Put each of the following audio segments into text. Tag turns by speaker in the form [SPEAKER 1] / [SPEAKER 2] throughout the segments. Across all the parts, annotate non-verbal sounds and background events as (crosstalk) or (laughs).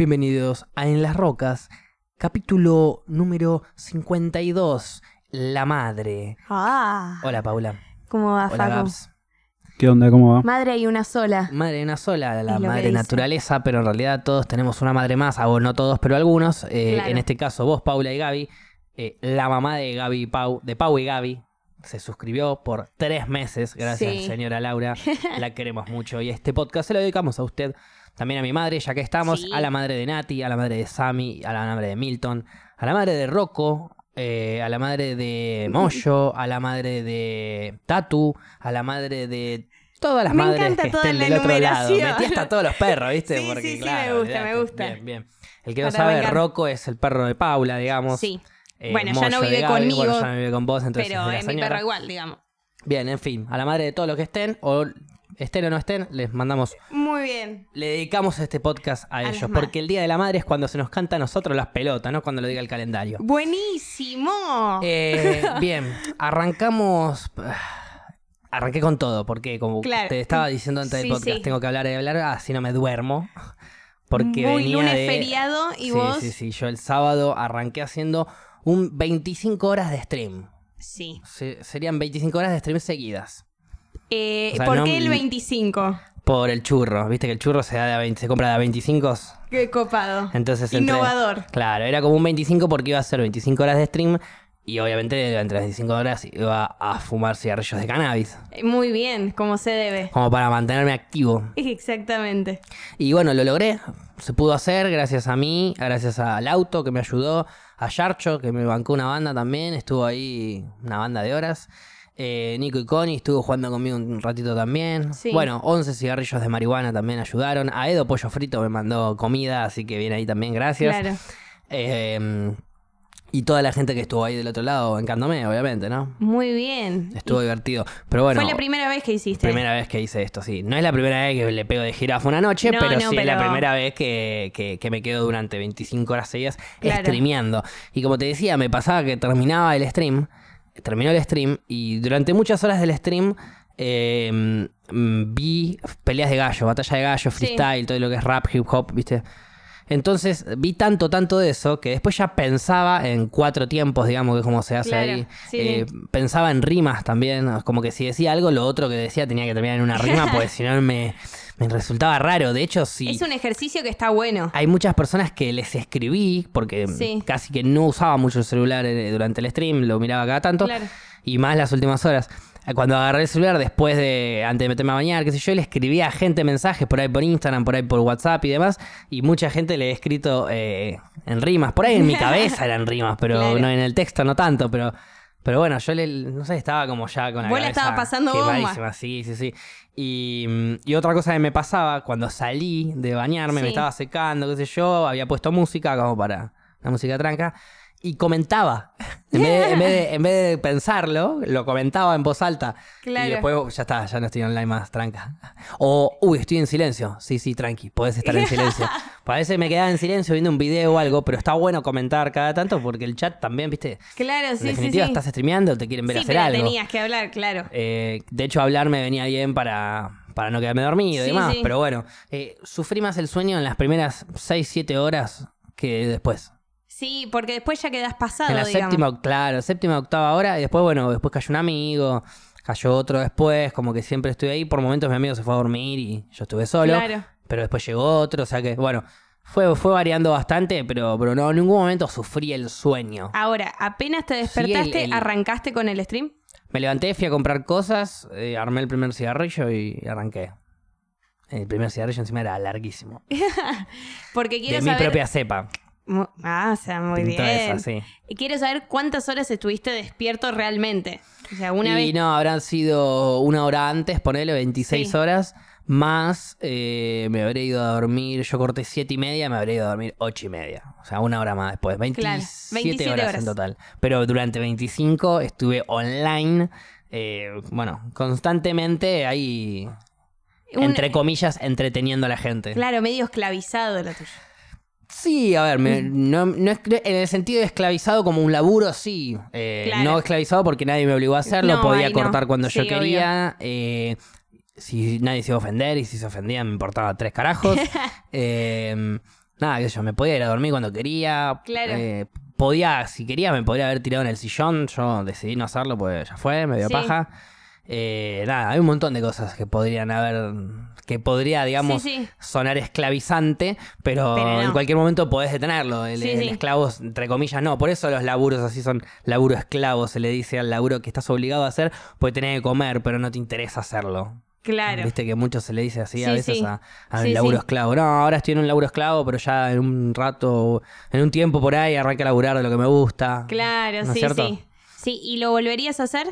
[SPEAKER 1] Bienvenidos a En las Rocas, capítulo número 52, La Madre.
[SPEAKER 2] Ah,
[SPEAKER 1] Hola Paula.
[SPEAKER 2] ¿cómo va,
[SPEAKER 1] Hola
[SPEAKER 2] Facu?
[SPEAKER 1] Gabs.
[SPEAKER 3] ¿Qué onda? ¿Cómo va?
[SPEAKER 2] Madre y una sola.
[SPEAKER 1] Madre de una sola, la
[SPEAKER 2] Es lo que
[SPEAKER 1] madre
[SPEAKER 2] dice.
[SPEAKER 1] naturaleza, pero en realidad todos tenemos una madre más, ah, bueno, no todos, pero algunos. Eh,
[SPEAKER 2] Claro.
[SPEAKER 1] En este caso, vos, Paula y Gaby, eh, la mamá de Gaby y Pau, de Pau y Gaby, se suscribió por tres meses. Gracias,
[SPEAKER 2] Sí.
[SPEAKER 1] señora
[SPEAKER 2] (laughs)
[SPEAKER 1] Laura. La queremos mucho. Y este podcast se lo dedicamos a usted, también a mi madre, ya que estamos,
[SPEAKER 2] Sí.
[SPEAKER 1] a la madre de Nati, a la madre de Sammy, a la madre de Milton, a la madre de Rocco. eh, a la madre de Moyo, a la madre de Tatu, a la madre de todas las
[SPEAKER 2] Me
[SPEAKER 1] madres
[SPEAKER 2] encanta
[SPEAKER 1] que
[SPEAKER 2] toda
[SPEAKER 1] estén
[SPEAKER 2] la
[SPEAKER 1] del otro lado.
[SPEAKER 2] enumeración.
[SPEAKER 1] Metí hasta todos los perros, ¿viste?
[SPEAKER 2] (laughs) Sí,
[SPEAKER 1] Porque,
[SPEAKER 2] sí, sí, me
[SPEAKER 1] claro,
[SPEAKER 2] gusta, me
[SPEAKER 1] olvidate.
[SPEAKER 2] gusta.
[SPEAKER 1] Bien, bien. El que no
[SPEAKER 2] Para
[SPEAKER 1] sabe,
[SPEAKER 2] bancar.
[SPEAKER 1] Rocco es el perro de Paula, digamos.
[SPEAKER 2] Sí,
[SPEAKER 1] Eh,
[SPEAKER 2] Bueno, ya
[SPEAKER 1] Moyo
[SPEAKER 2] no
[SPEAKER 1] de
[SPEAKER 2] vive
[SPEAKER 1] Gaby,
[SPEAKER 2] conmigo,
[SPEAKER 1] Bueno, ya no vive con vos, entonces
[SPEAKER 2] pero
[SPEAKER 1] es de la
[SPEAKER 2] es mi
[SPEAKER 1] señora.
[SPEAKER 2] perro igual, digamos.
[SPEAKER 1] Bien, en fin, a la madre de todos los que estén, o estén o no estén, les mandamos,
[SPEAKER 2] Muy bien.
[SPEAKER 1] le dedicamos este podcast a,
[SPEAKER 2] A las
[SPEAKER 1] ellos,
[SPEAKER 2] madres.
[SPEAKER 1] porque el Día de la Madre es cuando se nos canta a nosotros las pelotas, no cuando lo diga el calendario.
[SPEAKER 2] Buenísimo. (laughs)
[SPEAKER 1] Eh, bien, arrancamos. (sighs) Arranqué con todo, porque como
[SPEAKER 2] Claro.
[SPEAKER 1] te estaba diciendo antes del
[SPEAKER 2] Sí,
[SPEAKER 1] podcast,
[SPEAKER 2] sí.
[SPEAKER 1] tengo que hablar y hablar, así no me duermo. (laughs) Porque
[SPEAKER 2] Muy
[SPEAKER 1] venía
[SPEAKER 2] lunes
[SPEAKER 1] de...
[SPEAKER 2] feriado y
[SPEAKER 1] sí,
[SPEAKER 2] vos...
[SPEAKER 1] Sí, sí, yo el sábado arranqué haciendo un 25 horas de stream.
[SPEAKER 2] Sí.
[SPEAKER 1] Se- serían 25 horas de stream seguidas.
[SPEAKER 2] Eh,
[SPEAKER 1] O sea,
[SPEAKER 2] ¿Por
[SPEAKER 1] no-
[SPEAKER 2] qué el 25?
[SPEAKER 1] Por el churro, viste que el churro se, da de a 20 se compra de a 25.
[SPEAKER 2] Qué copado.
[SPEAKER 1] Entonces entre-
[SPEAKER 2] Innovador.
[SPEAKER 1] Claro, era como un 25 porque iba a ser 25 horas de stream y obviamente durante las 25 horas iba a fumar cigarrillos de cannabis,
[SPEAKER 2] Eh, Muy bien, como se debe. (laughs)
[SPEAKER 1] como para mantenerme activo.
[SPEAKER 2] Exactamente.
[SPEAKER 1] Y bueno, lo logré, se pudo hacer gracias a mí, gracias al auto que me ayudó, a Yarcho que me bancó una banda también, estuvo ahí una banda de horas. Eh, Nico y Connie estuvo jugando conmigo un ratito también.
[SPEAKER 2] Sí.
[SPEAKER 1] Bueno, 11 cigarrillos de marihuana también ayudaron. A Edo Pollo Frito me mandó comida, así que viene ahí también, gracias.
[SPEAKER 2] Claro.
[SPEAKER 1] Eh, y toda la gente que estuvo ahí del otro lado bancándome, obviamente, ¿no?
[SPEAKER 2] Muy bien.
[SPEAKER 1] Estuvo divertido. Pero bueno,
[SPEAKER 2] Fue la primera vez que hiciste.
[SPEAKER 1] primera vez que hice esto, sí. No es la primera vez que le pego de jirafa una noche,
[SPEAKER 2] No,
[SPEAKER 1] pero
[SPEAKER 2] no,
[SPEAKER 1] sí es la
[SPEAKER 2] pero-
[SPEAKER 1] primera vez que, que- que me quedo durante 25 horas seguidas
[SPEAKER 2] Claro.
[SPEAKER 1] streameando. Y como te decía, me pasaba que terminaba el stream, terminó el stream, y durante muchas horas del stream eh, mm, vi peleas de gallo, batalla de gallo,
[SPEAKER 2] Sí.
[SPEAKER 1] freestyle, todo lo que es rap, hip hop, ¿viste? Entonces vi tanto, tanto de eso que después ya pensaba en cuatro tiempos, digamos, que es como se hace
[SPEAKER 2] Claro,
[SPEAKER 1] ahí.
[SPEAKER 2] sí,
[SPEAKER 1] Eh, Pensaba en rimas también, ¿no? como que si decía algo, lo otro que decía tenía que terminar en una rima,
[SPEAKER 2] (laughs)
[SPEAKER 1] porque si no me, me resultaba raro. De hecho, si
[SPEAKER 2] Es un ejercicio que está bueno.
[SPEAKER 1] hay muchas personas que les escribí, porque
[SPEAKER 2] Sí.
[SPEAKER 1] casi que no usaba mucho el celular eh, durante el stream, lo miraba cada tanto,
[SPEAKER 2] Claro.
[SPEAKER 1] y más las últimas horas. Eh, Cuando agarré el celular, después de, antes de meterme a bañar, qué sé yo, le escribía a gente mensajes por ahí por Instagram, por ahí por WhatsApp y demás, y mucha gente le he escrito eh, en rimas, por ahí
[SPEAKER 2] (laughs)
[SPEAKER 1] en mi cabeza eran rimas, pero
[SPEAKER 2] Claro.
[SPEAKER 1] no en el texto no tanto, pero... Pero bueno, yo le, no sé, estaba como ya con la
[SPEAKER 2] Vos la
[SPEAKER 1] cabeza
[SPEAKER 2] estabas pasando bomba.
[SPEAKER 1] quemadísima, Ah, sí, sí, sí. Y, mm, y otra cosa que me pasaba, cuando salí de bañarme, me
[SPEAKER 2] Sí.
[SPEAKER 1] estaba secando, qué sé yo, había puesto música como para la música tranca, y comentaba. En vez, de, en vez de- en vez de pensarlo, lo comentaba en voz alta.
[SPEAKER 2] Claro.
[SPEAKER 1] Y después oh, ya está, ya no estoy online más tranca. O, uy, estoy en silencio. Sí, sí, tranqui, podés estar en
[SPEAKER 2] (laughs)
[SPEAKER 1] silencio. Pues a veces me quedaba en silencio viendo un video o algo, pero está bueno comentar cada tanto porque el chat también, viste,
[SPEAKER 2] Claro,
[SPEAKER 1] en
[SPEAKER 2] sí, sí, sí.
[SPEAKER 1] definitiva estás streameando, te quieren ver
[SPEAKER 2] sí,
[SPEAKER 1] hacer
[SPEAKER 2] pero
[SPEAKER 1] algo.
[SPEAKER 2] tenías que hablar, claro.
[SPEAKER 1] Eh, de hecho, hablar me venía bien para, para no quedarme dormido y
[SPEAKER 2] Sí,
[SPEAKER 1] demás.
[SPEAKER 2] sí.
[SPEAKER 1] Pero bueno, eh, sufrí más el sueño en las primeras 6, 7 horas que después.
[SPEAKER 2] Sí, porque después ya quedás pasado,
[SPEAKER 1] en la
[SPEAKER 2] digamos.
[SPEAKER 1] séptima, claro, séptima, octava hora. Y después, bueno, después cayó un amigo, cayó otro después. Como que siempre estuve ahí. Por momentos mi amigo se fue a dormir y yo estuve solo.
[SPEAKER 2] Claro.
[SPEAKER 1] Pero después llegó otro. O sea que, bueno, fue, fue variando bastante. Pero, pero no, en ningún momento sufrí el sueño.
[SPEAKER 2] Ahora, apenas te despertaste,
[SPEAKER 1] el-
[SPEAKER 2] arrancaste con el stream.
[SPEAKER 1] Me levanté, fui a comprar cosas, eh, armé el primer cigarrillo y arranqué. El primer cigarrillo encima era larguísimo.
[SPEAKER 2] Porque
[SPEAKER 1] De
[SPEAKER 2] quiero
[SPEAKER 1] mi
[SPEAKER 2] saber.
[SPEAKER 1] propia cepa.
[SPEAKER 2] Mu- Ah, o sea, muy bien.
[SPEAKER 1] Pinto esa, sí.
[SPEAKER 2] Y quiero saber cuántas horas estuviste despierto realmente. O sea, una
[SPEAKER 1] y
[SPEAKER 2] vez.
[SPEAKER 1] no, habrán sido una hora antes, ponele 26
[SPEAKER 2] Sí.
[SPEAKER 1] horas, más eh, me habré ido a dormir, yo corté 7 y media, me habré ido a dormir 8 y media. O sea, una hora más después, 27,
[SPEAKER 2] 27
[SPEAKER 1] horas,
[SPEAKER 2] horas.
[SPEAKER 1] en total. Pero durante 25 estuve online, eh, bueno, constantemente ahí,
[SPEAKER 2] un-
[SPEAKER 1] entre comillas, entreteniendo a la gente.
[SPEAKER 2] Claro, medio esclavizado lo tuyo.
[SPEAKER 1] Sí, a ver, me-
[SPEAKER 2] Mm.
[SPEAKER 1] no, no es- en el sentido de esclavizado como un laburo, sí. Eh,
[SPEAKER 2] Claro.
[SPEAKER 1] No esclavizado porque nadie me obligó a hacerlo,
[SPEAKER 2] No,
[SPEAKER 1] podía
[SPEAKER 2] ahí no.
[SPEAKER 1] cortar cuando yo
[SPEAKER 2] Sí, obvio.
[SPEAKER 1] quería. eh,
[SPEAKER 2] (laughs)
[SPEAKER 1] si nadie se iba a ofender y si se ofendía me importaba tres carajos. Eh, nada, qué sé yo, me podía ir a dormir cuando quería.
[SPEAKER 2] Claro.
[SPEAKER 1] eh, podía, si quería, me podría haber tirado en el sillón. Yo decidí no hacerlo porque ya fue, me dio
[SPEAKER 2] Sí.
[SPEAKER 1] paja. Eh, nada, hay un montón de cosas que podrían haber. que podría, digamos,
[SPEAKER 2] Sí, sí.
[SPEAKER 1] sonar esclavizante, pero,
[SPEAKER 2] Pero no.
[SPEAKER 1] en cualquier momento podés detenerlo. El,
[SPEAKER 2] Sí,
[SPEAKER 1] el
[SPEAKER 2] sí.
[SPEAKER 1] esclavo, entre comillas, no. Por eso los laburos así son laburo esclavo, se le dice al laburo que estás obligado a hacer, porque tenés que comer, pero no te interesa hacerlo.
[SPEAKER 2] Claro.
[SPEAKER 1] Viste que mucho se le dice así a
[SPEAKER 2] Sí,
[SPEAKER 1] veces
[SPEAKER 2] sí.
[SPEAKER 1] a, a
[SPEAKER 2] Sí,
[SPEAKER 1] un laburo
[SPEAKER 2] sí.
[SPEAKER 1] esclavo. No, ahora estoy en un laburo esclavo, pero ya en un rato, en un tiempo por ahí arranca a laburar de lo que me gusta.
[SPEAKER 2] Claro,
[SPEAKER 1] ¿No es
[SPEAKER 2] sí,
[SPEAKER 1] cierto?
[SPEAKER 2] sí. Sí, ¿y lo volverías a hacer?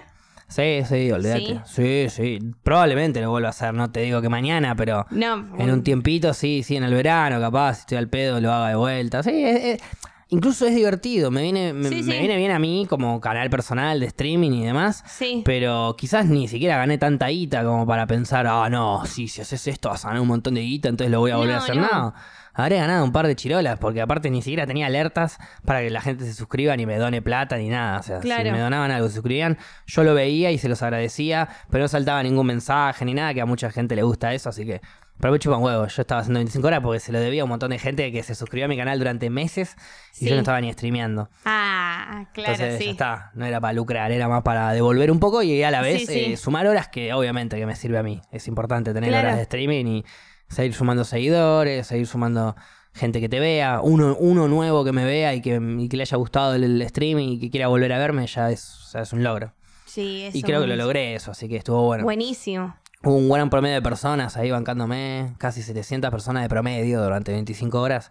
[SPEAKER 1] Sí, sí, olvídate. Sí, sí. Probablemente lo vuelva a hacer, no te digo que mañana, pero
[SPEAKER 2] No.
[SPEAKER 1] en un tiempito, sí, sí, en el verano, capaz, si estoy al pedo, lo haga de vuelta. Sí, es- es- incluso es divertido. Me viene, me,
[SPEAKER 2] Sí,
[SPEAKER 1] me
[SPEAKER 2] sí.
[SPEAKER 1] viene bien a mí como canal personal de streaming y demás.
[SPEAKER 2] Sí.
[SPEAKER 1] Pero quizás ni siquiera gané tanta guita como para pensar, ah, no, sí, si haces esto vas a ganar un montón de guita, entonces lo voy a volver a
[SPEAKER 2] No,
[SPEAKER 1] hacer.
[SPEAKER 2] no.
[SPEAKER 1] No. Habré ganado un par de chirolas, porque aparte ni siquiera tenía alertas para que la gente se suscriba ni me done plata ni nada. O sea, si
[SPEAKER 2] Claro.
[SPEAKER 1] me donaban algo, se suscribían, yo lo veía y se los agradecía, pero no saltaba ningún mensaje ni nada, que a mucha gente le gusta eso, así que. Pero me chupan huevo, yo estaba haciendo 25 horas porque se lo debía a un montón de gente que se suscribió a mi canal durante meses y
[SPEAKER 2] Sí.
[SPEAKER 1] yo no estaba ni streameando.
[SPEAKER 2] Ah, claro,
[SPEAKER 1] Entonces
[SPEAKER 2] sí.
[SPEAKER 1] ya está, no era para lucrar, era más para devolver un poco y a la vez
[SPEAKER 2] Sí, sí.
[SPEAKER 1] eh, sumar horas que obviamente que me sirve a mí. Es importante tener
[SPEAKER 2] Claro.
[SPEAKER 1] horas de streaming y seguir sumando seguidores, seguir sumando gente que te vea, uno, uno nuevo que me vea y que, y que le haya gustado el, el streaming y que quiera volver a verme, ya es, ya es un logro.
[SPEAKER 2] Sí, eso
[SPEAKER 1] y creo que lo
[SPEAKER 2] buenísimo.
[SPEAKER 1] logré eso, así que estuvo bueno.
[SPEAKER 2] Buenísimo.
[SPEAKER 1] Hubo un gran promedio de personas ahí bancándome, casi 700 personas de promedio durante 25 horas,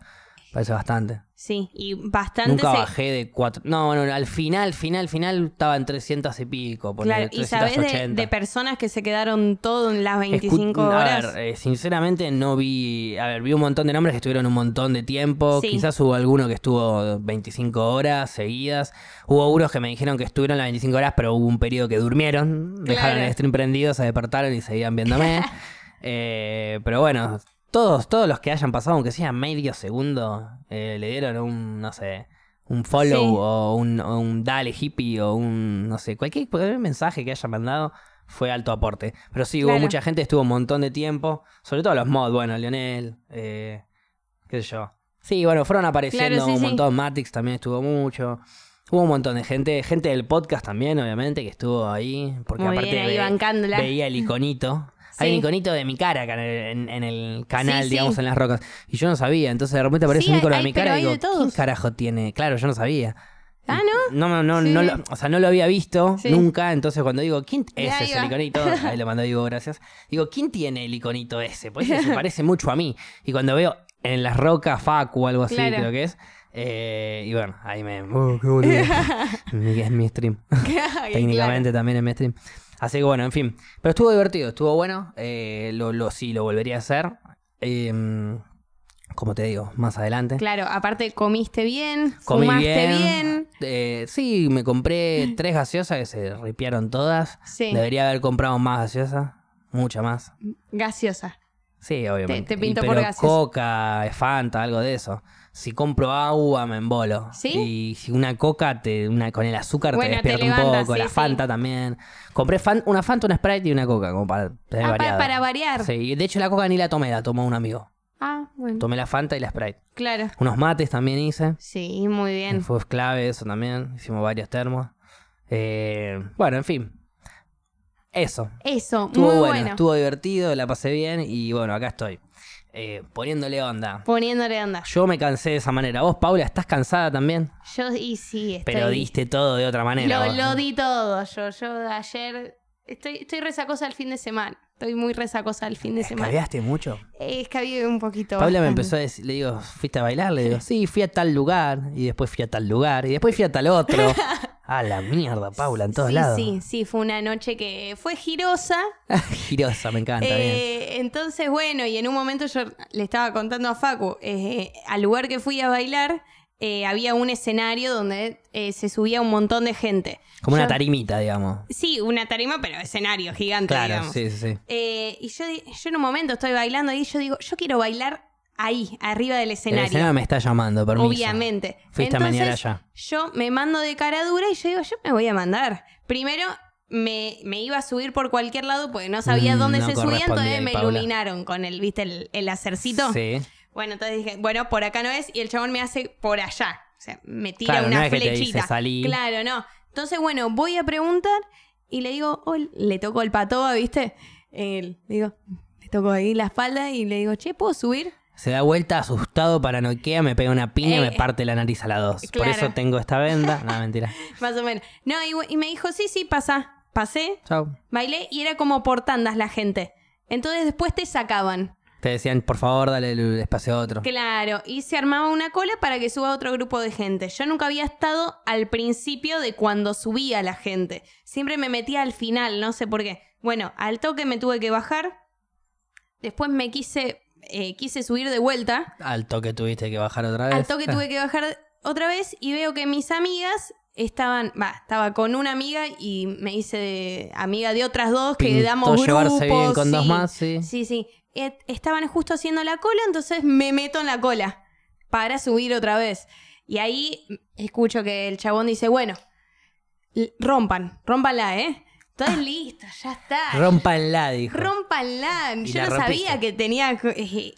[SPEAKER 1] parece bastante.
[SPEAKER 2] Sí, y bastante.
[SPEAKER 1] Nunca
[SPEAKER 2] se-
[SPEAKER 1] bajé de cuatro. No, no, no, al final, final, final estaba en 300 y pico. Por
[SPEAKER 2] Claro, y sabes de, de personas que se quedaron todo en las 25 horas.
[SPEAKER 1] A ver, eh, sinceramente no vi. A ver, vi un montón de nombres que estuvieron un montón de tiempo.
[SPEAKER 2] Sí.
[SPEAKER 1] Quizás hubo alguno que estuvo 25 horas seguidas. Hubo unos que me dijeron que estuvieron las 25 horas, pero hubo un periodo que durmieron. Dejaron
[SPEAKER 2] Claro.
[SPEAKER 1] el stream prendido, se despertaron y seguían viéndome.
[SPEAKER 2] (laughs)
[SPEAKER 1] Eh, pero bueno, todos, todos los que hayan pasado, aunque sea medio segundo, eh, le dieron un, no sé. Un follow
[SPEAKER 2] Sí.
[SPEAKER 1] o, un, o un dale hippie o un, no sé, cualquier, cualquier mensaje que hayan mandado fue alto aporte. Pero sí, hubo
[SPEAKER 2] Claro.
[SPEAKER 1] mucha gente, estuvo un montón de tiempo. Sobre todo los mods, bueno, Lionel, eh, qué sé yo. Sí, bueno, fueron apareciendo
[SPEAKER 2] Claro, sí,
[SPEAKER 1] un
[SPEAKER 2] sí.
[SPEAKER 1] montón. Matix también estuvo mucho. Hubo un montón de gente, gente del podcast también, obviamente, que estuvo ahí. Porque
[SPEAKER 2] Muy
[SPEAKER 1] aparte
[SPEAKER 2] bien, ahí
[SPEAKER 1] ve-
[SPEAKER 2] bancándola. (laughs)
[SPEAKER 1] veía el iconito. Hay
[SPEAKER 2] Sí.
[SPEAKER 1] un iconito de mi cara acá en el, en- en el canal,
[SPEAKER 2] Sí,
[SPEAKER 1] digamos,
[SPEAKER 2] sí.
[SPEAKER 1] en las rocas. Y yo no sabía. Entonces de repente aparece
[SPEAKER 2] Sí,
[SPEAKER 1] un
[SPEAKER 2] hay-
[SPEAKER 1] icono de
[SPEAKER 2] hay-
[SPEAKER 1] mi
[SPEAKER 2] pero
[SPEAKER 1] cara y
[SPEAKER 2] hay
[SPEAKER 1] digo,
[SPEAKER 2] de todos.
[SPEAKER 1] ¿quién carajo tiene? Claro, yo no sabía.
[SPEAKER 2] Ah, ¿no?
[SPEAKER 1] No, no, no,
[SPEAKER 2] Sí.
[SPEAKER 1] no lo- o sea, no lo había visto
[SPEAKER 2] Sí.
[SPEAKER 1] nunca, entonces cuando digo, ¿quién
[SPEAKER 2] Ya
[SPEAKER 1] ese es
[SPEAKER 2] iba.
[SPEAKER 1] el
[SPEAKER 2] (laughs)
[SPEAKER 1] iconito? Ahí lo mandó digo, gracias. Digo, ¿quién tiene el iconito ese? Pues
[SPEAKER 2] (laughs)
[SPEAKER 1] ese se parece mucho a mí. Y cuando veo en las rocas Facu o algo así,
[SPEAKER 2] Claro.
[SPEAKER 1] creo que es, eh, y bueno, ahí me... Oh, qué boludo.
[SPEAKER 2] (laughs)
[SPEAKER 1] Y es mi stream. (laughs)
[SPEAKER 2] Claro.
[SPEAKER 1] Técnicamente también es mi stream. Así que bueno, en fin. Pero estuvo divertido, estuvo bueno. eh, lo, lo, sí, lo volvería a hacer. Em, como te digo, más adelante.
[SPEAKER 2] Claro, aparte comiste bien,
[SPEAKER 1] Comí
[SPEAKER 2] fumaste
[SPEAKER 1] bien.
[SPEAKER 2] bien.
[SPEAKER 1] Eh, sí, me compré tres gaseosas que se ripiaron todas.
[SPEAKER 2] Sí,
[SPEAKER 1] Debería haber comprado más gaseosas. Mucha más.
[SPEAKER 2] gaseosa.
[SPEAKER 1] Sí, obviamente.
[SPEAKER 2] te pinto
[SPEAKER 1] Y
[SPEAKER 2] por
[SPEAKER 1] pero
[SPEAKER 2] gaseosa.
[SPEAKER 1] Coca, Fanta, algo de eso. Si compro agua, me embolo.
[SPEAKER 2] ¿Sí?
[SPEAKER 1] Y si una coca te, una, con el azúcar
[SPEAKER 2] Bueno, te
[SPEAKER 1] te despierta un
[SPEAKER 2] levanta,
[SPEAKER 1] poco.
[SPEAKER 2] sí,
[SPEAKER 1] la
[SPEAKER 2] sí.
[SPEAKER 1] Fanta también. Compré fan- una Fanta, una Sprite y una coca, como para tener
[SPEAKER 2] Ah, pa-
[SPEAKER 1] variado.
[SPEAKER 2] para variar.
[SPEAKER 1] Sí, de hecho la coca ni la tomé, la tomó un amigo.
[SPEAKER 2] Ah, bueno,
[SPEAKER 1] Tomé la Fanta y la Sprite.
[SPEAKER 2] claro.
[SPEAKER 1] Unos mates también hice.
[SPEAKER 2] Sí, muy bien.
[SPEAKER 1] Fue clave eso también. Hicimos varios termos. Eh, bueno, en fin. Eso.
[SPEAKER 2] Eso,
[SPEAKER 1] Estuvo
[SPEAKER 2] muy
[SPEAKER 1] bueno,
[SPEAKER 2] bueno.
[SPEAKER 1] estuvo divertido, la pasé bien y bueno, acá estoy. Eh, poniéndole onda.
[SPEAKER 2] Poniéndole onda.
[SPEAKER 1] Yo me cansé de esa manera. Vos, Paula, estás cansada también,
[SPEAKER 2] Yo, y sí, estoy...
[SPEAKER 1] pero diste todo de otra manera.
[SPEAKER 2] Lo,
[SPEAKER 1] vos.
[SPEAKER 2] lo di todo yo. Yo ayer... Estoy, estoy resacosa el fin de semana. Estoy muy resacosa el fin de semana.
[SPEAKER 1] ¿Escabeaste mucho?
[SPEAKER 2] Es que un poquito.
[SPEAKER 1] Paula me
[SPEAKER 2] bastante.
[SPEAKER 1] empezó a decir, le digo, ¿fuiste a bailar? Le digo, sí, fui a tal lugar, y después fui a tal lugar, y después fui a tal
[SPEAKER 2] (laughs)
[SPEAKER 1] otro. a la mierda, Paula, en todos
[SPEAKER 2] sí,
[SPEAKER 1] lados.
[SPEAKER 2] Sí, sí, fue una noche que fue girosa.
[SPEAKER 1] (laughs) Girosa, me encanta, bien.
[SPEAKER 2] Eh, entonces, bueno, y en un momento yo le estaba contando a Facu, eh, al lugar que fui a bailar, eh, había un escenario donde eh, se subía un montón de gente.
[SPEAKER 1] Como una
[SPEAKER 2] yo-
[SPEAKER 1] tarimita, digamos.
[SPEAKER 2] Sí, una tarima, pero escenario gigante,
[SPEAKER 1] Claro,
[SPEAKER 2] digamos.
[SPEAKER 1] sí, sí, sí.
[SPEAKER 2] Eh, y yo, di- yo en un momento estoy bailando y yo digo, yo quiero bailar ahí, arriba del
[SPEAKER 1] El
[SPEAKER 2] escenario.
[SPEAKER 1] escenario me está llamando, permiso.
[SPEAKER 2] Obviamente.
[SPEAKER 1] Fuiste a
[SPEAKER 2] Entonces,
[SPEAKER 1] menear allá.
[SPEAKER 2] Yo me mando de cara dura y yo digo, yo me voy a mandar. Primero me, me iba a subir por cualquier lado porque no sabía
[SPEAKER 1] Mm,
[SPEAKER 2] dónde
[SPEAKER 1] no
[SPEAKER 2] se subía,
[SPEAKER 1] correspondía
[SPEAKER 2] entonces
[SPEAKER 1] ahí,
[SPEAKER 2] me
[SPEAKER 1] Paula.
[SPEAKER 2] iluminaron con el, ¿viste? El, el hacercito.
[SPEAKER 1] Sí.
[SPEAKER 2] Bueno, entonces dije, bueno, por acá no es, y el chabón me hace por allá. O sea, me tira
[SPEAKER 1] Claro,
[SPEAKER 2] una
[SPEAKER 1] no es que te dice,
[SPEAKER 2] flechita.
[SPEAKER 1] "Salí".
[SPEAKER 2] Claro, no. Entonces, bueno, voy a preguntar y le digo, oh, le toco el patoa, ¿viste? Eh, le digo, le toco ahí la espalda y le digo, che, ¿puedo subir?
[SPEAKER 1] Se da vuelta asustado, paranoquea, me pega una piña y me
[SPEAKER 2] Eh,
[SPEAKER 1] parte la nariz a la dos. Por
[SPEAKER 2] claro.
[SPEAKER 1] eso tengo esta
[SPEAKER 2] (laughs)
[SPEAKER 1] venda. No, mentira.
[SPEAKER 2] Más o menos. No, y, bu- y me dijo, sí, sí, pasá. Pasé,
[SPEAKER 1] Chau.
[SPEAKER 2] bailé y era como por tandas la gente. Entonces después te sacaban.
[SPEAKER 1] Te decían, por favor, dale el espacio a otro.
[SPEAKER 2] Claro, y se armaba una cola para que suba otro grupo de gente. Yo nunca había estado al principio de cuando subía la gente. Siempre me metía al final, no sé por qué. Bueno, al toque me tuve que bajar. Después me quise, eh, quise subir de vuelta.
[SPEAKER 1] Al toque tuviste que bajar otra vez.
[SPEAKER 2] Al toque tuve que bajar otra vez y veo que mis amigas estaban, va, estaba con una amiga y me hice de- amiga de otras dos que
[SPEAKER 1] Pintó
[SPEAKER 2] damos grupos.
[SPEAKER 1] llevarse bien con dos
[SPEAKER 2] sí.
[SPEAKER 1] más, sí.
[SPEAKER 2] Sí, sí. Et- Estaban justo haciendo la cola, entonces me meto en la cola para subir otra vez. Y ahí escucho que el chabón dice, bueno, l- rompan, rompanla, ¿eh?
[SPEAKER 1] Ah.
[SPEAKER 2] Entonces listo, ya está.
[SPEAKER 1] Rompanla, dijo.
[SPEAKER 2] rompanla.
[SPEAKER 1] Y
[SPEAKER 2] Yo
[SPEAKER 1] la
[SPEAKER 2] no sabía
[SPEAKER 1] rompiste.
[SPEAKER 2] que tenía eh,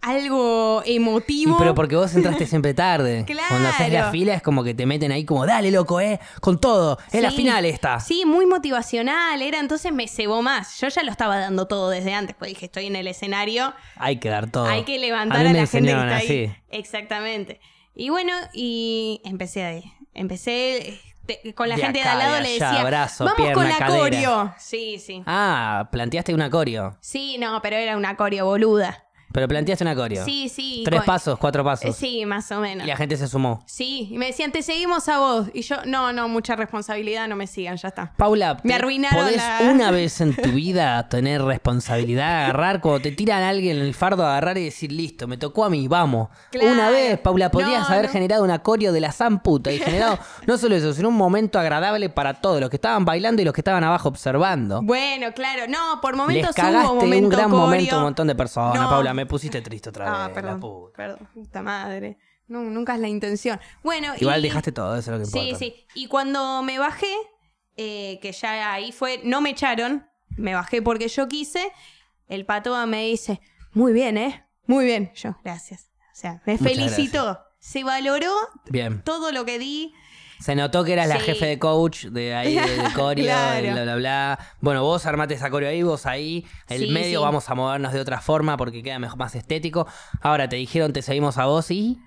[SPEAKER 2] algo
[SPEAKER 1] Y
[SPEAKER 2] emotivo.
[SPEAKER 1] pero porque vos entraste siempre
[SPEAKER 2] (laughs)
[SPEAKER 1] tarde.
[SPEAKER 2] Claro.
[SPEAKER 1] Cuando haces la fila es como que te meten ahí como, dale, loco, eh, con todo. Es la
[SPEAKER 2] Sí.
[SPEAKER 1] final esta.
[SPEAKER 2] Sí, muy motivacional era, entonces me cebó más. Yo ya lo estaba dando todo desde antes, pues dije, estoy en el escenario,
[SPEAKER 1] Hay que dar todo.
[SPEAKER 2] hay que levantar
[SPEAKER 1] a,
[SPEAKER 2] a,
[SPEAKER 1] mí me
[SPEAKER 2] la gente que
[SPEAKER 1] enseñaron
[SPEAKER 2] está
[SPEAKER 1] así.
[SPEAKER 2] ahí. Exactamente. Y bueno, y empecé ahí. Empecé te- con la
[SPEAKER 1] De
[SPEAKER 2] gente
[SPEAKER 1] acá,
[SPEAKER 2] de al lado,
[SPEAKER 1] de
[SPEAKER 2] le
[SPEAKER 1] allá,
[SPEAKER 2] decía,
[SPEAKER 1] brazo,
[SPEAKER 2] vamos
[SPEAKER 1] pierna,
[SPEAKER 2] con la
[SPEAKER 1] cadera".
[SPEAKER 2] coreo. Sí, sí.
[SPEAKER 1] Ah, planteaste una coreo.
[SPEAKER 2] Sí, no, pero era una coreo boluda.
[SPEAKER 1] Pero planteaste una coreo.
[SPEAKER 2] Sí, sí.
[SPEAKER 1] Tres
[SPEAKER 2] con-
[SPEAKER 1] pasos, cuatro
[SPEAKER 2] Eh,
[SPEAKER 1] pasos.
[SPEAKER 2] Sí, más o menos.
[SPEAKER 1] Y la gente se sumó.
[SPEAKER 2] Sí, y me decían, te seguimos a vos. Y yo, no, no, mucha responsabilidad, no me sigan, ya está.
[SPEAKER 1] Paula,
[SPEAKER 2] Me
[SPEAKER 1] ¿te-
[SPEAKER 2] arruinaron
[SPEAKER 1] ¿podés
[SPEAKER 2] la-
[SPEAKER 1] una vez
[SPEAKER 2] (laughs)
[SPEAKER 1] en tu vida tener responsabilidad, agarrar, cuando te tiran a alguien el fardo, agarrar y decir, listo, me tocó a mí, vamos?
[SPEAKER 2] Claro.
[SPEAKER 1] Una vez, Paula, podías
[SPEAKER 2] No,
[SPEAKER 1] haber
[SPEAKER 2] no.
[SPEAKER 1] generado un acorio de la zamputa y
[SPEAKER 2] (laughs)
[SPEAKER 1] generado, no solo eso, sino un momento agradable para todos, los que estaban bailando y los que estaban abajo observando.
[SPEAKER 2] Bueno, claro, no, por
[SPEAKER 1] Les
[SPEAKER 2] momentos
[SPEAKER 1] cagaste
[SPEAKER 2] hubo momento
[SPEAKER 1] un gran
[SPEAKER 2] corio.
[SPEAKER 1] momento a un montón de personas,
[SPEAKER 2] No.
[SPEAKER 1] Paula, me pusiste triste otra vez.
[SPEAKER 2] Ah,
[SPEAKER 1] la
[SPEAKER 2] perdón,
[SPEAKER 1] puta.
[SPEAKER 2] perdón, puta madre. No, nunca es la intención. Bueno,
[SPEAKER 1] Igual
[SPEAKER 2] y-
[SPEAKER 1] dejaste todo, eso es lo que
[SPEAKER 2] Sí,
[SPEAKER 1] importa.
[SPEAKER 2] sí. Y cuando me bajé, eh, que ya ahí fue, no me echaron, me bajé porque yo quise, el patoa me dice, muy bien, ¿eh? Muy bien. Yo, gracias. O sea, me
[SPEAKER 1] Muchas
[SPEAKER 2] felicitó. Se valoró
[SPEAKER 1] Bien.
[SPEAKER 2] todo lo que di.
[SPEAKER 1] Se notó que eras la
[SPEAKER 2] Sí.
[SPEAKER 1] jefe de coach de ahí, de,
[SPEAKER 2] (laughs)
[SPEAKER 1] de coreo,
[SPEAKER 2] Claro.
[SPEAKER 1] de bla, bla, bla. Bueno, vos armate esa coreo ahí, vos ahí. El
[SPEAKER 2] Sí,
[SPEAKER 1] medio
[SPEAKER 2] sí.
[SPEAKER 1] vamos a movernos de otra forma porque queda mejor, más estético. Ahora te dijeron, te seguimos a vos y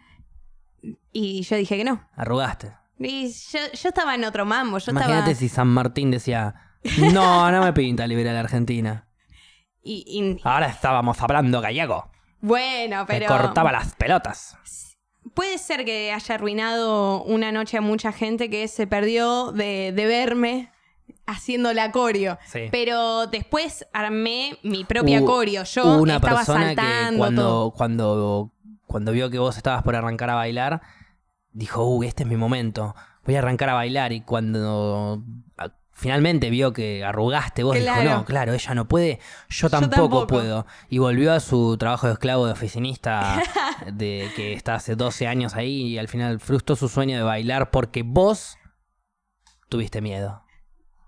[SPEAKER 2] Y yo dije que no.
[SPEAKER 1] arrugaste.
[SPEAKER 2] Y yo, yo estaba en otro mambo. Yo
[SPEAKER 1] Imagínate
[SPEAKER 2] estaba...
[SPEAKER 1] si San Martín decía, no, no me pinta liberar a la Argentina.
[SPEAKER 2] y- y-
[SPEAKER 1] Ahora estábamos hablando gallego.
[SPEAKER 2] bueno,
[SPEAKER 1] Ah, Me
[SPEAKER 2] pero...
[SPEAKER 1] cortaba las pelotas.
[SPEAKER 2] Puede ser que haya arruinado una noche a mucha gente que se perdió de, de verme haciendo la coreo.
[SPEAKER 1] Sí.
[SPEAKER 2] Pero después armé mi propia
[SPEAKER 1] Hubo-
[SPEAKER 2] coreo. Yo
[SPEAKER 1] hubo una
[SPEAKER 2] estaba
[SPEAKER 1] persona
[SPEAKER 2] saltando
[SPEAKER 1] que cuando,
[SPEAKER 2] todo.
[SPEAKER 1] cuando cuando vio que vos estabas por arrancar a bailar dijo uy este es mi momento voy a arrancar a bailar y cuando ah, finalmente vio que arrugaste vos dijo
[SPEAKER 2] Claro.
[SPEAKER 1] no claro ella no puede yo
[SPEAKER 2] Yo
[SPEAKER 1] tampoco,
[SPEAKER 2] tampoco".
[SPEAKER 1] puedo y volvió a su trabajo de esclavo de
[SPEAKER 2] (laughs)
[SPEAKER 1] oficinista de que está hace 12 años ahí y al final frustró su sueño de bailar porque vos tuviste miedo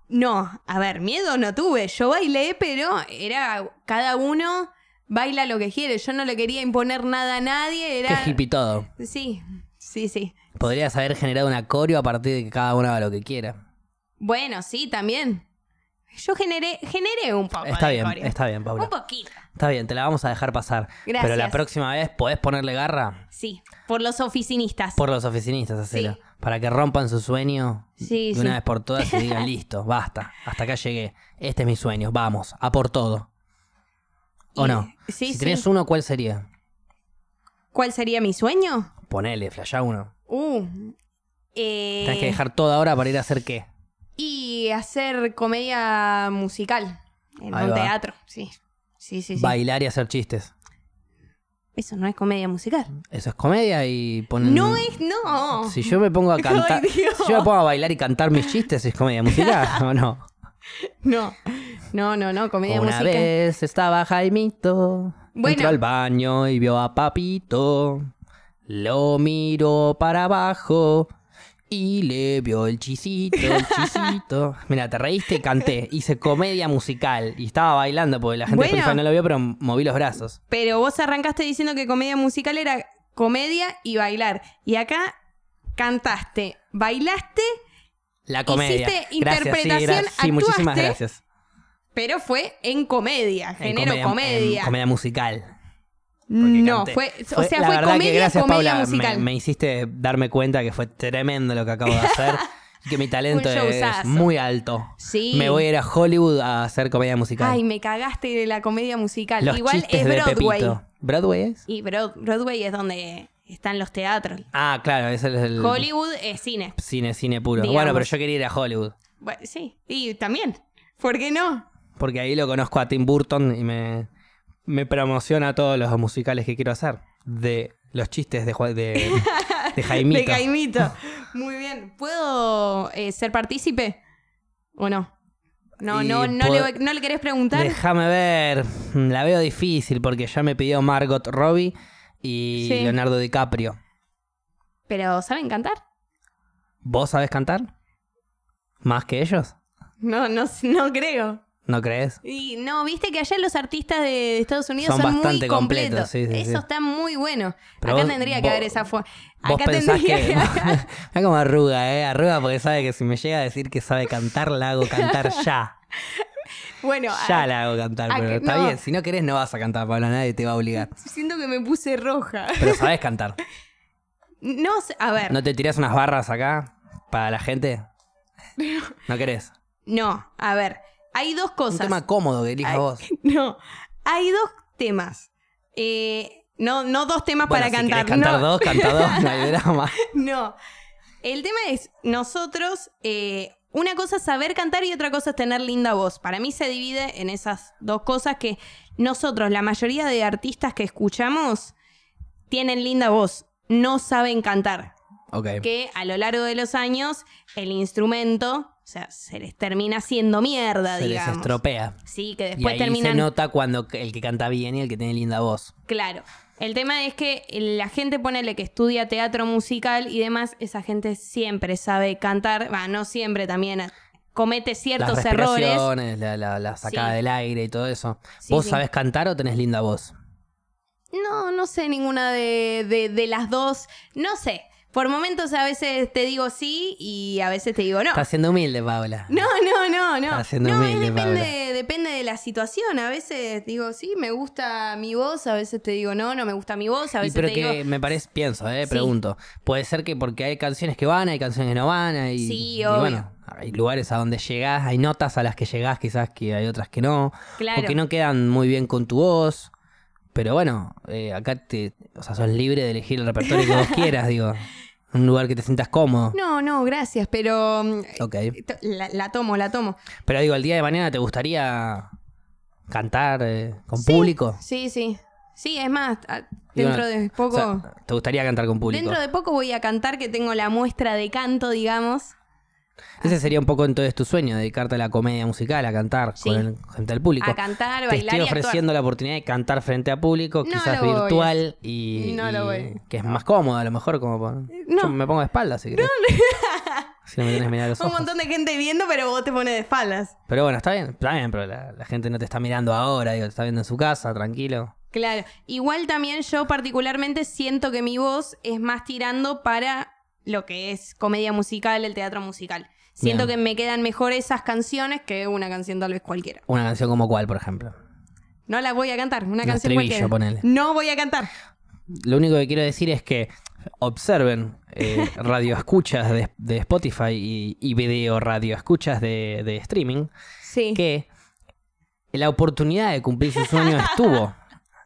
[SPEAKER 2] No, a ver, miedo no tuve. Yo bailé, pero era cada uno baila lo que quiere. Yo no le quería imponer nada a nadie. Era...
[SPEAKER 1] qué hippie todo
[SPEAKER 2] Sí, sí, sí.
[SPEAKER 1] podrías haber generado un acorio a partir de que cada uno haga lo que quiera
[SPEAKER 2] Bueno, sí, también. Yo generé, generé un poco
[SPEAKER 1] Está
[SPEAKER 2] de
[SPEAKER 1] bien,
[SPEAKER 2] coreo.
[SPEAKER 1] está bien, Paula.
[SPEAKER 2] Un poquito.
[SPEAKER 1] Está bien, te la vamos a dejar pasar.
[SPEAKER 2] Gracias.
[SPEAKER 1] Pero la próxima vez podés ponerle garra
[SPEAKER 2] Sí, por los oficinistas.
[SPEAKER 1] por los oficinistas, hacelo.
[SPEAKER 2] Sí.
[SPEAKER 1] Para que rompan su sueño
[SPEAKER 2] Sí,
[SPEAKER 1] de
[SPEAKER 2] sí.
[SPEAKER 1] una vez por todas y
[SPEAKER 2] (laughs)
[SPEAKER 1] digan, listo, basta, hasta acá llegué. Este es mi sueño, vamos, a por todo. ¿O
[SPEAKER 2] Y-
[SPEAKER 1] no?
[SPEAKER 2] sí,
[SPEAKER 1] si
[SPEAKER 2] sí.
[SPEAKER 1] tenés uno, ¿cuál sería?
[SPEAKER 2] ¿Cuál sería mi sueño?
[SPEAKER 1] Ponele, flashá uno.
[SPEAKER 2] Uh. eh,
[SPEAKER 1] Tenés que dejar toda hora para ir a hacer qué.
[SPEAKER 2] Y hacer comedia musical en
[SPEAKER 1] Ahí
[SPEAKER 2] un
[SPEAKER 1] va.
[SPEAKER 2] teatro, sí. Sí, sí, sí.
[SPEAKER 1] Bailar y hacer chistes.
[SPEAKER 2] Eso no es comedia musical.
[SPEAKER 1] Eso es comedia y poner...
[SPEAKER 2] No es, no.
[SPEAKER 1] Si yo me pongo a cantar...
[SPEAKER 2] (laughs) Ay, Dios.
[SPEAKER 1] si yo me pongo a bailar y cantar mis chistes, es comedia
[SPEAKER 2] (laughs)
[SPEAKER 1] musical, ¿o no?
[SPEAKER 2] No. No, no, no, comedia
[SPEAKER 1] Una
[SPEAKER 2] musical.
[SPEAKER 1] vez estaba Jaimito,
[SPEAKER 2] Bueno.
[SPEAKER 1] entró al baño y vio a Papito, lo miró para abajo Y le vio el chisito,
[SPEAKER 2] (laughs)
[SPEAKER 1] el chisito. Mira, te reíste, canté. Hice comedia musical. Y estaba bailando porque la gente de
[SPEAKER 2] Bueno.
[SPEAKER 1] Spotify no lo vio, pero moví los brazos.
[SPEAKER 2] Pero vos arrancaste diciendo que comedia musical era comedia y bailar. Y acá cantaste, bailaste,
[SPEAKER 1] La comedia.
[SPEAKER 2] Hiciste
[SPEAKER 1] Gracias, sí,
[SPEAKER 2] interpretación,
[SPEAKER 1] gra- sí, muchísimas
[SPEAKER 2] actuaste.
[SPEAKER 1] gracias.
[SPEAKER 2] pero fue en comedia,
[SPEAKER 1] En
[SPEAKER 2] género
[SPEAKER 1] en
[SPEAKER 2] comedia.
[SPEAKER 1] comedia musical. porque
[SPEAKER 2] no,
[SPEAKER 1] canté.
[SPEAKER 2] fue, o sea,
[SPEAKER 1] la
[SPEAKER 2] fue
[SPEAKER 1] verdad que
[SPEAKER 2] comedia,
[SPEAKER 1] gracias,
[SPEAKER 2] comedia
[SPEAKER 1] Paula, me-
[SPEAKER 2] musical.
[SPEAKER 1] Me, hiciste darme cuenta que fue tremendo lo que acabo de
[SPEAKER 2] (laughs)
[SPEAKER 1] hacer. y que mi talento
[SPEAKER 2] Un
[SPEAKER 1] es
[SPEAKER 2] showzazo.
[SPEAKER 1] muy alto.
[SPEAKER 2] Sí.
[SPEAKER 1] Me voy a ir a Hollywood a hacer comedia musical.
[SPEAKER 2] Ay, me cagaste de la comedia musical.
[SPEAKER 1] Los
[SPEAKER 2] Igual
[SPEAKER 1] chistes
[SPEAKER 2] es
[SPEAKER 1] de
[SPEAKER 2] Broadway.
[SPEAKER 1] Pepito. ¿Broadway es?
[SPEAKER 2] Y Broad- Broadway es donde están los teatros.
[SPEAKER 1] Ah, claro, ese es el
[SPEAKER 2] Hollywood es cine.
[SPEAKER 1] cine, cine puro.
[SPEAKER 2] Digamos.
[SPEAKER 1] Bueno, pero yo quería ir a Hollywood.
[SPEAKER 2] Bueno, sí, y también. ¿Por qué no?
[SPEAKER 1] Porque ahí lo conozco a Tim Burton y me, me promociona todos los musicales que quiero hacer. De los chistes de, Ju- de, de
[SPEAKER 2] (laughs)
[SPEAKER 1] Jaimito.
[SPEAKER 2] De Caimito. Muy bien. ¿Puedo eh, ser partícipe? ¿O no? No,
[SPEAKER 1] Y
[SPEAKER 2] no, no,
[SPEAKER 1] puedo-
[SPEAKER 2] le, no le querés preguntar.
[SPEAKER 1] Déjame ver. Mm, La veo difícil porque ya me pidió Margot Robbie y
[SPEAKER 2] Sí.
[SPEAKER 1] Leonardo DiCaprio.
[SPEAKER 2] Pero ¿saben cantar?
[SPEAKER 1] ¿Vos sabés cantar? ¿Más que ellos?
[SPEAKER 2] No, no, no creo.
[SPEAKER 1] ¿No crees?
[SPEAKER 2] Y no, viste que allá los artistas de Estados Unidos
[SPEAKER 1] Son
[SPEAKER 2] son,
[SPEAKER 1] bastante
[SPEAKER 2] muy completos.
[SPEAKER 1] completos, sí, sí,
[SPEAKER 2] Eso
[SPEAKER 1] sí.
[SPEAKER 2] está muy bueno.
[SPEAKER 1] Pero
[SPEAKER 2] Acá
[SPEAKER 1] vos-
[SPEAKER 2] tendría que
[SPEAKER 1] vos-
[SPEAKER 2] haber esa forma.
[SPEAKER 1] Vos
[SPEAKER 2] Acá
[SPEAKER 1] pensás
[SPEAKER 2] tendría (laughs)
[SPEAKER 1] que. (laughs)
[SPEAKER 2] haber-
[SPEAKER 1] Mira como arruga, ¿eh? Arruga porque sabe que si me llega a decir que sabe cantar, la hago
[SPEAKER 2] (laughs)
[SPEAKER 1] cantar ya.
[SPEAKER 2] Bueno,
[SPEAKER 1] ya
[SPEAKER 2] a-
[SPEAKER 1] la hago cantar,
[SPEAKER 2] a
[SPEAKER 1] pero
[SPEAKER 2] Ah, que-
[SPEAKER 1] está
[SPEAKER 2] no.
[SPEAKER 1] bien. Si no querés, no vas a cantar, Pablo. Nadie te va a obligar.
[SPEAKER 2] siento que me puse roja.
[SPEAKER 1] Pero sabes cantar.
[SPEAKER 2] No, sé- a ver.
[SPEAKER 1] ¿No te tirás unas barras acá para la
[SPEAKER 2] (laughs)
[SPEAKER 1] gente? ¿No querés?
[SPEAKER 2] No, a ver, hay dos
[SPEAKER 1] Un
[SPEAKER 2] cosas.
[SPEAKER 1] tema cómodo que elijas
[SPEAKER 2] Ay,
[SPEAKER 1] vos.
[SPEAKER 2] (laughs) No, hay dos temas. Eh, no, no dos temas
[SPEAKER 1] Bueno,
[SPEAKER 2] para
[SPEAKER 1] si
[SPEAKER 2] cantar.
[SPEAKER 1] querés cantar
[SPEAKER 2] no,
[SPEAKER 1] dos, canta dos,
[SPEAKER 2] (laughs)
[SPEAKER 1] no hay drama.
[SPEAKER 2] no. El tema es, nosotros, eh, una cosa es saber cantar y otra cosa es tener linda voz. Para mí se divide en esas dos cosas que nosotros, la mayoría de artistas que escuchamos, tienen linda voz, no saben cantar.
[SPEAKER 1] Ok.
[SPEAKER 2] Que a lo largo de los años, el instrumento, o sea, se les termina haciendo mierda,
[SPEAKER 1] Se les
[SPEAKER 2] digamos.
[SPEAKER 1] estropea.
[SPEAKER 2] Sí,
[SPEAKER 1] Y
[SPEAKER 2] que después
[SPEAKER 1] ahí se
[SPEAKER 2] terminan.
[SPEAKER 1] nota cuando el que canta bien y el que tiene linda voz.
[SPEAKER 2] Claro. El tema es que la gente, ponele que estudia teatro musical y demás, esa gente siempre sabe cantar. Va, no siempre también. a- Comete
[SPEAKER 1] Las
[SPEAKER 2] ciertos errores.
[SPEAKER 1] respiraciones, la, la- la sacada
[SPEAKER 2] Sí.
[SPEAKER 1] del aire y todo eso.
[SPEAKER 2] Sí,
[SPEAKER 1] ¿Vos
[SPEAKER 2] sí.
[SPEAKER 1] sabés cantar o tenés linda voz?
[SPEAKER 2] No, no sé ninguna de, de- de las dos. No sé. Por momentos a veces te digo sí y a veces te digo no.
[SPEAKER 1] Estás siendo humilde, Paula.
[SPEAKER 2] No, no, no, no.
[SPEAKER 1] Estás siendo
[SPEAKER 2] no, es
[SPEAKER 1] humilde,
[SPEAKER 2] depende, depende de la situación. A veces digo sí, me gusta mi voz, a veces te digo no, no me gusta mi voz, a
[SPEAKER 1] Y
[SPEAKER 2] veces
[SPEAKER 1] pero
[SPEAKER 2] te
[SPEAKER 1] que
[SPEAKER 2] digo
[SPEAKER 1] me parece, pienso, eh,
[SPEAKER 2] Sí.
[SPEAKER 1] pregunto. Puede ser que porque hay canciones que van, hay canciones que no van, hay,
[SPEAKER 2] Sí,
[SPEAKER 1] y
[SPEAKER 2] obvio.
[SPEAKER 1] bueno, hay lugares a donde llegás, hay notas a las que llegás quizás que hay otras que no,
[SPEAKER 2] Claro.
[SPEAKER 1] o que no quedan muy bien con tu voz. Pero bueno, eh, acá te, o sea, sos libre de elegir el repertorio
[SPEAKER 2] (laughs)
[SPEAKER 1] que vos quieras, digo. Un lugar que te sientas cómodo.
[SPEAKER 2] No, no, gracias, pero mm,
[SPEAKER 1] Ok.
[SPEAKER 2] to- la, la tomo, la tomo.
[SPEAKER 1] Pero digo, el día de mañana te gustaría cantar eh, con
[SPEAKER 2] Sí,
[SPEAKER 1] público.
[SPEAKER 2] Sí, sí. Sí, es más, a-
[SPEAKER 1] Digo,
[SPEAKER 2] dentro de
[SPEAKER 1] O
[SPEAKER 2] poco.
[SPEAKER 1] sea, ¿Te gustaría cantar con público?
[SPEAKER 2] dentro de poco voy a cantar que tengo la muestra de canto, digamos.
[SPEAKER 1] Ese sería un poco entonces tu sueño, dedicarte a la comedia musical, a cantar
[SPEAKER 2] Sí.
[SPEAKER 1] con el- frente al público.
[SPEAKER 2] A cantar,
[SPEAKER 1] Te
[SPEAKER 2] bailar
[SPEAKER 1] estoy
[SPEAKER 2] y actuar.
[SPEAKER 1] ofreciendo la oportunidad de cantar frente a público,
[SPEAKER 2] No
[SPEAKER 1] quizás
[SPEAKER 2] lo voy.
[SPEAKER 1] virtual y,
[SPEAKER 2] No
[SPEAKER 1] y
[SPEAKER 2] lo voy.
[SPEAKER 1] que es más cómodo a lo mejor como por-
[SPEAKER 2] No.
[SPEAKER 1] Yo me pongo de espalda si querés. si no me tenés que mirar los
[SPEAKER 2] Un
[SPEAKER 1] ojos.
[SPEAKER 2] montón de gente viendo, pero vos te pones de espaldas.
[SPEAKER 1] Pero bueno, está bien, está bien, pero la, la gente no te está mirando ahora, digo, te está viendo en su casa, tranquilo.
[SPEAKER 2] Claro. Igual también yo particularmente siento que mi voz es más tirando para lo que es comedia musical, el teatro musical. Siento
[SPEAKER 1] Bien.
[SPEAKER 2] que me quedan mejor esas canciones que una canción tal vez cualquiera.
[SPEAKER 1] Una canción como cuál, por ejemplo.
[SPEAKER 2] No la voy a cantar, una
[SPEAKER 1] Un
[SPEAKER 2] canción
[SPEAKER 1] estribillo,
[SPEAKER 2] cualquiera.
[SPEAKER 1] ponele.
[SPEAKER 2] No voy a cantar.
[SPEAKER 1] Lo único que quiero decir es que observen
[SPEAKER 2] (laughs)
[SPEAKER 1] eh, radioescuchas de, de Spotify y, y video radioescuchas de, de streaming.
[SPEAKER 2] Sí.
[SPEAKER 1] que la oportunidad de cumplir su sueño estuvo.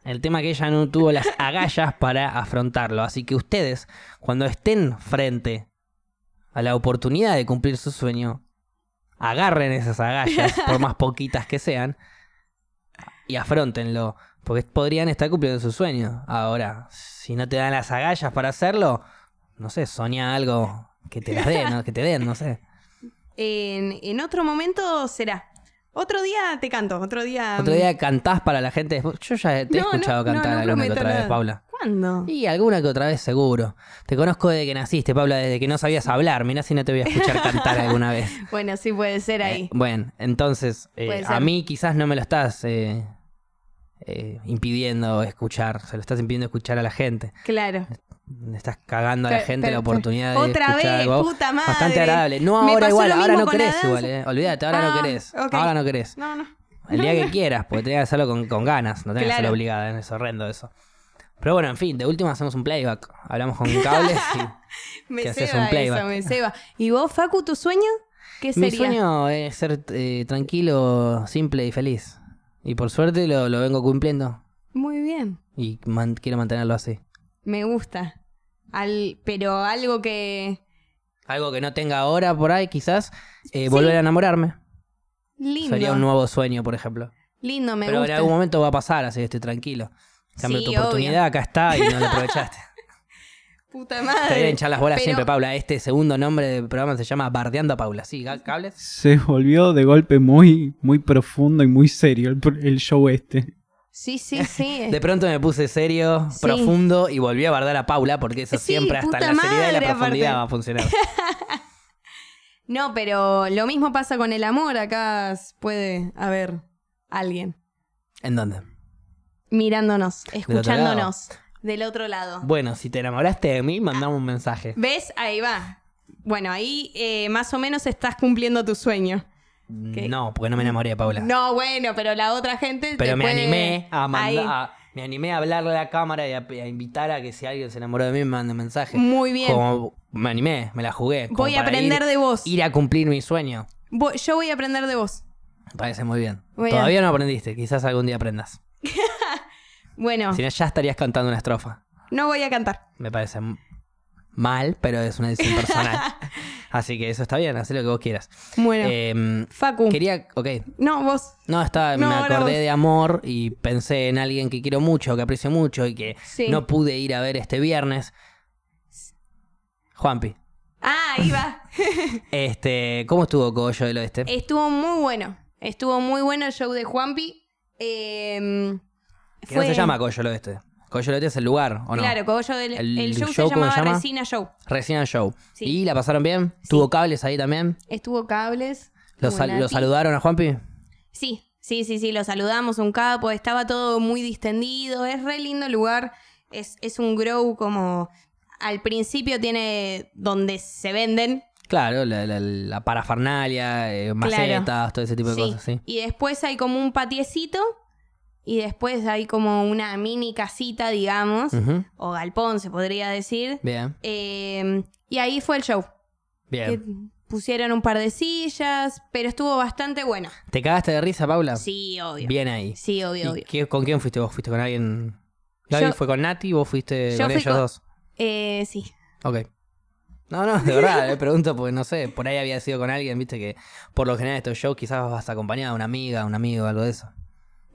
[SPEAKER 1] El tema que ella no tuvo las agallas para afrontarlo. Así que ustedes, cuando estén frente a la oportunidad de cumplir su sueño, agarren esas agallas, por más poquitas que sean, y afrontenlo. Porque podrían estar cumpliendo su sueño. Ahora, si no te dan las agallas para hacerlo, no sé, soñá algo que te las den, ¿no? que te den, no sé.
[SPEAKER 2] En, en otro momento será. Otro día te canto, otro día.
[SPEAKER 1] Otro día cantás para la gente. después. Yo ya te he
[SPEAKER 2] No,
[SPEAKER 1] escuchado
[SPEAKER 2] no, no,
[SPEAKER 1] cantar
[SPEAKER 2] no
[SPEAKER 1] alguna que
[SPEAKER 2] prometo
[SPEAKER 1] otra vez,
[SPEAKER 2] nada.
[SPEAKER 1] Paula.
[SPEAKER 2] ¿Cuándo?
[SPEAKER 1] Y alguna que otra vez seguro. Te conozco desde que naciste, Paula, desde que no sabías hablar. Mirá si no te voy a
[SPEAKER 2] (laughs)
[SPEAKER 1] escuchar cantar alguna vez.
[SPEAKER 2] Bueno, sí puede ser ahí.
[SPEAKER 1] Eh, bueno, entonces, eh,
[SPEAKER 2] Puede
[SPEAKER 1] a
[SPEAKER 2] ser.
[SPEAKER 1] mí quizás no me lo estás eh, eh, impidiendo escuchar, se lo estás impidiendo escuchar a la gente.
[SPEAKER 2] Claro.
[SPEAKER 1] eh, Le estás cagando a la
[SPEAKER 2] Pero-
[SPEAKER 1] gente
[SPEAKER 2] pero-
[SPEAKER 1] la oportunidad de
[SPEAKER 2] Otra
[SPEAKER 1] escuchar
[SPEAKER 2] vez,
[SPEAKER 1] algo
[SPEAKER 2] puta madre.
[SPEAKER 1] bastante agradable. No
[SPEAKER 2] Me
[SPEAKER 1] ahora
[SPEAKER 2] pasó
[SPEAKER 1] igual,
[SPEAKER 2] lo
[SPEAKER 1] ahora
[SPEAKER 2] mismo
[SPEAKER 1] no
[SPEAKER 2] con la
[SPEAKER 1] querés
[SPEAKER 2] danza.
[SPEAKER 1] igual, eh. olvídate, ahora no
[SPEAKER 2] Ah,
[SPEAKER 1] querés.
[SPEAKER 2] ok.
[SPEAKER 1] Ahora no querés.
[SPEAKER 2] No, no.
[SPEAKER 1] El día
[SPEAKER 2] (laughs)
[SPEAKER 1] que quieras, porque tenés que hacerlo con, con ganas, no tenés que hacerlo
[SPEAKER 2] Claro.
[SPEAKER 1] obligada, es horrendo eso. Pero bueno, en fin, de última hacemos un playback. Hablamos
[SPEAKER 2] (laughs)
[SPEAKER 1] con cables y
[SPEAKER 2] Me
[SPEAKER 1] que haces
[SPEAKER 2] ceba
[SPEAKER 1] un playback.
[SPEAKER 2] eso, me ceba. ¿Y vos, Facu, tu sueño? ¿Qué
[SPEAKER 1] mi
[SPEAKER 2] sería?
[SPEAKER 1] sueño es ser eh, tranquilo, simple y feliz. Y por suerte lo, lo vengo cumpliendo.
[SPEAKER 2] Muy bien.
[SPEAKER 1] Y man- quiero mantenerlo así.
[SPEAKER 2] Me gusta. Al, pero algo que.
[SPEAKER 1] Algo que no tenga ahora por ahí, quizás, eh,
[SPEAKER 2] Sí.
[SPEAKER 1] volver a enamorarme.
[SPEAKER 2] Lindo.
[SPEAKER 1] Sería un nuevo sueño, por ejemplo.
[SPEAKER 2] Lindo, me
[SPEAKER 1] Pero en
[SPEAKER 2] gusta.
[SPEAKER 1] algún momento va a pasar, así que estoy tranquilo. En Cambio
[SPEAKER 2] Sí,
[SPEAKER 1] tu
[SPEAKER 2] obvio.
[SPEAKER 1] oportunidad, acá está y
[SPEAKER 2] (laughs)
[SPEAKER 1] no la aprovechaste.
[SPEAKER 2] Puta
[SPEAKER 1] Te
[SPEAKER 2] madre.
[SPEAKER 1] deben echar las bolas
[SPEAKER 2] Pero-
[SPEAKER 1] siempre, Paula. Este segundo nombre del programa se llama Bardeando a Paula. ¿Sí, Ga- cables?
[SPEAKER 3] Se volvió de golpe muy, muy profundo y muy serio el, pr- el show este.
[SPEAKER 1] (laughs)
[SPEAKER 2] Sí, sí, sí.
[SPEAKER 1] De pronto me puse serio,
[SPEAKER 2] Eh. Sí.
[SPEAKER 1] profundo y volví a bardar a Paula porque eso
[SPEAKER 2] Sí,
[SPEAKER 1] siempre, hasta
[SPEAKER 2] puta
[SPEAKER 1] la seriedad y la
[SPEAKER 2] madre,
[SPEAKER 1] profundidad
[SPEAKER 2] aparte.
[SPEAKER 1] va a
[SPEAKER 2] (laughs)
[SPEAKER 1] funcionar.
[SPEAKER 2] No, pero lo mismo pasa con el amor. Acá puede haber alguien
[SPEAKER 1] ¿En dónde?
[SPEAKER 2] mirándonos,
[SPEAKER 1] otro
[SPEAKER 2] escuchándonos del otro lado.
[SPEAKER 1] Bueno, si te enamoraste de mí, mandame un mensaje.
[SPEAKER 2] ¿Ves? Ahí va. Bueno, ahí eh, más o menos estás cumpliendo tu sueño. ¿Qué?
[SPEAKER 1] No, porque no me enamoré de Paula.
[SPEAKER 2] No, bueno, pero la otra gente. te
[SPEAKER 1] Pero me
[SPEAKER 2] puede-
[SPEAKER 1] animé a
[SPEAKER 2] Ahí.
[SPEAKER 1] mandar. a- Me animé a hablarle a la cámara y a, y a invitar a que si alguien se enamoró de mí me mande un mensaje.
[SPEAKER 2] Muy bien.
[SPEAKER 1] Como me animé, me la jugué. como
[SPEAKER 2] Voy a
[SPEAKER 1] para
[SPEAKER 2] aprender
[SPEAKER 1] ir-
[SPEAKER 2] de vos.
[SPEAKER 1] Ir a cumplir mi sueño.
[SPEAKER 2] Vo- Yo voy a aprender de vos.
[SPEAKER 1] Me Parece muy bien.
[SPEAKER 2] Muy
[SPEAKER 1] Todavía no aprendiste, quizás algún día aprendas.
[SPEAKER 2] Bueno,
[SPEAKER 1] Si no, ya estarías cantando una estrofa.
[SPEAKER 2] no voy a cantar.
[SPEAKER 1] Me parece m- mal, pero es una decisión
[SPEAKER 2] (laughs)
[SPEAKER 1] personal. Así que eso está bien, haz lo que vos quieras.
[SPEAKER 2] Bueno,
[SPEAKER 1] Em,
[SPEAKER 2] Facu.
[SPEAKER 1] quería. Ok.
[SPEAKER 2] No, vos.
[SPEAKER 1] No, estaba,
[SPEAKER 2] No,
[SPEAKER 1] me
[SPEAKER 2] ahora
[SPEAKER 1] acordé
[SPEAKER 2] vos.
[SPEAKER 1] de amor y pensé en alguien que quiero mucho, que aprecio mucho y que
[SPEAKER 2] Sí.
[SPEAKER 1] no pude ir a ver este viernes. Juanpi.
[SPEAKER 2] Ah, ahí va.
[SPEAKER 1] Este, ¿cómo estuvo Cogollo del Oeste?
[SPEAKER 2] Estuvo muy bueno. Estuvo muy bueno el show de Juanpi. Eh,
[SPEAKER 1] que no se llama Cogollo del Oeste. Cogollo del Oeste es el lugar, ¿o no?
[SPEAKER 2] Claro, Cogollo del-
[SPEAKER 1] El
[SPEAKER 2] el, show,
[SPEAKER 1] show,
[SPEAKER 2] se
[SPEAKER 1] ¿cómo se
[SPEAKER 2] llamaba
[SPEAKER 1] llama?
[SPEAKER 2] Resina Show.
[SPEAKER 1] Recién al show.
[SPEAKER 2] Sí.
[SPEAKER 1] ¿Y la pasaron bien?
[SPEAKER 2] Sí.
[SPEAKER 1] ¿Tuvo cables ahí también?
[SPEAKER 2] Estuvo Cables.
[SPEAKER 1] ¿Lo,
[SPEAKER 2] estuvo
[SPEAKER 1] sal- lo
[SPEAKER 2] Nati.
[SPEAKER 1] saludaron a Juanpi?
[SPEAKER 2] Sí, sí, sí, sí, lo saludamos, un capo, estaba todo muy distendido, es re lindo el lugar, es, es un grow como al principio tiene donde se venden,
[SPEAKER 1] Claro, la, la- la parafernalia, eh, macetas, todo ese tipo de
[SPEAKER 2] sí,
[SPEAKER 1] cosas, sí.
[SPEAKER 2] y después hay como un patiecito y después hay como una mini casita, digamos,
[SPEAKER 1] Ujú.
[SPEAKER 2] o galpón se podría decir,
[SPEAKER 1] Bien,
[SPEAKER 2] Eh, y ahí fue el show, que
[SPEAKER 1] bien.
[SPEAKER 2] pusieron un par de sillas, pero estuvo bastante bueno.
[SPEAKER 1] ¿Te cagaste de risa, Paula?
[SPEAKER 2] Sí, obvio.
[SPEAKER 1] Ah, Bien ahí.
[SPEAKER 2] Sí, obvio,
[SPEAKER 1] ¿Y
[SPEAKER 2] obvio.
[SPEAKER 1] qué- ¿Con quién fuiste vos? ¿Fuiste con alguien? ¿Gaby
[SPEAKER 2] Yo-
[SPEAKER 1] fue con Nati vos fuiste
[SPEAKER 2] Yo
[SPEAKER 1] con
[SPEAKER 2] fui
[SPEAKER 1] ellos
[SPEAKER 2] con-
[SPEAKER 1] dos?
[SPEAKER 2] Eh, sí.
[SPEAKER 1] Ok. No, no, de verdad, le pregunto porque no sé, por ahí había sido con alguien, viste que por lo general en estos shows quizás vas acompañada de una amiga, un amigo, algo de eso.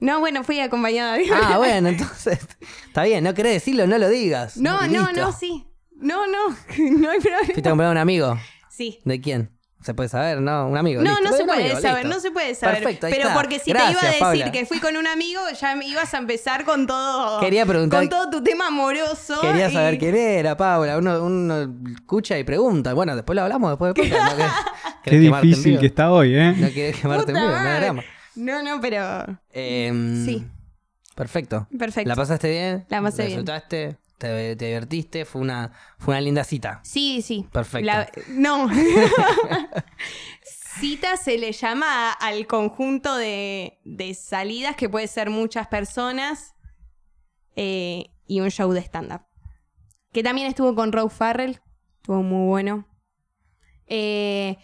[SPEAKER 2] No, bueno, fui acompañada. (laughs) digo.
[SPEAKER 1] Ah, bueno, entonces, está bien, no querés decirlo, no lo digas.
[SPEAKER 2] no,
[SPEAKER 1] Y
[SPEAKER 2] no,
[SPEAKER 1] listo.
[SPEAKER 2] no, sí. No, (laughs) no, no hay
[SPEAKER 1] ¿Fuiste
[SPEAKER 2] problema.
[SPEAKER 1] acompañada de un amigo?
[SPEAKER 2] Sí.
[SPEAKER 1] ¿De quién? ¿Se puede saber? No, un amigo.
[SPEAKER 2] No,
[SPEAKER 1] listo.
[SPEAKER 2] no
[SPEAKER 1] De
[SPEAKER 2] se
[SPEAKER 1] un
[SPEAKER 2] puede
[SPEAKER 1] amigo,
[SPEAKER 2] saber,
[SPEAKER 1] listo.
[SPEAKER 2] no se puede saber.
[SPEAKER 1] Perfecto, ahí
[SPEAKER 2] pero
[SPEAKER 1] está.
[SPEAKER 2] porque si
[SPEAKER 1] Gracias,
[SPEAKER 2] te iba a decir
[SPEAKER 1] Paula.
[SPEAKER 2] que fui con un amigo, ya me ibas a empezar con todo.
[SPEAKER 1] Quería preguntar-
[SPEAKER 2] Con todo tu tema amoroso.
[SPEAKER 1] Quería
[SPEAKER 2] y-
[SPEAKER 1] saber quién era, Paula. Uno, uno escucha y pregunta. Bueno, después lo hablamos, después de podcast.
[SPEAKER 3] (laughs)
[SPEAKER 1] ¿no? ¿Querés-
[SPEAKER 3] Qué
[SPEAKER 1] querés quemarte en
[SPEAKER 3] difícil
[SPEAKER 1] vivo?
[SPEAKER 3] que está hoy, ¿eh?
[SPEAKER 1] No querés quemarte en
[SPEAKER 2] Puta
[SPEAKER 1] vivo, no hay
[SPEAKER 2] madre.
[SPEAKER 1] drama.
[SPEAKER 2] No, no, pero.
[SPEAKER 1] Em,
[SPEAKER 2] Sí.
[SPEAKER 1] Perfecto.
[SPEAKER 2] Perfecto.
[SPEAKER 1] ¿La pasaste bien?
[SPEAKER 2] La pasé
[SPEAKER 1] ¿La
[SPEAKER 2] bien.
[SPEAKER 1] disfrutaste? ¿Te, te divertiste? Fue una, fue una linda cita.
[SPEAKER 2] Sí, sí.
[SPEAKER 1] Perfecto.
[SPEAKER 2] La-
[SPEAKER 1] (laughs)
[SPEAKER 2] No. Cita se le llama a- al conjunto de, de salidas que puede ser muchas personas eh, y un show de stand-up. Que también estuvo con Row Farrell. Estuvo muy bueno. Eh,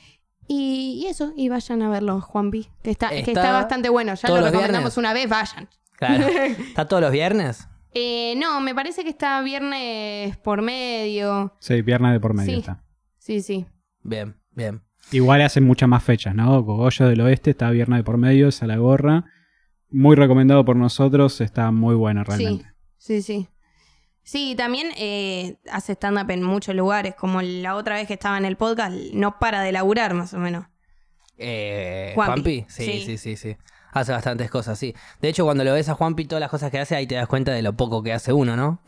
[SPEAKER 2] y, y eso, y vayan a verlo, Juanpi. Que está, que
[SPEAKER 1] Está
[SPEAKER 2] está bastante bueno. Ya
[SPEAKER 1] todos
[SPEAKER 2] lo
[SPEAKER 1] los
[SPEAKER 2] recomendamos
[SPEAKER 1] viernes.
[SPEAKER 2] una vez, vayan. (laughs)
[SPEAKER 1] Claro. ¿Está todos los viernes?
[SPEAKER 2] Eh, no, me parece que está viernes por medio.
[SPEAKER 3] Sí, viernes de por medio
[SPEAKER 2] Sí.
[SPEAKER 3] está.
[SPEAKER 2] Sí, sí.
[SPEAKER 1] Bien, bien.
[SPEAKER 3] Igual hacen muchas más fechas, ¿no? Cogollo del Oeste está viernes de por medio, es a la gorra. Muy recomendado por nosotros, está muy bueno realmente.
[SPEAKER 2] Sí, sí, sí. Sí, también eh, hace stand-up en muchos lugares, como la otra vez que estaba en el podcast, no para de laburar más o menos.
[SPEAKER 1] Eh,
[SPEAKER 2] Juanpi.
[SPEAKER 1] Juanpi. Sí, sí,
[SPEAKER 2] Sí.
[SPEAKER 1] sí, sí, Hace bastantes cosas, sí. De hecho, cuando lo ves a Juanpi, todas las cosas que hace, ahí te das cuenta de lo poco que hace uno,
[SPEAKER 2] (laughs)
[SPEAKER 1] ¿no?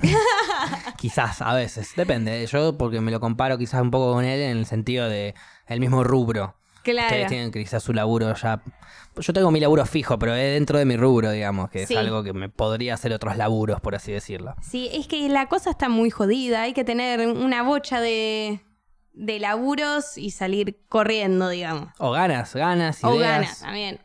[SPEAKER 1] quizás, a veces. Depende. Yo, porque me lo comparo quizás un poco con él en el sentido de el mismo rubro. Ustedes
[SPEAKER 2] Claro.
[SPEAKER 1] tienen quizás su laburo ya. Yo tengo mi laburo fijo, pero es dentro de mi rubro, digamos, que
[SPEAKER 2] Sí.
[SPEAKER 1] es algo que me podría hacer otros laburos, por así decirlo.
[SPEAKER 2] Sí, es que la cosa está muy jodida. Hay que tener una bocha de, de laburos y salir corriendo, digamos.
[SPEAKER 1] O ganas, ganas, ideas.
[SPEAKER 2] O ganas también.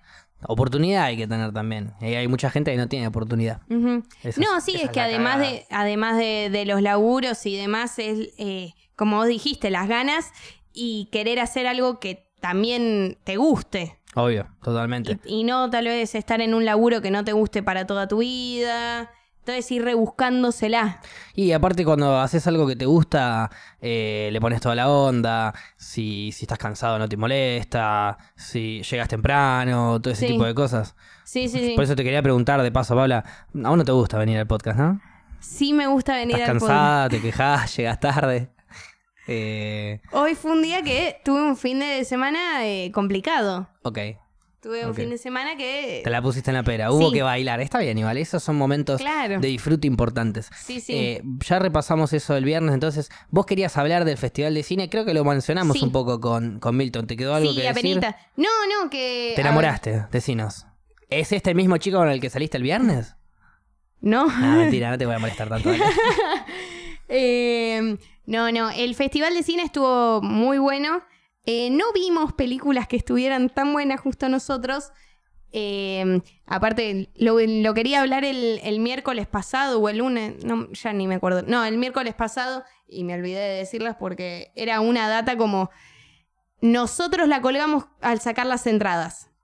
[SPEAKER 1] Oportunidad hay que tener también. Y hay mucha gente que no tiene oportunidad.
[SPEAKER 2] Ujú.
[SPEAKER 1] Esa
[SPEAKER 2] No,
[SPEAKER 1] es-
[SPEAKER 2] sí,
[SPEAKER 1] esa
[SPEAKER 2] es
[SPEAKER 1] es
[SPEAKER 2] que
[SPEAKER 1] la
[SPEAKER 2] además de, además de, de los laburos y demás, es eh, como vos dijiste, las ganas y querer hacer algo que también te guste.
[SPEAKER 1] Obvio, totalmente.
[SPEAKER 2] Y, y no tal vez estar en un laburo que no te guste para toda tu vida. Entonces ir rebuscándosela.
[SPEAKER 1] Y aparte cuando haces algo que te gusta, eh, le pones toda la onda, si, si estás cansado no te molesta, si llegas temprano, todo ese
[SPEAKER 2] Sí.
[SPEAKER 1] tipo de cosas.
[SPEAKER 2] Sí, sí, sí.
[SPEAKER 1] Por eso te quería preguntar de paso, Paula, a vos no te gusta venir al podcast, ¿no?
[SPEAKER 2] Sí me gusta venir
[SPEAKER 1] Estás
[SPEAKER 2] al podcast.
[SPEAKER 1] cansada, te quejas, (laughs) llegas tarde. Eh,
[SPEAKER 2] Hoy fue un día que tuve un fin de semana eh, complicado.
[SPEAKER 1] ok,
[SPEAKER 2] Tuve un
[SPEAKER 1] Ok.
[SPEAKER 2] fin de semana que...
[SPEAKER 1] te la pusiste en la pera, hubo
[SPEAKER 2] Sí.
[SPEAKER 1] que bailar, está bien igual, esos son momentos
[SPEAKER 2] Claro.
[SPEAKER 1] de disfrute importantes.
[SPEAKER 2] Sí, sí.
[SPEAKER 1] Eh, ya repasamos eso el viernes, entonces vos querías hablar del Festival de Cine, creo que lo mencionamos
[SPEAKER 2] Sí.
[SPEAKER 1] un poco con, con Milton, ¿te quedó algo
[SPEAKER 2] sí,
[SPEAKER 1] que decir?
[SPEAKER 2] apenita. No, no, que...
[SPEAKER 1] Te
[SPEAKER 2] a ver,
[SPEAKER 1] enamoraste, decinos. ¿Es este mismo chico con el que saliste el viernes?
[SPEAKER 2] (laughs) No.
[SPEAKER 1] No, mentira, no te voy a molestar tanto. dale.
[SPEAKER 2] Eh, no, no, el Festival de Cine estuvo muy bueno. Eh, no vimos películas que estuvieran tan buenas justo nosotros. Eh, aparte, lo, lo quería hablar el, el miércoles pasado o el lunes, no, ya ni me acuerdo. No, el miércoles pasado y me olvidé de decirlas porque era una data como nosotros la colgamos al sacar las entradas.
[SPEAKER 1] (laughs)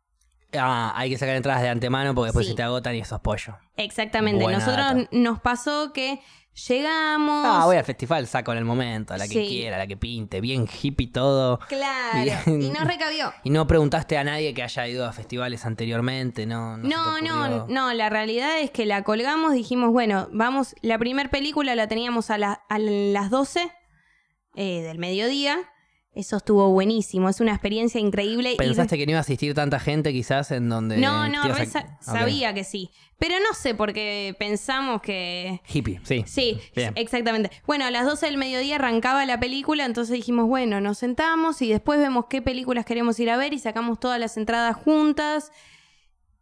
[SPEAKER 1] Ah, hay que sacar entradas de antemano porque después
[SPEAKER 2] Sí.
[SPEAKER 1] se te agotan y esos pollo.
[SPEAKER 2] Exactamente,
[SPEAKER 1] Buena
[SPEAKER 2] nosotros
[SPEAKER 1] data.
[SPEAKER 2] nos pasó que llegamos...
[SPEAKER 1] Ah, voy al festival, saco en el momento, la que
[SPEAKER 2] Sí.
[SPEAKER 1] quiera, la que pinte, bien hippie todo.
[SPEAKER 2] Claro,
[SPEAKER 1] Bien.
[SPEAKER 2] y nos recabió.
[SPEAKER 1] Y no preguntaste a nadie que haya ido a festivales anteriormente, no. No, se
[SPEAKER 2] No,
[SPEAKER 1] te
[SPEAKER 2] no,
[SPEAKER 1] ocurrió.
[SPEAKER 2] no, la realidad es que la colgamos, dijimos, bueno, vamos, la primer película la teníamos a, la- a las 12 eh, del mediodía, eso estuvo buenísimo, es una experiencia increíble. y-
[SPEAKER 1] ¿Pensaste que no iba a asistir tanta gente quizás en donde...
[SPEAKER 2] No, no,
[SPEAKER 1] te ibas a-
[SPEAKER 2] re sa-
[SPEAKER 1] Ok.
[SPEAKER 2] sabía que sí, pero no sé porque pensamos que...
[SPEAKER 1] Hippie, sí.
[SPEAKER 2] Sí,
[SPEAKER 1] Bien.
[SPEAKER 2] exactamente. Bueno, a las 12 del mediodía arrancaba la película, entonces dijimos, bueno, nos sentamos y después vemos qué películas queremos ir a ver y sacamos todas las entradas juntas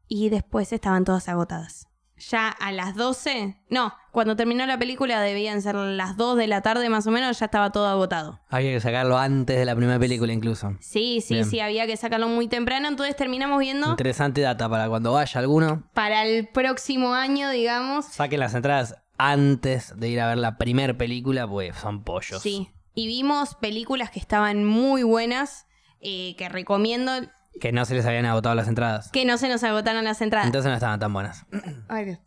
[SPEAKER 2] y después estaban todas agotadas. Ya a las 12, no, cuando terminó la película debían ser las 2 de la tarde más o menos, ya estaba todo agotado.
[SPEAKER 1] Había que sacarlo antes de la primera película incluso.
[SPEAKER 2] Sí, sí,
[SPEAKER 1] Bien.
[SPEAKER 2] sí, había que sacarlo muy temprano, entonces terminamos viendo
[SPEAKER 1] Interesante data para cuando vaya alguno.
[SPEAKER 2] para el próximo año, digamos,
[SPEAKER 1] Saquen las entradas antes de ir a ver la primera película, pues son pollos.
[SPEAKER 2] Sí. Y vimos películas que estaban muy buenas, eh, que recomiendo
[SPEAKER 1] Que no se les habían agotado las entradas.
[SPEAKER 2] que no se nos agotaron las entradas.
[SPEAKER 1] Entonces no estaban tan buenas.
[SPEAKER 2] Mm. Ay, Dios.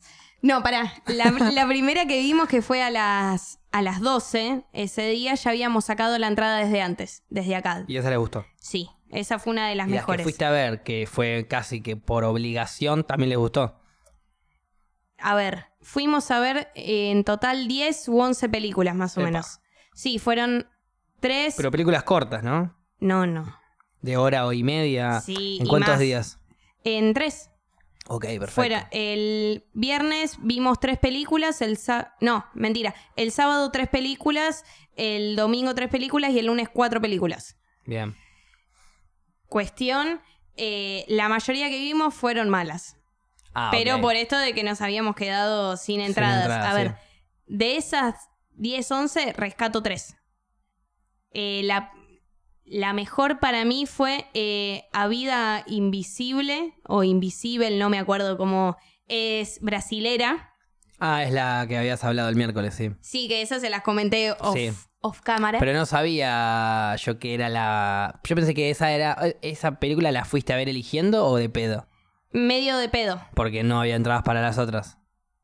[SPEAKER 2] No, pará. La, la primera que vimos, que fue a las, a las 12, ese día ya habíamos sacado la entrada desde antes, desde acá.
[SPEAKER 1] Y esa les gustó.
[SPEAKER 2] Sí, esa fue una de las
[SPEAKER 1] y las que
[SPEAKER 2] mejores.
[SPEAKER 1] fuiste a ver, que fue casi que por obligación, también les gustó.
[SPEAKER 2] A ver, fuimos a ver eh, en total 10 u 11 películas más o
[SPEAKER 1] Epa.
[SPEAKER 2] menos. Sí, fueron 3.
[SPEAKER 1] Pero películas cortas, ¿no?
[SPEAKER 2] No, no.
[SPEAKER 1] De hora o y media.
[SPEAKER 2] Sí,
[SPEAKER 1] ¿En
[SPEAKER 2] y
[SPEAKER 1] cuántos
[SPEAKER 2] más.
[SPEAKER 1] días?
[SPEAKER 2] En 3.
[SPEAKER 1] Ok, perfecto.
[SPEAKER 2] Fuera, eh. el viernes vimos tres películas, el sa- no, mentira, el sábado tres películas, el domingo tres películas y el lunes cuatro películas.
[SPEAKER 1] Bien.
[SPEAKER 2] Cuestión, eh, la mayoría que vimos fueron malas,
[SPEAKER 1] Ah,
[SPEAKER 2] pero
[SPEAKER 1] ok.
[SPEAKER 2] por esto de que nos habíamos quedado sin
[SPEAKER 1] Sin
[SPEAKER 2] entradas.
[SPEAKER 1] entradas,
[SPEAKER 2] A ver,
[SPEAKER 1] sí.
[SPEAKER 2] de esas 10, 11, rescato tres. Eh, la, la mejor para mí fue eh, A Vida Invisible o Invisible, no me acuerdo cómo es brasilera.
[SPEAKER 1] Ah, es la que habías hablado el miércoles, sí.
[SPEAKER 2] Sí, que esas se las comenté off,
[SPEAKER 1] Sí.
[SPEAKER 2] off cámara.
[SPEAKER 1] Pero no sabía yo que era la. Yo pensé que esa era. ¿Esa película la fuiste a ver eligiendo o de pedo?
[SPEAKER 2] Medio de pedo.
[SPEAKER 1] Porque no había entradas para las otras.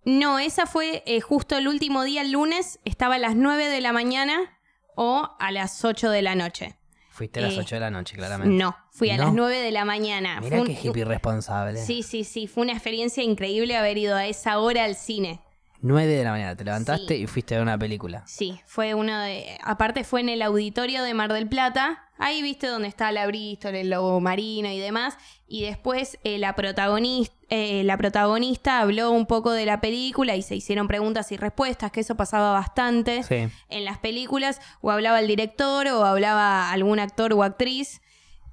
[SPEAKER 2] No, esa fue eh, justo el último día, el lunes. Estaba a las 9 de la mañana o a las 8 de la noche.
[SPEAKER 1] Fuiste a las
[SPEAKER 2] Eh,
[SPEAKER 1] 8 de la noche, claramente.
[SPEAKER 2] No, fui a
[SPEAKER 1] ¿No?
[SPEAKER 2] las 9 de la mañana.
[SPEAKER 1] Mirá
[SPEAKER 2] Fue un-
[SPEAKER 1] qué hippie responsable.
[SPEAKER 2] Sí, sí, sí. Fue una experiencia increíble haber ido a esa hora al cine.
[SPEAKER 1] 9 de la mañana, te levantaste
[SPEAKER 2] Sí.
[SPEAKER 1] y fuiste a ver una película.
[SPEAKER 2] Sí, fue uno de. Aparte, fue en el auditorio de Mar del Plata. Ahí viste donde está la Bristol, el lobo marino y demás. Y después eh, la, protagonista, la protagonista habló un poco de la película y se hicieron preguntas y respuestas, que eso pasaba bastante
[SPEAKER 1] Sí.
[SPEAKER 2] en las películas. O hablaba el director o hablaba algún actor o actriz.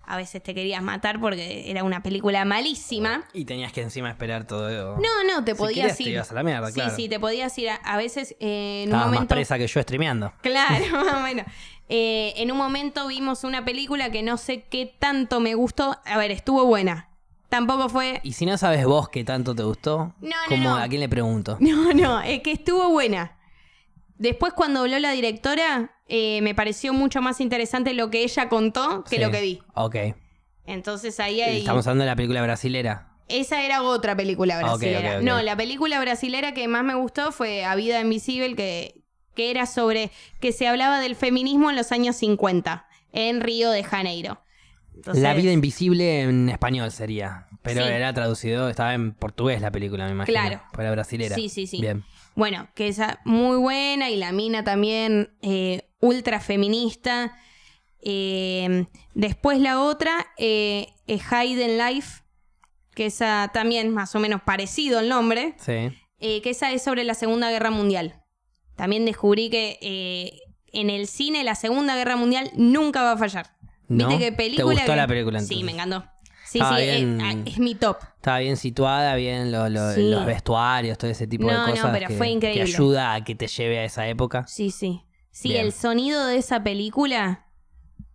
[SPEAKER 2] A veces te querías matar porque era una película malísima.
[SPEAKER 1] Y tenías que encima esperar todo.
[SPEAKER 2] No, no, te
[SPEAKER 1] Si
[SPEAKER 2] podías
[SPEAKER 1] querías te
[SPEAKER 2] ir.
[SPEAKER 1] ibas a la mierda,
[SPEAKER 2] sí,
[SPEAKER 1] claro.
[SPEAKER 2] sí, te podías ir. A, a veces eh, en un
[SPEAKER 1] Estabas más
[SPEAKER 2] momento.
[SPEAKER 1] presa que yo streameando.
[SPEAKER 2] (laughs) Claro, (laughs) más o menos. Eh, en un momento vimos una película que no sé qué tanto me gustó. A ver, estuvo buena. Tampoco fue.
[SPEAKER 1] Y si no sabes vos qué tanto te gustó,
[SPEAKER 2] No, no,
[SPEAKER 1] como
[SPEAKER 2] no.
[SPEAKER 1] a quién le pregunto.
[SPEAKER 2] (laughs) No, no, es que estuvo buena. Después, cuando habló la directora, eh, me pareció mucho más interesante lo que ella contó que
[SPEAKER 1] Sí.
[SPEAKER 2] lo que vi.
[SPEAKER 1] Ok.
[SPEAKER 2] Entonces ahí hay.
[SPEAKER 1] Estamos hablando de la película brasilera.
[SPEAKER 2] Esa era otra película
[SPEAKER 1] Ah, ok,
[SPEAKER 2] brasilera.
[SPEAKER 1] ok, ok.
[SPEAKER 2] No, la película brasilera que más me gustó fue A Vida Invisible, que, que era sobre que se hablaba del feminismo en los años 50, en Río de Janeiro. Entonces,
[SPEAKER 1] La vida invisible en español sería. Pero
[SPEAKER 2] Sí.
[SPEAKER 1] era traducido, estaba en portugués la película, me imagino.
[SPEAKER 2] Claro.
[SPEAKER 1] Fue la brasilera.
[SPEAKER 2] Sí, sí, sí.
[SPEAKER 1] Bien.
[SPEAKER 2] Bueno, que esa muy buena y la mina también eh, ultra feminista. Eh, después la otra, eh, A Hidden Life, que esa también más o menos parecido el nombre.
[SPEAKER 1] Sí.
[SPEAKER 2] eh, que esa es sobre la Segunda Guerra Mundial. También descubrí que eh, en el cine la Segunda Guerra Mundial nunca va a fallar.
[SPEAKER 1] ¿No?
[SPEAKER 2] ¿Viste qué película?
[SPEAKER 1] ¿Te gustó
[SPEAKER 2] que-
[SPEAKER 1] la película entonces?
[SPEAKER 2] Sí, me encantó. Sí,
[SPEAKER 1] Estaba
[SPEAKER 2] sí, eh,
[SPEAKER 1] bien-
[SPEAKER 2] ah, es, mi top.
[SPEAKER 1] Estaba bien situada, bien lo- lo-
[SPEAKER 2] Sí.
[SPEAKER 1] los vestuarios, todo ese tipo
[SPEAKER 2] No,
[SPEAKER 1] de
[SPEAKER 2] no,
[SPEAKER 1] cosas.
[SPEAKER 2] pero
[SPEAKER 1] que,
[SPEAKER 2] fue
[SPEAKER 1] que
[SPEAKER 2] increíble.
[SPEAKER 1] ayuda a que te lleve a esa época.
[SPEAKER 2] Sí, sí. Sí,
[SPEAKER 1] Bien.
[SPEAKER 2] el sonido de esa película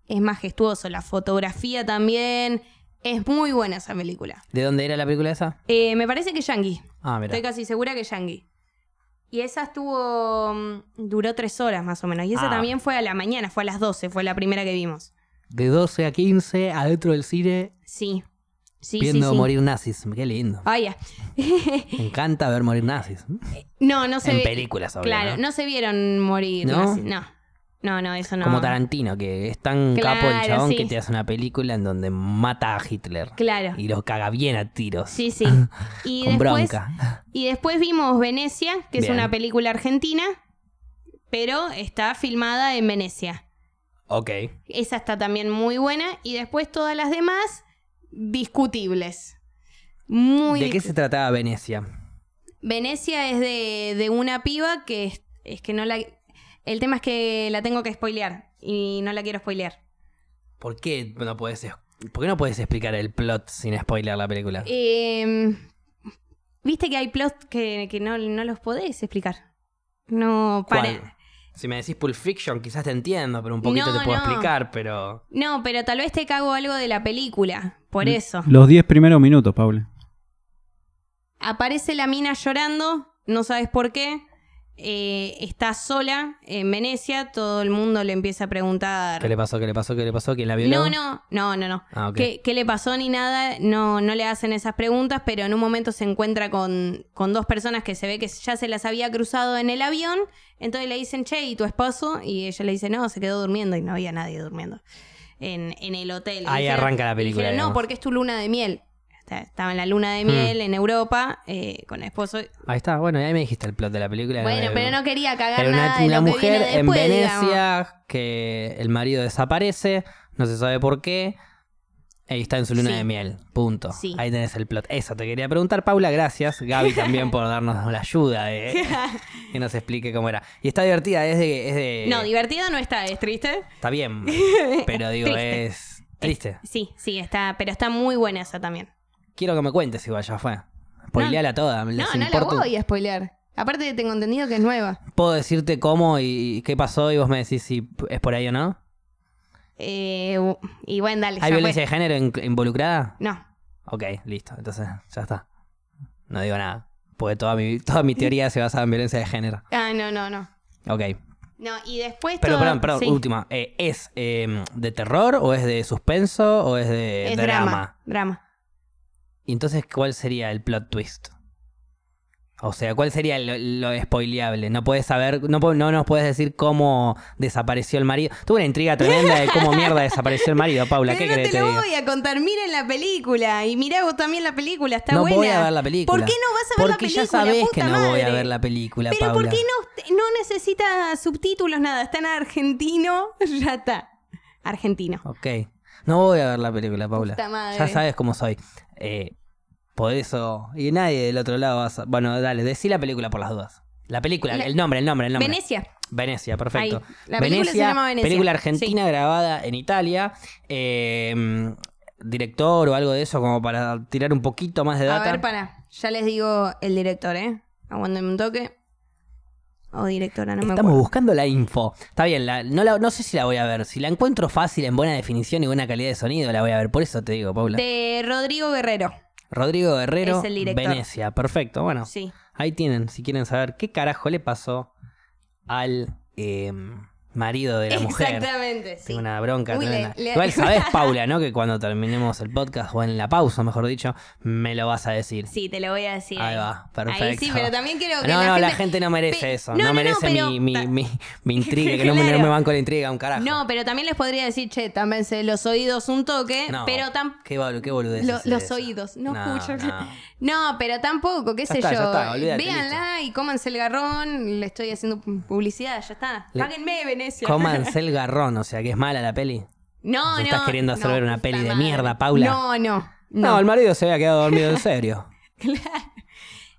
[SPEAKER 2] es majestuoso. La fotografía también. Es muy buena esa película.
[SPEAKER 1] ¿De dónde era la película esa?
[SPEAKER 2] Eh, me parece que Yangi.
[SPEAKER 1] Ah, mira.
[SPEAKER 2] Estoy casi segura que Yangi. Y esa estuvo. mm, duró tres horas más o menos. Y esa
[SPEAKER 1] Ah.
[SPEAKER 2] también fue a la mañana, fue a las 12, fue la primera que vimos.
[SPEAKER 1] De 12 a 15, adentro del cine,
[SPEAKER 2] Sí. Sí,
[SPEAKER 1] viendo
[SPEAKER 2] sí, sí.
[SPEAKER 1] morir nazis. Qué lindo.
[SPEAKER 2] (laughs) Ah, ya.
[SPEAKER 1] Me encanta ver morir nazis.
[SPEAKER 2] No, no se
[SPEAKER 1] en
[SPEAKER 2] ve-
[SPEAKER 1] películas, obvio,
[SPEAKER 2] Claro,
[SPEAKER 1] ¿no?
[SPEAKER 2] no se vieron morir.
[SPEAKER 1] ¿No?
[SPEAKER 2] nazis, No. no, no, eso no.
[SPEAKER 1] Como Tarantino, que es tan
[SPEAKER 2] Claro,
[SPEAKER 1] capo el chabón
[SPEAKER 2] sí.
[SPEAKER 1] que te hace una película en donde mata a Hitler.
[SPEAKER 2] Claro.
[SPEAKER 1] Y los caga bien a tiros. (laughs)
[SPEAKER 2] Sí, sí. Y
[SPEAKER 1] con
[SPEAKER 2] después,
[SPEAKER 1] bronca. (laughs)
[SPEAKER 2] y después vimos Venecia, que es
[SPEAKER 1] Bien.
[SPEAKER 2] una película argentina, pero está filmada en Venecia.
[SPEAKER 1] Ok.
[SPEAKER 2] Esa está también muy buena. Y después todas las demás, discutibles. Muy
[SPEAKER 1] ¿De qué se trataba Venecia?
[SPEAKER 2] Venecia es de, de una piba que es, es que no la... El tema es que la tengo que spoilear y no la quiero spoilear.
[SPEAKER 1] ¿Por qué no puedes, ¿por qué no puedes explicar el plot sin spoiler la película?
[SPEAKER 2] Eh, Viste que hay plots que, que no, no los podés explicar. No, para...
[SPEAKER 1] ¿Cuál? Si me decís Pulp Fiction, quizás te entiendo, pero un poquito
[SPEAKER 2] No,
[SPEAKER 1] te puedo
[SPEAKER 2] no.
[SPEAKER 1] explicar, pero.
[SPEAKER 2] No, pero tal vez te cago algo de la película. Por eso.
[SPEAKER 3] Los 10 primeros minutos, Paula.
[SPEAKER 2] Aparece la mina llorando, no sabes por qué. eh, está sola en Venecia, todo el mundo le empieza a preguntar...
[SPEAKER 1] ¿Qué le pasó? ¿Qué le pasó? ¿Qué le pasó? ¿Quién la violó?
[SPEAKER 2] No, no, no, no, no.
[SPEAKER 1] Ah, ok.
[SPEAKER 2] ¿Qué, qué le pasó ni nada? No, no le hacen esas preguntas, pero en un momento se encuentra con, con dos personas que se ve que ya se las había cruzado en el avión. Entonces le dicen, che, ¿y tu esposo? Y ella le dice, no, se quedó durmiendo y no había nadie durmiendo en, en el hotel.
[SPEAKER 1] Ahí
[SPEAKER 2] Y
[SPEAKER 1] arranca la
[SPEAKER 2] y
[SPEAKER 1] película,
[SPEAKER 2] dijeron, no,
[SPEAKER 1] digamos". Hmm.
[SPEAKER 2] porque es tu luna de miel. Está- Estaba en la luna de miel en Europa eh, con el esposo.
[SPEAKER 1] Ahí está, bueno, ahí me dijiste el plot de la película.
[SPEAKER 2] Bueno,
[SPEAKER 1] Eh,
[SPEAKER 2] pero no quería cagar
[SPEAKER 1] Era una,
[SPEAKER 2] nada de
[SPEAKER 1] una
[SPEAKER 2] lo que
[SPEAKER 1] mujer
[SPEAKER 2] viene
[SPEAKER 1] en
[SPEAKER 2] después,
[SPEAKER 1] Venecia
[SPEAKER 2] digamos.
[SPEAKER 1] que el marido desaparece, no se sabe por qué, y está en su luna
[SPEAKER 2] Sí.
[SPEAKER 1] de miel. Punto.
[SPEAKER 2] Sí.
[SPEAKER 1] Ahí tenés el plot. Eso te quería preguntar, Paula. Gracias, Gaby,
[SPEAKER 2] (laughs)
[SPEAKER 1] también por darnos la ayuda de que nos explique cómo era. Y está divertida, es de. es de-
[SPEAKER 2] No, divertido no está, es triste.
[SPEAKER 1] está
[SPEAKER 2] (laughs)
[SPEAKER 1] bien, pero digo,
[SPEAKER 2] Triste.
[SPEAKER 1] es triste.
[SPEAKER 2] Sí, sí, está, pero está muy buena esa también.
[SPEAKER 1] Quiero que me cuentes igual, ya fue. Spoileala toda, les
[SPEAKER 2] No, no la
[SPEAKER 1] importa un-
[SPEAKER 2] voy a spoilear. Aparte tengo entendido que es nueva.
[SPEAKER 1] Puedo decirte cómo y, y qué pasó y vos me decís si es por ahí o no.
[SPEAKER 2] Eh, u- y bueno, dale. ya
[SPEAKER 1] ¿Hay
[SPEAKER 2] fue.
[SPEAKER 1] violencia de género in- involucrada?
[SPEAKER 2] No.
[SPEAKER 1] Ok, listo. Entonces, ya está. No digo nada. Porque toda mi, toda mi teoría se basa en violencia de género.
[SPEAKER 2] Ah, no, no, no.
[SPEAKER 1] Ok.
[SPEAKER 2] No, y después...
[SPEAKER 1] Pero,
[SPEAKER 2] todo-
[SPEAKER 1] perdón, perdón.
[SPEAKER 2] sí,
[SPEAKER 1] Última. Eh, ¿Es eh, de terror o es de suspenso o es de
[SPEAKER 2] es
[SPEAKER 1] eh, drama?
[SPEAKER 2] drama. Drama.
[SPEAKER 1] Y entonces, ¿cuál sería el plot twist? O sea, ¿cuál sería lo, lo spoileable? No puedes saber, no, po- no nos puedes decir cómo desapareció el marido. Tuve una intriga tremenda de cómo mierda desapareció el marido, Paula. ¿Qué
[SPEAKER 2] Pero no
[SPEAKER 1] crees
[SPEAKER 2] te
[SPEAKER 1] que
[SPEAKER 2] lo
[SPEAKER 1] te diga?
[SPEAKER 2] voy a contar. Miren la película. Y mirá vos también la película. Está
[SPEAKER 1] no
[SPEAKER 2] buena.
[SPEAKER 1] voy a ver la película.
[SPEAKER 2] ¿Por qué no vas a ver la
[SPEAKER 1] Porque
[SPEAKER 2] película?
[SPEAKER 1] ya sabes
[SPEAKER 2] puta
[SPEAKER 1] que no voy a
[SPEAKER 2] madre?
[SPEAKER 1] ver la película,
[SPEAKER 2] Pero
[SPEAKER 1] Paula.
[SPEAKER 2] ¿por qué no, no necesita subtítulos, nada? Está en argentino. (laughs) Ya está. Argentino.
[SPEAKER 1] Ok. No voy a ver la película, Paula.
[SPEAKER 2] Puta madre.
[SPEAKER 1] Ya sabes cómo soy. Eh, por eso. Y nadie del otro lado va a sa- Bueno, dale, decí la película por las dudas. La película,
[SPEAKER 2] La-
[SPEAKER 1] el nombre, el nombre, el nombre.
[SPEAKER 2] Venecia.
[SPEAKER 1] Venecia, perfecto.
[SPEAKER 2] Ahí. La película se llama Venecia.
[SPEAKER 1] Película argentina grabada en Italia. Eh, mm, director o algo de eso, como para tirar un poquito más de
[SPEAKER 2] A
[SPEAKER 1] data.
[SPEAKER 2] ver, para. Ya les digo el director, ¿eh? Aguántenme un toque. O directora, no me
[SPEAKER 1] Estamos
[SPEAKER 2] acuerdo.
[SPEAKER 1] buscando la info. Está bien, la- no, la- no sé si la voy a ver. Si la encuentro fácil, en buena definición y buena calidad de sonido, la voy a ver. Por eso te digo, Paula.
[SPEAKER 2] De Rodrigo Guerrero.
[SPEAKER 1] Rodrigo Guerrero,
[SPEAKER 2] Es el director.
[SPEAKER 1] Venecia. Perfecto. Bueno,
[SPEAKER 2] Sí.
[SPEAKER 1] ahí tienen, si quieren saber qué carajo le pasó al em, marido de la mujer.
[SPEAKER 2] Exactamente, sí.
[SPEAKER 1] Tengo una bronca
[SPEAKER 2] Uy, le-
[SPEAKER 1] tremenda.
[SPEAKER 2] le- (laughs)
[SPEAKER 1] Igual sabes, Paula, ¿no? Que cuando terminemos el podcast, o en la pausa, mejor dicho, me lo vas a decir.
[SPEAKER 2] Sí, te lo voy a decir.
[SPEAKER 1] Ahí va, perfecto.
[SPEAKER 2] Ahí sí, pero también quiero que
[SPEAKER 1] no,
[SPEAKER 2] la
[SPEAKER 1] no,
[SPEAKER 2] gente...
[SPEAKER 1] la gente no merece
[SPEAKER 2] Pe-
[SPEAKER 1] eso.
[SPEAKER 2] no,
[SPEAKER 1] No,
[SPEAKER 2] no, no,
[SPEAKER 1] merece mi-
[SPEAKER 2] pero-
[SPEAKER 1] mi,
[SPEAKER 2] ta-
[SPEAKER 1] mi- mi intriga, que no, me- no
[SPEAKER 2] Claro.
[SPEAKER 1] me banco la intriga, un carajo.
[SPEAKER 2] No, pero también les podría decir, che, también se los oídos un toque,
[SPEAKER 1] No,
[SPEAKER 2] pero tan...
[SPEAKER 1] Qué, bol- qué boludez
[SPEAKER 2] lo-
[SPEAKER 1] es
[SPEAKER 2] los
[SPEAKER 1] esa.
[SPEAKER 2] oídos, no, escucho.
[SPEAKER 1] no.
[SPEAKER 2] (laughs) No, pero tampoco, qué
[SPEAKER 1] Ya
[SPEAKER 2] sé
[SPEAKER 1] está,
[SPEAKER 2] yo.
[SPEAKER 1] ya está, olvídate,
[SPEAKER 2] Véanla y cómanse el garrón, le estoy haciendo publicidad, ya está.
[SPEAKER 1] Le-
[SPEAKER 2] Páguenme, Venecia.
[SPEAKER 1] Cómanse el garrón, o sea, que es mala la peli.
[SPEAKER 2] No,
[SPEAKER 1] Nos
[SPEAKER 2] no.
[SPEAKER 1] estás queriendo hacer
[SPEAKER 2] no,
[SPEAKER 1] ver una
[SPEAKER 2] puta
[SPEAKER 1] peli de
[SPEAKER 2] madre.
[SPEAKER 1] mierda, Paula.
[SPEAKER 2] No, no.
[SPEAKER 1] No.
[SPEAKER 2] No,
[SPEAKER 1] el marido se había quedado dormido en
[SPEAKER 2] (laughs)
[SPEAKER 1] serio.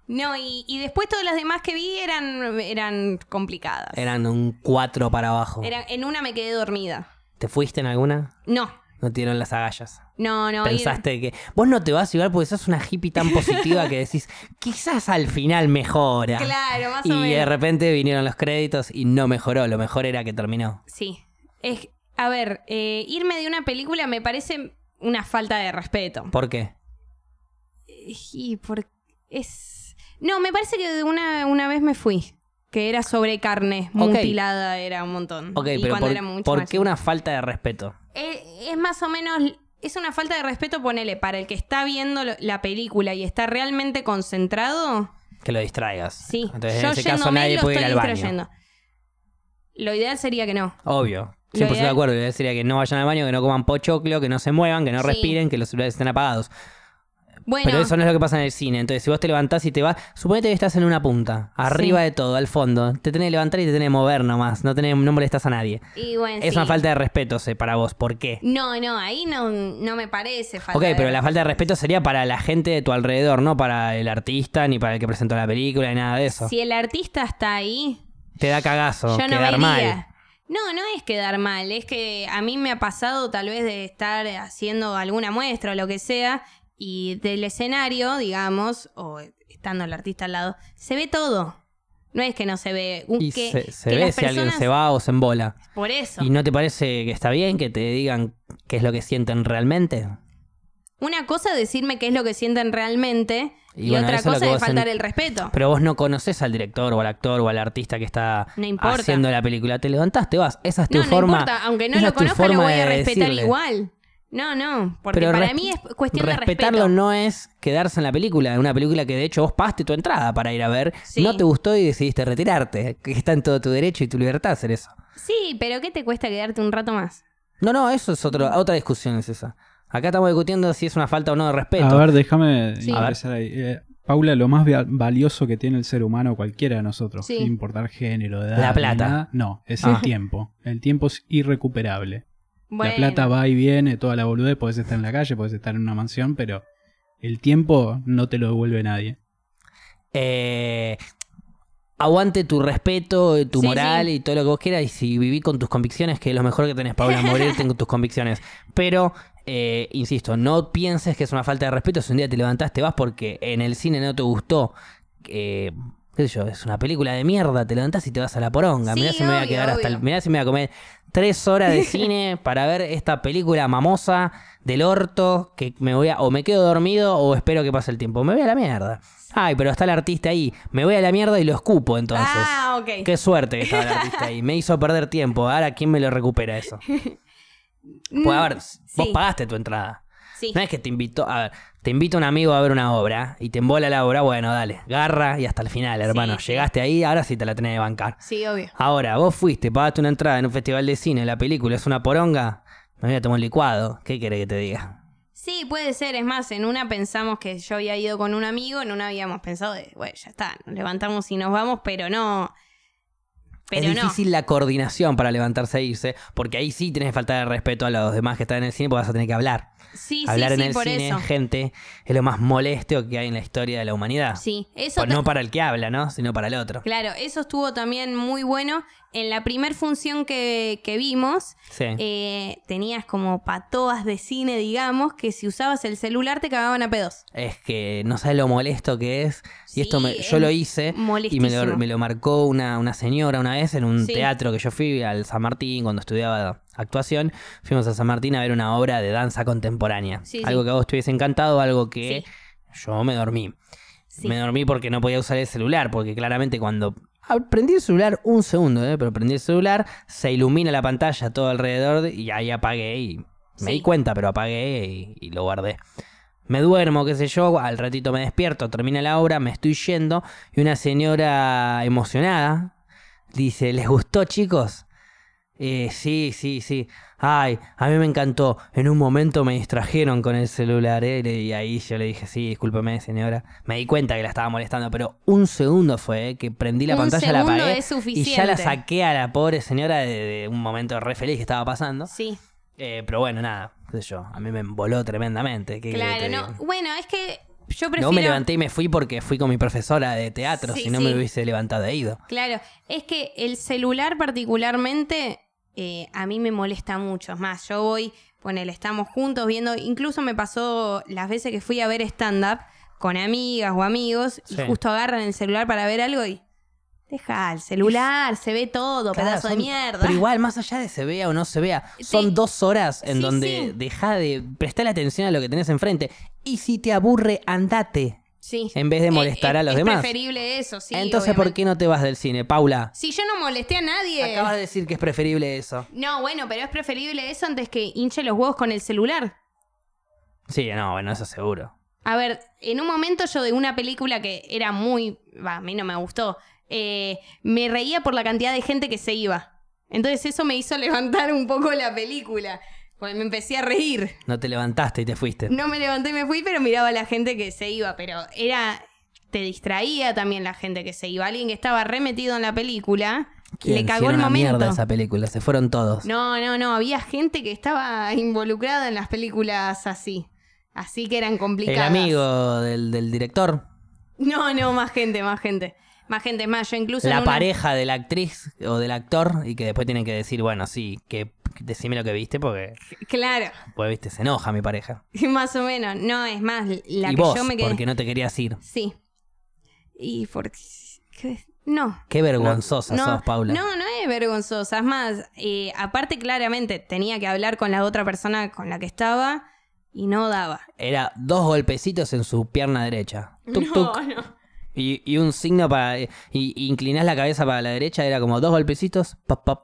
[SPEAKER 2] No, y, y después todas las demás que vi eran, eran complicadas.
[SPEAKER 1] Eran un 4 para abajo.
[SPEAKER 2] Era- en una me quedé dormida.
[SPEAKER 1] ¿Te fuiste en alguna?
[SPEAKER 2] No,
[SPEAKER 1] No te dieron las agallas.
[SPEAKER 2] no, no. y-
[SPEAKER 1] Pensaste que vos no te vas a igual porque sos una hippie tan positiva que decís, quizás al final mejora.
[SPEAKER 2] Claro, más
[SPEAKER 1] ah, y
[SPEAKER 2] o
[SPEAKER 1] de
[SPEAKER 2] menos.
[SPEAKER 1] repente vinieron los créditos y no mejoró. Lo mejor era que terminó.
[SPEAKER 2] Sí. Es, a ver, eh, irme de una película me parece una falta de respeto.
[SPEAKER 1] ¿Por qué?
[SPEAKER 2] Y por... Es... No, me parece que de una, una vez me fui. Que era sobre carne mutilada, era un montón.
[SPEAKER 1] Ok,
[SPEAKER 2] Y
[SPEAKER 1] pero
[SPEAKER 2] cuando
[SPEAKER 1] ¿por,
[SPEAKER 2] era mucho
[SPEAKER 1] por
[SPEAKER 2] más
[SPEAKER 1] qué
[SPEAKER 2] chica.
[SPEAKER 1] una falta de respeto?
[SPEAKER 2] Eh, Es, más o menos, es una falta de respeto, ponele, para el que está viendo lo- la película y está realmente concentrado.
[SPEAKER 1] Que lo distraigas.
[SPEAKER 2] Sí,
[SPEAKER 1] Entonces
[SPEAKER 2] yo
[SPEAKER 1] en ese
[SPEAKER 2] yéndome
[SPEAKER 1] caso nadie
[SPEAKER 2] lo
[SPEAKER 1] puede ir
[SPEAKER 2] estoy
[SPEAKER 1] al baño.
[SPEAKER 2] distrayendo. Lo ideal sería que no.
[SPEAKER 1] Obvio.
[SPEAKER 2] Lo
[SPEAKER 1] 100% de
[SPEAKER 2] ideal-
[SPEAKER 1] acuerdo. Yo sería que no vayan al baño, que no coman pochoclo, que no se muevan, que no
[SPEAKER 2] Sí.
[SPEAKER 1] respiren, que los celulares estén apagados.
[SPEAKER 2] Bueno,
[SPEAKER 1] Pero eso no es lo que pasa en el cine. Entonces, si vos te levantás y te vas, suponete que estás en una punta, arriba
[SPEAKER 2] Sí.
[SPEAKER 1] de todo, al fondo. Te tenés que levantar y te tenés que mover nomás. No, tenés, no molestas a nadie.
[SPEAKER 2] y bueno,
[SPEAKER 1] Es
[SPEAKER 2] sí.
[SPEAKER 1] una falta de respeto sé, para vos. ¿Por qué?
[SPEAKER 2] No, no, ahí no, no me parece falta.
[SPEAKER 1] Ok,
[SPEAKER 2] de
[SPEAKER 1] pero la
[SPEAKER 2] respeto.
[SPEAKER 1] falta de respeto sería para la gente de tu alrededor, no para el artista, ni para el que presentó la película, ni nada de eso.
[SPEAKER 2] Si el artista está ahí,
[SPEAKER 1] Te da cagazo,
[SPEAKER 2] yo no
[SPEAKER 1] quedar
[SPEAKER 2] me
[SPEAKER 1] mal.
[SPEAKER 2] No, no es quedar mal, es que a mí me ha pasado tal vez de estar haciendo alguna muestra o lo que sea y del escenario, digamos, o estando el artista al lado, se ve todo. No es que no se ve. un-
[SPEAKER 1] Y
[SPEAKER 2] que,
[SPEAKER 1] se, se
[SPEAKER 2] que
[SPEAKER 1] ve
[SPEAKER 2] las
[SPEAKER 1] si alguien
[SPEAKER 2] personas-
[SPEAKER 1] se va o se embola.
[SPEAKER 2] Por eso.
[SPEAKER 1] ¿Y no te parece que está bien que te digan qué es lo que sienten realmente?
[SPEAKER 2] Una cosa es decirme qué es lo que sienten realmente
[SPEAKER 1] Y
[SPEAKER 2] y,
[SPEAKER 1] bueno,
[SPEAKER 2] otra
[SPEAKER 1] eso es lo que
[SPEAKER 2] cosa
[SPEAKER 1] vos
[SPEAKER 2] es faltar
[SPEAKER 1] en-
[SPEAKER 2] el respeto.
[SPEAKER 1] Pero vos no conoces al director o al actor o al artista que está
[SPEAKER 2] No importa.
[SPEAKER 1] haciendo la película. Te levantás, te vas. Esa es tu
[SPEAKER 2] No,
[SPEAKER 1] forma.
[SPEAKER 2] no importa, aunque no
[SPEAKER 1] esa
[SPEAKER 2] lo
[SPEAKER 1] es tu
[SPEAKER 2] conozca, lo
[SPEAKER 1] forma
[SPEAKER 2] voy a
[SPEAKER 1] de
[SPEAKER 2] respetar
[SPEAKER 1] decirle.
[SPEAKER 2] igual. No, no, porque
[SPEAKER 1] Pero
[SPEAKER 2] para
[SPEAKER 1] res-
[SPEAKER 2] mí es cuestión de respeto.
[SPEAKER 1] Respetarlo no es quedarse en la película, en una película que de hecho vos pagaste tu entrada para ir a ver,
[SPEAKER 2] Sí.
[SPEAKER 1] no te gustó y decidiste retirarte, que está en todo tu derecho y tu libertad hacer eso.
[SPEAKER 2] Sí, pero ¿qué te cuesta quedarte un rato más?
[SPEAKER 1] No, no, eso es otro, otra discusión es esa. Acá estamos discutiendo si es una falta o no de respeto.
[SPEAKER 3] A ver, déjame
[SPEAKER 2] Sí.
[SPEAKER 3] ingresar ahí. Eh, Paula, lo más va- valioso que tiene el ser humano, cualquiera de nosotros,
[SPEAKER 2] Sí.
[SPEAKER 3] sin importar género, edad,
[SPEAKER 1] La
[SPEAKER 3] ni
[SPEAKER 1] plata.
[SPEAKER 3] nada, no, es
[SPEAKER 1] Ah.
[SPEAKER 3] el tiempo. El tiempo es irrecuperable.
[SPEAKER 2] Bueno,
[SPEAKER 3] La plata va y viene, toda la boludez, podés estar en la calle, podés estar en una mansión, pero el tiempo no te lo devuelve nadie.
[SPEAKER 1] Eh, aguante tu respeto, tu
[SPEAKER 2] Sí,
[SPEAKER 1] moral
[SPEAKER 2] sí.
[SPEAKER 1] y todo lo que vos quieras. Y si viví con tus convicciones, que es lo mejor que tenés, Paula,
[SPEAKER 2] (laughs)
[SPEAKER 1] morirte con tus convicciones. Pero, eh, insisto, no pienses que es una falta de respeto si un día te levantaste, vas porque en el cine no te gustó. eh, qué sé yo, es una película de mierda, te levantás y te vas a la poronga.
[SPEAKER 2] Sí,
[SPEAKER 1] mirá si me voy a
[SPEAKER 2] obvio,
[SPEAKER 1] quedar hasta el-
[SPEAKER 2] obvio.
[SPEAKER 1] mirá si me voy a comer tres horas
[SPEAKER 2] (laughs)
[SPEAKER 1] de cine para ver esta película mamosa del orto que me voy a, o me quedo dormido o espero que pase el tiempo. Me voy a la mierda. Ay, pero está el artista ahí. Me voy a la mierda y lo escupo entonces.
[SPEAKER 2] Ah, ok.
[SPEAKER 1] Qué suerte que estaba el artista ahí. Me hizo perder
[SPEAKER 2] (laughs)
[SPEAKER 1] tiempo. Ahora, ¿quién me lo recupera eso?
[SPEAKER 2] Mm,
[SPEAKER 1] Pues a ver, vos
[SPEAKER 2] sí.
[SPEAKER 1] pagaste tu entrada.
[SPEAKER 2] Sí.
[SPEAKER 1] No es que te invitó, a ver, te invita un amigo a ver una obra y te embola la obra, bueno, dale, garra y hasta el final, hermano.
[SPEAKER 2] sí.
[SPEAKER 1] Llegaste ahí, ahora sí te la tenés que bancar.
[SPEAKER 2] Sí, obvio.
[SPEAKER 1] Ahora, vos fuiste, pagaste una entrada en un festival de cine, la película es una poronga, me voy a tomar un licuado. ¿Qué querés que te diga?
[SPEAKER 2] Sí, puede ser. Es más, en una pensamos que yo había ido con un amigo, en una habíamos pensado de, bueno, ya está, nos levantamos y nos vamos, pero no. Pero
[SPEAKER 1] es
[SPEAKER 2] no.
[SPEAKER 1] difícil la coordinación para levantarse e irse, porque ahí sí tenés que faltar el respeto a los demás que están en el cine, porque vas a tener que hablar.
[SPEAKER 2] Sí,
[SPEAKER 1] hablar
[SPEAKER 2] sí,
[SPEAKER 1] en
[SPEAKER 2] sí,
[SPEAKER 1] el
[SPEAKER 2] por
[SPEAKER 1] cine,
[SPEAKER 2] eso.
[SPEAKER 1] gente, es lo más molesto que hay en la historia de la humanidad.
[SPEAKER 2] Sí, eso
[SPEAKER 1] O
[SPEAKER 2] ta-
[SPEAKER 1] no para el que habla, ¿no? Sino para el otro.
[SPEAKER 2] Claro, eso estuvo también muy bueno. En la primer función que, que vimos,
[SPEAKER 1] Sí.
[SPEAKER 2] eh, tenías como patoas de cine, digamos, que si usabas el celular te cagaban a pedos.
[SPEAKER 1] Es que no sabes lo molesto que es. Y esto
[SPEAKER 2] Sí,
[SPEAKER 1] me-
[SPEAKER 2] es
[SPEAKER 1] yo lo hice y me lo,
[SPEAKER 2] molestísimo.
[SPEAKER 1] me lo marcó una, una señora una vez en un
[SPEAKER 2] Sí.
[SPEAKER 1] teatro que yo fui al San Martín cuando estudiaba actuación. Fuimos a San Martín a ver una obra de danza contemporánea.
[SPEAKER 2] Sí,
[SPEAKER 1] algo
[SPEAKER 2] sí.
[SPEAKER 1] que a vos te hubiese encantado, algo que yo me dormí.
[SPEAKER 2] Sí.
[SPEAKER 1] Me dormí porque no podía usar el celular, porque claramente cuando aprendí Ah, el celular, un segundo, ¿eh? pero prendí el celular, se ilumina la pantalla todo alrededor de- y ahí apagué y me
[SPEAKER 2] Sí.
[SPEAKER 1] di cuenta, pero apagué y, y lo guardé. Me duermo, qué sé yo, al ratito me despierto, termina la obra, me estoy yendo y una señora emocionada dice, ¿les gustó chicos? Eh, sí, sí, sí. Ay, a mí me encantó. En un momento me distrajeron con el celular, ¿eh? Y ahí yo le dije, sí, discúlpeme, señora. Me di cuenta que la estaba molestando, pero un segundo fue, ¿eh? Que prendí la
[SPEAKER 2] Un
[SPEAKER 1] pantalla, la
[SPEAKER 2] segundo
[SPEAKER 1] apagué.
[SPEAKER 2] es
[SPEAKER 1] y ya la
[SPEAKER 2] suficiente.
[SPEAKER 1] saqué a la pobre señora de, de un momento re feliz que estaba pasando.
[SPEAKER 2] Sí.
[SPEAKER 1] Eh, pero bueno, nada, qué sé yo. A mí me emboló tremendamente. ¿qué querés que
[SPEAKER 2] Claro,
[SPEAKER 1] Eh, te
[SPEAKER 2] no.
[SPEAKER 1] diga?
[SPEAKER 2] Bueno, es que yo prefiero.
[SPEAKER 1] Luego me levanté y me fui porque fui con mi profesora de teatro.
[SPEAKER 2] Sí,
[SPEAKER 1] si no
[SPEAKER 2] sí.
[SPEAKER 1] me hubiese levantado e ido.
[SPEAKER 2] Claro, es que el celular particularmente eh, a mí me molesta mucho. Es más, yo voy, ponele, estamos juntos viendo, incluso me pasó las veces que fui a ver stand-up con amigas o amigos
[SPEAKER 1] Sí.
[SPEAKER 2] y justo agarran el celular para ver algo y... Deja el celular, se ve todo,
[SPEAKER 1] Claro,
[SPEAKER 2] pedazo de
[SPEAKER 1] son-
[SPEAKER 2] mierda.
[SPEAKER 1] Pero igual, más allá de se vea o no se vea,
[SPEAKER 2] Sí.
[SPEAKER 1] son dos horas en
[SPEAKER 2] Sí,
[SPEAKER 1] donde
[SPEAKER 2] sí.
[SPEAKER 1] deja de prestar atención a lo que tenés enfrente. Y si te aburre, andate.
[SPEAKER 2] Sí.
[SPEAKER 1] en vez de
[SPEAKER 2] Eh,
[SPEAKER 1] molestar a
[SPEAKER 2] es-
[SPEAKER 1] los
[SPEAKER 2] es
[SPEAKER 1] demás.
[SPEAKER 2] preferible eso, sí.
[SPEAKER 1] Entonces, ¿por
[SPEAKER 2] obviamente.
[SPEAKER 1] qué no te vas del cine, Paula?
[SPEAKER 2] Si yo no molesté a nadie.
[SPEAKER 1] Acabas de decir que es preferible eso.
[SPEAKER 2] No, bueno, pero es preferible eso antes que hinche los huevos con el celular.
[SPEAKER 1] Sí, no, bueno, eso seguro.
[SPEAKER 2] A ver, en un momento yo de una película que era muy. va, a mí no me gustó. eh, me reía por la cantidad de gente que se iba. Entonces eso me hizo (laughs) levantar un poco la película. Porque me empecé a reír.
[SPEAKER 1] No te levantaste y te fuiste.
[SPEAKER 2] No me levanté y me fui, pero miraba a la gente que se iba. Pero era. Te distraía también la gente que se iba. Alguien que estaba remetido en la película.
[SPEAKER 1] ¿Quién?
[SPEAKER 2] Le
[SPEAKER 1] Si
[SPEAKER 2] cagó
[SPEAKER 1] era
[SPEAKER 2] el
[SPEAKER 1] una
[SPEAKER 2] momento.
[SPEAKER 1] mierda esa película, se fueron todos.
[SPEAKER 2] No, no, no. Había gente que estaba involucrada en las películas así. Así que eran
[SPEAKER 1] El
[SPEAKER 2] complicadas.
[SPEAKER 1] amigo del, del director,
[SPEAKER 2] No, no, más gente, más gente. Más gente, más yo incluso. en
[SPEAKER 1] la
[SPEAKER 2] una-
[SPEAKER 1] pareja de la actriz o del actor, y que después tienen que decir, bueno, sí, que decime lo que viste porque,
[SPEAKER 2] Claro, (laughs)
[SPEAKER 1] pues viste, se enoja mi pareja.
[SPEAKER 2] más o menos. No, es más, la
[SPEAKER 1] y
[SPEAKER 2] que
[SPEAKER 1] vos,
[SPEAKER 2] yo me quedé.
[SPEAKER 1] porque no te querías ir.
[SPEAKER 2] Sí. Y porque. ¿qué? No.
[SPEAKER 1] Qué vergonzosa
[SPEAKER 2] No,
[SPEAKER 1] sos, Paula.
[SPEAKER 2] no, no es vergonzosa. Es más, eh, aparte, claramente, tenía que hablar con la otra persona con la que estaba y no daba.
[SPEAKER 1] Era dos golpecitos en su pierna derecha. Tuc,
[SPEAKER 2] no,
[SPEAKER 1] tuc.
[SPEAKER 2] no.
[SPEAKER 1] Y, y un signo para. Y, y inclinás la cabeza para la derecha, era como dos golpecitos, pop, pop.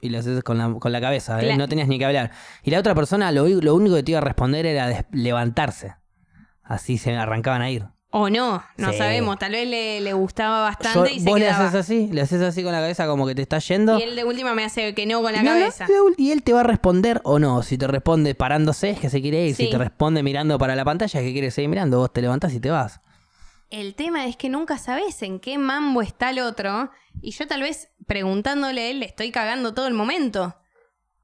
[SPEAKER 1] Y lo haces con la, con la cabeza, ¿eh?
[SPEAKER 2] Cla-
[SPEAKER 1] no tenías ni que hablar. Y la otra persona lo, lo único que te iba a responder era des- levantarse. Así se arrancaban a ir.
[SPEAKER 2] O no, no
[SPEAKER 1] Sí.
[SPEAKER 2] sabemos. Tal vez le, le gustaba
[SPEAKER 1] Yo-
[SPEAKER 2] bastante y se
[SPEAKER 1] vos le
[SPEAKER 2] quedaba.
[SPEAKER 1] haces así, le haces así con la cabeza como que te estás yendo.
[SPEAKER 2] Y él de última me hace que no con la
[SPEAKER 1] No, no,
[SPEAKER 2] cabeza.
[SPEAKER 1] de ul- y él te va a responder o no. Si te responde parándose es que se quiere ir. Si
[SPEAKER 2] Sí.
[SPEAKER 1] te responde mirando para la pantalla es que quiere seguir mirando. Vos te levantás y te vas.
[SPEAKER 2] El tema es que nunca sabes en qué mambo está el otro. Y yo tal vez preguntándole a él, le estoy cagando todo el momento.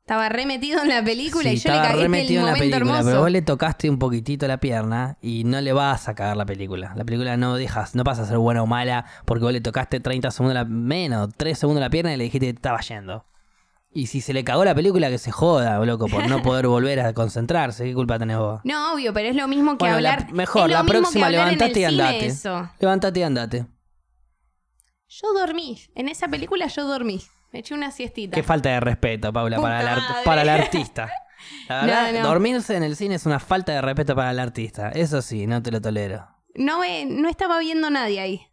[SPEAKER 2] Estaba re metido en la película
[SPEAKER 1] Sí,
[SPEAKER 2] y yo le
[SPEAKER 1] estaba
[SPEAKER 2] cagué este
[SPEAKER 1] re
[SPEAKER 2] el
[SPEAKER 1] metido en la
[SPEAKER 2] momento
[SPEAKER 1] película,
[SPEAKER 2] hermoso.
[SPEAKER 1] pero vos le tocaste un poquitito la pierna y no le vas a cagar la película. La película no dejas, no pasa a ser buena o mala porque vos le tocaste 30 segundos la, menos, 3 segundos la pierna y le dijiste que te estaba yendo. Y si se le cagó la película, que se joda, loco, por
[SPEAKER 2] (laughs)
[SPEAKER 1] no poder volver a concentrarse. ¿Qué culpa tenés vos?
[SPEAKER 2] No, obvio, pero es lo mismo que
[SPEAKER 1] Bueno, la-
[SPEAKER 2] hablar.
[SPEAKER 1] mejor,
[SPEAKER 2] es lo
[SPEAKER 1] la
[SPEAKER 2] mismo que
[SPEAKER 1] próxima
[SPEAKER 2] hablar en
[SPEAKER 1] levantate
[SPEAKER 2] el
[SPEAKER 1] y
[SPEAKER 2] cine,
[SPEAKER 1] andate.
[SPEAKER 2] eso.
[SPEAKER 1] Levántate y andate.
[SPEAKER 2] Yo dormí. En esa película yo dormí. Me eché una siestita.
[SPEAKER 1] Qué falta de respeto, Paula, para el,
[SPEAKER 2] Puta
[SPEAKER 1] art-
[SPEAKER 2] madre.
[SPEAKER 1] para el artista. La
[SPEAKER 2] (laughs) No,
[SPEAKER 1] verdad,
[SPEAKER 2] no.
[SPEAKER 1] dormirse en el cine es una falta de respeto para el artista. Eso sí, no te lo tolero.
[SPEAKER 2] No, ve- no estaba viendo nadie ahí.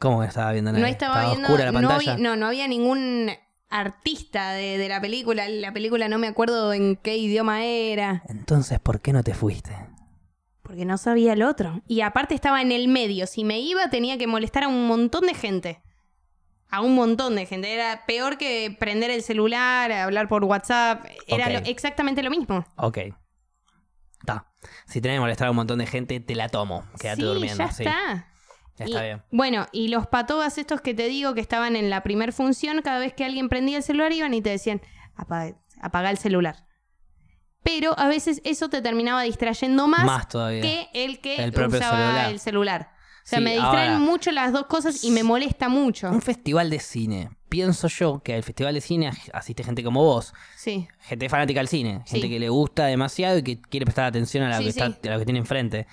[SPEAKER 1] ¿Cómo estaba viendo
[SPEAKER 2] No
[SPEAKER 1] nadie?
[SPEAKER 2] estaba,
[SPEAKER 1] ¿Estaba
[SPEAKER 2] viendo.
[SPEAKER 1] oscura la
[SPEAKER 2] no,
[SPEAKER 1] pantalla?
[SPEAKER 2] vi- no, no había ningún artista de, de la película. La película no me acuerdo en qué idioma era,
[SPEAKER 1] Entonces, ¿por qué no te fuiste?
[SPEAKER 2] porque no sabía el otro. Y aparte estaba en el medio. Si me iba tenía que molestar a un montón de gente. A un montón de gente. Era peor que prender el celular, hablar por WhatsApp. Era
[SPEAKER 1] Ok.
[SPEAKER 2] lo- exactamente lo mismo.
[SPEAKER 1] Ok. Está. Si tenés que molestar a un montón de gente, te la tomo. Quédate
[SPEAKER 2] sí,
[SPEAKER 1] durmiendo.
[SPEAKER 2] ya
[SPEAKER 1] sí,
[SPEAKER 2] está.
[SPEAKER 1] está
[SPEAKER 2] Y,
[SPEAKER 1] bien.
[SPEAKER 2] Bueno, y los patobas estos que te digo que estaban en la primer función, cada vez que alguien prendía el celular iban y te decían, apaga, apaga el celular. Pero a veces eso te terminaba distrayendo más,
[SPEAKER 1] Más, todavía.
[SPEAKER 2] que el que
[SPEAKER 1] El propio
[SPEAKER 2] usaba
[SPEAKER 1] celular.
[SPEAKER 2] el celular. O sea,
[SPEAKER 1] Sí,
[SPEAKER 2] me distraen
[SPEAKER 1] ahora-
[SPEAKER 2] mucho las dos cosas y me molesta mucho.
[SPEAKER 1] Un festival de cine. Pienso yo que al festival de cine asiste gente como vos,
[SPEAKER 2] Sí,
[SPEAKER 1] gente fanática al cine, gente
[SPEAKER 2] Sí.
[SPEAKER 1] que le gusta demasiado y que quiere prestar atención a lo,
[SPEAKER 2] Sí,
[SPEAKER 1] que, está-
[SPEAKER 2] sí.
[SPEAKER 1] a lo que tiene enfrente.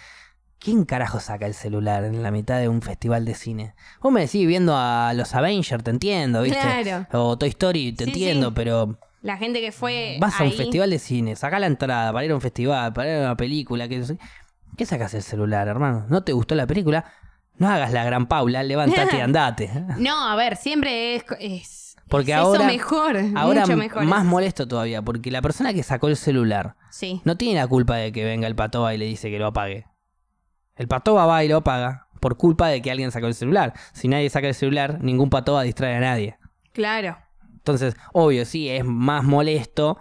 [SPEAKER 1] ¿Quién carajo saca el celular en la mitad de un festival de cine? Vos me decís viendo a los Avengers, te entiendo, ¿viste?
[SPEAKER 2] Claro.
[SPEAKER 1] O Toy Story, te
[SPEAKER 2] Sí,
[SPEAKER 1] entiendo,
[SPEAKER 2] sí.
[SPEAKER 1] pero
[SPEAKER 2] la gente que fue
[SPEAKER 1] vas a un
[SPEAKER 2] ahí-
[SPEAKER 1] festival de cine, sacá la entrada para ir a un festival, para ir a una película, que ¿Qué sacas el celular, hermano? ¿No te gustó la película? No hagas la gran Paula,
[SPEAKER 2] (laughs)
[SPEAKER 1] levántate y andate.
[SPEAKER 2] No, a ver, siempre es... es
[SPEAKER 1] Porque
[SPEAKER 2] es
[SPEAKER 1] ahora-
[SPEAKER 2] Eso mejor,
[SPEAKER 1] Ahora
[SPEAKER 2] mucho mejor.
[SPEAKER 1] más molesto todavía, porque la persona que sacó el celular
[SPEAKER 2] Sí,
[SPEAKER 1] no tiene la culpa de que venga el patoba y le dice que lo apague. El patoba va y lo apaga por culpa de que alguien sacó el celular. Si nadie saca el celular, ningún patoba distrae a nadie.
[SPEAKER 2] claro.
[SPEAKER 1] Entonces, obvio, sí, es más molesto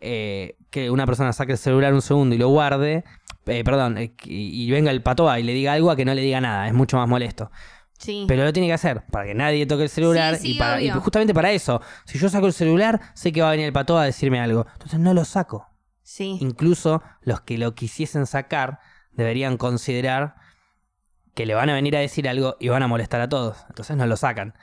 [SPEAKER 1] eh, que una persona saque el celular un segundo y lo guarde, eh, perdón, eh, y, y venga el patoba y le diga algo a que no le diga nada. Es mucho más molesto.
[SPEAKER 2] Sí.
[SPEAKER 1] Pero lo tiene que hacer, para que nadie toque el celular.
[SPEAKER 2] Sí, sí,
[SPEAKER 1] y, para- y
[SPEAKER 2] obvio.
[SPEAKER 1] justamente para eso, si yo saco el celular, sé que va a venir el pato a decirme algo. Entonces no lo saco.
[SPEAKER 2] sí.
[SPEAKER 1] Incluso los que lo quisiesen sacar deberían considerar que le van a venir a decir algo y van a molestar a todos. Entonces no lo sacan.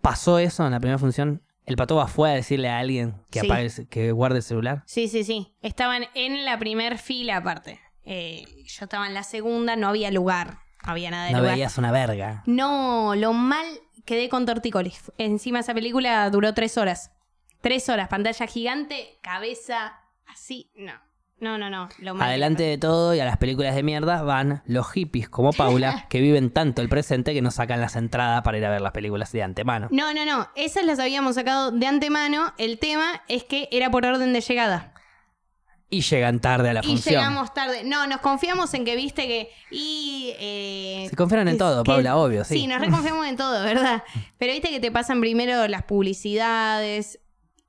[SPEAKER 1] Pasó eso en la primera función. El patoba fue a decirle a alguien que,
[SPEAKER 2] Sí.
[SPEAKER 1] apague el ce- que guarde el celular.
[SPEAKER 2] Sí, sí, sí. Estaban en la primer fila aparte. Eh, yo estaba en la segunda, no había lugar. No había nada de
[SPEAKER 1] No
[SPEAKER 2] lugar.
[SPEAKER 1] veías una verga.
[SPEAKER 2] No, lo mal quedé con tortícolis. Encima esa película duró tres horas. Tres horas, pantalla gigante, cabeza así. No, no, no, no. Lo mal
[SPEAKER 1] Adelante de todo y a las películas de mierda van los hippies como
[SPEAKER 2] (laughs)
[SPEAKER 1] Paula, que viven tanto el presente que no sacan las entradas para ir a ver las películas de antemano.
[SPEAKER 2] No, no, no. Esas las habíamos sacado de antemano. El tema es que era por orden de llegada.
[SPEAKER 1] Y llegan tarde a la
[SPEAKER 2] y
[SPEAKER 1] función.
[SPEAKER 2] llegamos tarde. No, nos confiamos en que viste que. Y. eh,
[SPEAKER 1] Se confiaron en
[SPEAKER 2] que-
[SPEAKER 1] todo,
[SPEAKER 2] que-
[SPEAKER 1] Paula, obvio, sí.
[SPEAKER 2] Sí, nos reconfiamos en todo, ¿verdad? Pero viste que te pasan primero las publicidades.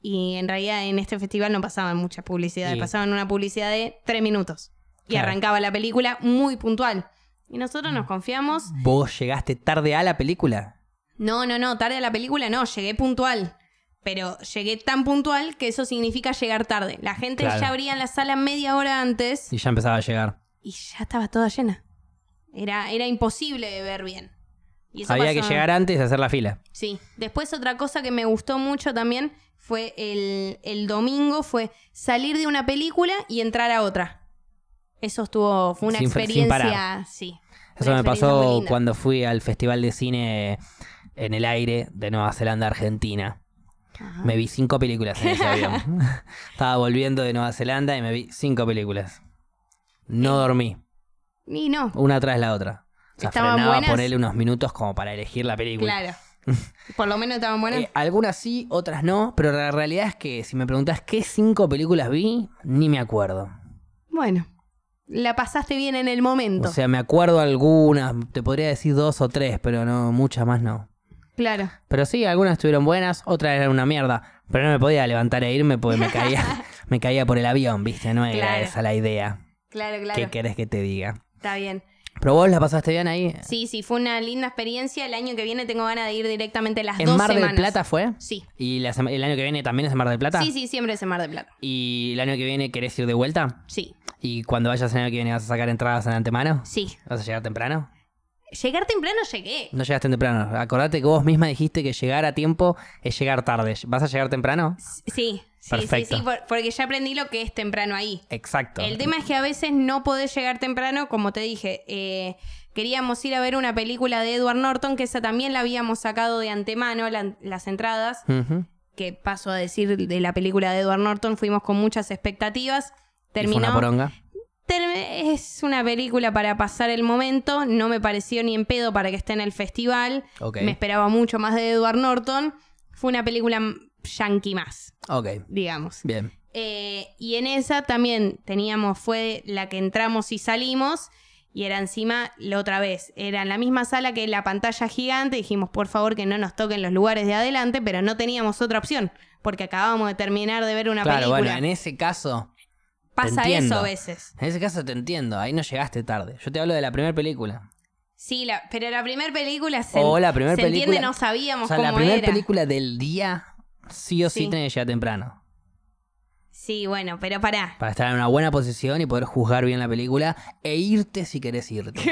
[SPEAKER 2] Y en realidad en este festival no pasaban muchas publicidades.
[SPEAKER 1] Sí.
[SPEAKER 2] Pasaban una publicidad de tres minutos. Y
[SPEAKER 1] Claro.
[SPEAKER 2] arrancaba la película muy puntual. Y nosotros nos confiamos.
[SPEAKER 1] ¿Vos llegaste tarde a la película?
[SPEAKER 2] No, no, no, tarde a la película no, llegué puntual. Pero llegué tan puntual que eso significa llegar tarde. La gente
[SPEAKER 1] Claro.
[SPEAKER 2] ya abría la sala media hora antes
[SPEAKER 1] Y ya empezaba a llegar.
[SPEAKER 2] y ya estaba toda llena. Era, era imposible de ver bien. Y eso
[SPEAKER 1] Había
[SPEAKER 2] pasó-
[SPEAKER 1] que llegar antes y hacer la fila.
[SPEAKER 2] Sí. Después otra cosa que me gustó mucho también fue el, el domingo, fue salir de una película y entrar a otra. Eso estuvo, fue una
[SPEAKER 1] Sin- sin
[SPEAKER 2] experiencia,
[SPEAKER 1] parar.
[SPEAKER 2] sí. fue
[SPEAKER 1] Eso
[SPEAKER 2] una
[SPEAKER 1] me
[SPEAKER 2] experiencia muy
[SPEAKER 1] pasó
[SPEAKER 2] linda.
[SPEAKER 1] cuando fui al Festival de Cine en el aire de Nueva Zelanda, Argentina.
[SPEAKER 2] Ah. Ajá.
[SPEAKER 1] Me vi cinco películas en ese
[SPEAKER 2] (laughs)
[SPEAKER 1] avión. Estaba volviendo de Nueva Zelanda y me vi cinco películas. No dormí,
[SPEAKER 2] Y no,
[SPEAKER 1] una tras la otra. O sea,
[SPEAKER 2] ¿Estaban
[SPEAKER 1] frenaba
[SPEAKER 2] buenas?
[SPEAKER 1] a ponerle unos minutos como para elegir la película.
[SPEAKER 2] claro.
[SPEAKER 1] (laughs)
[SPEAKER 2] Por lo menos estaban buenas.
[SPEAKER 1] Eh, algunas sí, otras no, pero la realidad es que si me preguntás qué cinco películas vi, ni me acuerdo.
[SPEAKER 2] Bueno, la pasaste bien en el momento.
[SPEAKER 1] O sea, me acuerdo algunas, te podría decir dos o tres, pero no, muchas más no.
[SPEAKER 2] claro.
[SPEAKER 1] Pero sí, algunas estuvieron buenas, otras eran una mierda. Pero no me podía levantar e irme porque me
[SPEAKER 2] (laughs)
[SPEAKER 1] caía, me caía por el avión, ¿viste? No era
[SPEAKER 2] Claro.
[SPEAKER 1] esa la idea.
[SPEAKER 2] Claro,
[SPEAKER 1] ¿Qué querés que te diga?
[SPEAKER 2] Está bien.
[SPEAKER 1] Pero vos la pasaste bien ahí.
[SPEAKER 2] Sí, sí, fue una linda experiencia. El año que viene tengo ganas de ir directamente las
[SPEAKER 1] ¿En
[SPEAKER 2] dos
[SPEAKER 1] Mar
[SPEAKER 2] semanas.
[SPEAKER 1] del Plata fue?
[SPEAKER 2] Sí.
[SPEAKER 1] ¿Y la sema- el año que viene también es en Mar del Plata?
[SPEAKER 2] Sí, sí, siempre es en Mar del Plata.
[SPEAKER 1] ¿Y el año que viene querés ir de vuelta?
[SPEAKER 2] Sí,
[SPEAKER 1] ¿Y cuando vayas el año que viene vas a sacar entradas en antemano?
[SPEAKER 2] sí.
[SPEAKER 1] ¿Vas a llegar temprano?
[SPEAKER 2] Llegar temprano llegué.
[SPEAKER 1] No llegaste temprano. Acordate que vos misma dijiste que llegar a tiempo es llegar tarde. ¿Vas a llegar temprano?
[SPEAKER 2] Sí, sí,
[SPEAKER 1] Perfecto.
[SPEAKER 2] sí, sí, por- porque ya aprendí lo que es temprano ahí.
[SPEAKER 1] Exacto.
[SPEAKER 2] El tema es que a veces no podés llegar temprano, como te dije. eh, queríamos ir a ver una película de Edward Norton, que esa también la habíamos sacado de antemano, la- las entradas.
[SPEAKER 1] Ujú.
[SPEAKER 2] que paso a decir de la película de Edward Norton, fuimos con muchas expectativas.
[SPEAKER 1] Y fue una
[SPEAKER 2] Terminó.
[SPEAKER 1] poronga.
[SPEAKER 2] term- es una película para pasar el momento. No me pareció ni en pedo para que esté en el festival.
[SPEAKER 1] Ok.
[SPEAKER 2] Me esperaba mucho más de Edward Norton. Fue una película yankee más,
[SPEAKER 1] Ok,
[SPEAKER 2] digamos.
[SPEAKER 1] bien.
[SPEAKER 2] Eh, y en esa también teníamos, fue la que entramos y salimos. Y era encima, la otra vez, era en la misma sala que la pantalla gigante. Dijimos, por favor, que no nos toquen los lugares de adelante, pero no teníamos otra opción, porque acabábamos de terminar de ver una
[SPEAKER 1] claro,
[SPEAKER 2] película.
[SPEAKER 1] bueno, en ese caso,
[SPEAKER 2] Pasa
[SPEAKER 1] entiendo.
[SPEAKER 2] eso a veces.
[SPEAKER 1] en ese caso te entiendo, ahí no llegaste tarde. Yo te hablo de la primera película.
[SPEAKER 2] Sí, la- pero la primera película se,
[SPEAKER 1] O la primer
[SPEAKER 2] se entiende,
[SPEAKER 1] película-
[SPEAKER 2] no sabíamos
[SPEAKER 1] O sea,
[SPEAKER 2] cómo
[SPEAKER 1] la primera
[SPEAKER 2] era.
[SPEAKER 1] película del día sí o sí,
[SPEAKER 2] Sí.
[SPEAKER 1] tenés que llegar temprano.
[SPEAKER 2] Sí, bueno, pero pará.
[SPEAKER 1] Para estar en una buena posición y poder juzgar bien la película e irte si querés irte.
[SPEAKER 2] (laughs)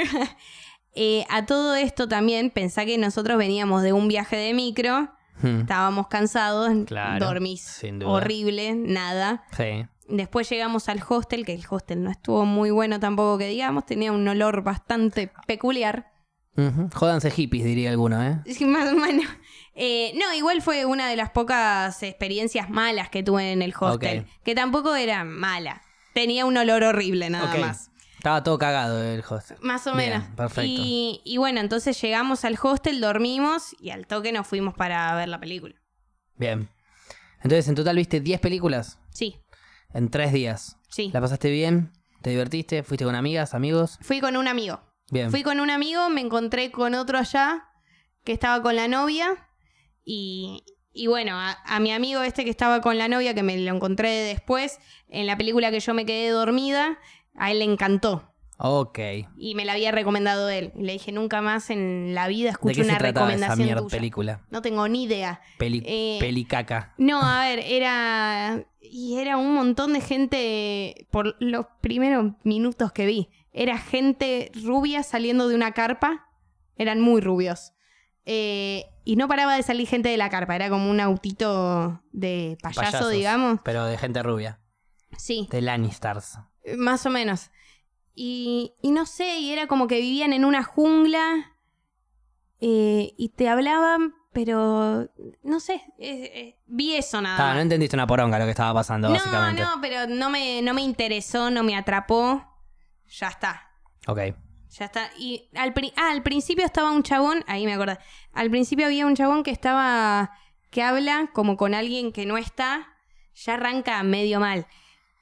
[SPEAKER 2] Eh, a todo esto también, pensá que nosotros veníamos de un viaje de micro,
[SPEAKER 1] Hmm.
[SPEAKER 2] estábamos cansados,
[SPEAKER 1] Claro,
[SPEAKER 2] dormís
[SPEAKER 1] sin duda.
[SPEAKER 2] horrible, nada.
[SPEAKER 1] sí.
[SPEAKER 2] Después llegamos al hostel, que el hostel no estuvo muy bueno tampoco que digamos, tenía un olor bastante peculiar. (laughs)
[SPEAKER 1] Ujú. Jódanse hippies, diría alguno, ¿eh?
[SPEAKER 2] Sí, Más o menos. Eh, no, igual fue una de las pocas experiencias malas que tuve en el hostel,
[SPEAKER 1] Ok.
[SPEAKER 2] que tampoco era mala. Tenía un olor horrible nada
[SPEAKER 1] Ok.
[SPEAKER 2] más.
[SPEAKER 1] Estaba todo cagado el hostel.
[SPEAKER 2] Más o
[SPEAKER 1] Bien,
[SPEAKER 2] menos.
[SPEAKER 1] perfecto.
[SPEAKER 2] Y, y bueno, entonces llegamos al hostel, dormimos y al toque nos fuimos para ver la película.
[SPEAKER 1] Bien. Entonces, en total viste 10 películas
[SPEAKER 2] Sí,
[SPEAKER 1] en 3 días.
[SPEAKER 2] sí.
[SPEAKER 1] ¿La pasaste bien? ¿Te divertiste? ¿Fuiste con amigas, amigos?
[SPEAKER 2] Fui con un amigo.
[SPEAKER 1] Bien.
[SPEAKER 2] Fui con un amigo, me encontré con otro allá que estaba con la novia y, y bueno, a, a mi amigo este que estaba con la novia, que me lo encontré después, en la película que yo me quedé dormida, a él le encantó
[SPEAKER 1] Ok.
[SPEAKER 2] y me la había recomendado él. Y Le dije, nunca más en la vida
[SPEAKER 1] ¿De
[SPEAKER 2] escuché
[SPEAKER 1] qué se
[SPEAKER 2] una
[SPEAKER 1] trataba esa
[SPEAKER 2] recomendación
[SPEAKER 1] mierda
[SPEAKER 2] tuya.
[SPEAKER 1] película?
[SPEAKER 2] No tengo ni idea.
[SPEAKER 1] Peli-
[SPEAKER 2] Eh,
[SPEAKER 1] Pelicaca.
[SPEAKER 2] No, a ver, era. Y era un montón de gente. Por los primeros minutos que vi. Era gente rubia saliendo de una carpa. Eran muy rubios. Eh, y no paraba de salir gente de la carpa. Era como un autito de payaso,
[SPEAKER 1] Payasos,
[SPEAKER 2] digamos.
[SPEAKER 1] Pero de gente rubia.
[SPEAKER 2] Sí,
[SPEAKER 1] De Lannisters.
[SPEAKER 2] más o menos. Y, y no sé, y era como que vivían en una jungla. eh, y te hablaban, pero. No sé. eh, eh, vi eso nada
[SPEAKER 1] Ah,
[SPEAKER 2] más.
[SPEAKER 1] no entendiste una poronga lo que estaba pasando, básicamente.
[SPEAKER 2] No, no, pero no me, no me interesó, no me atrapó. Ya está.
[SPEAKER 1] Ok.
[SPEAKER 2] Ya está. Y al, pri- ah, al principio estaba un chabón, ahí me acordé. Al principio había un chabón que estaba. que habla como con alguien que no está. Ya arranca medio mal.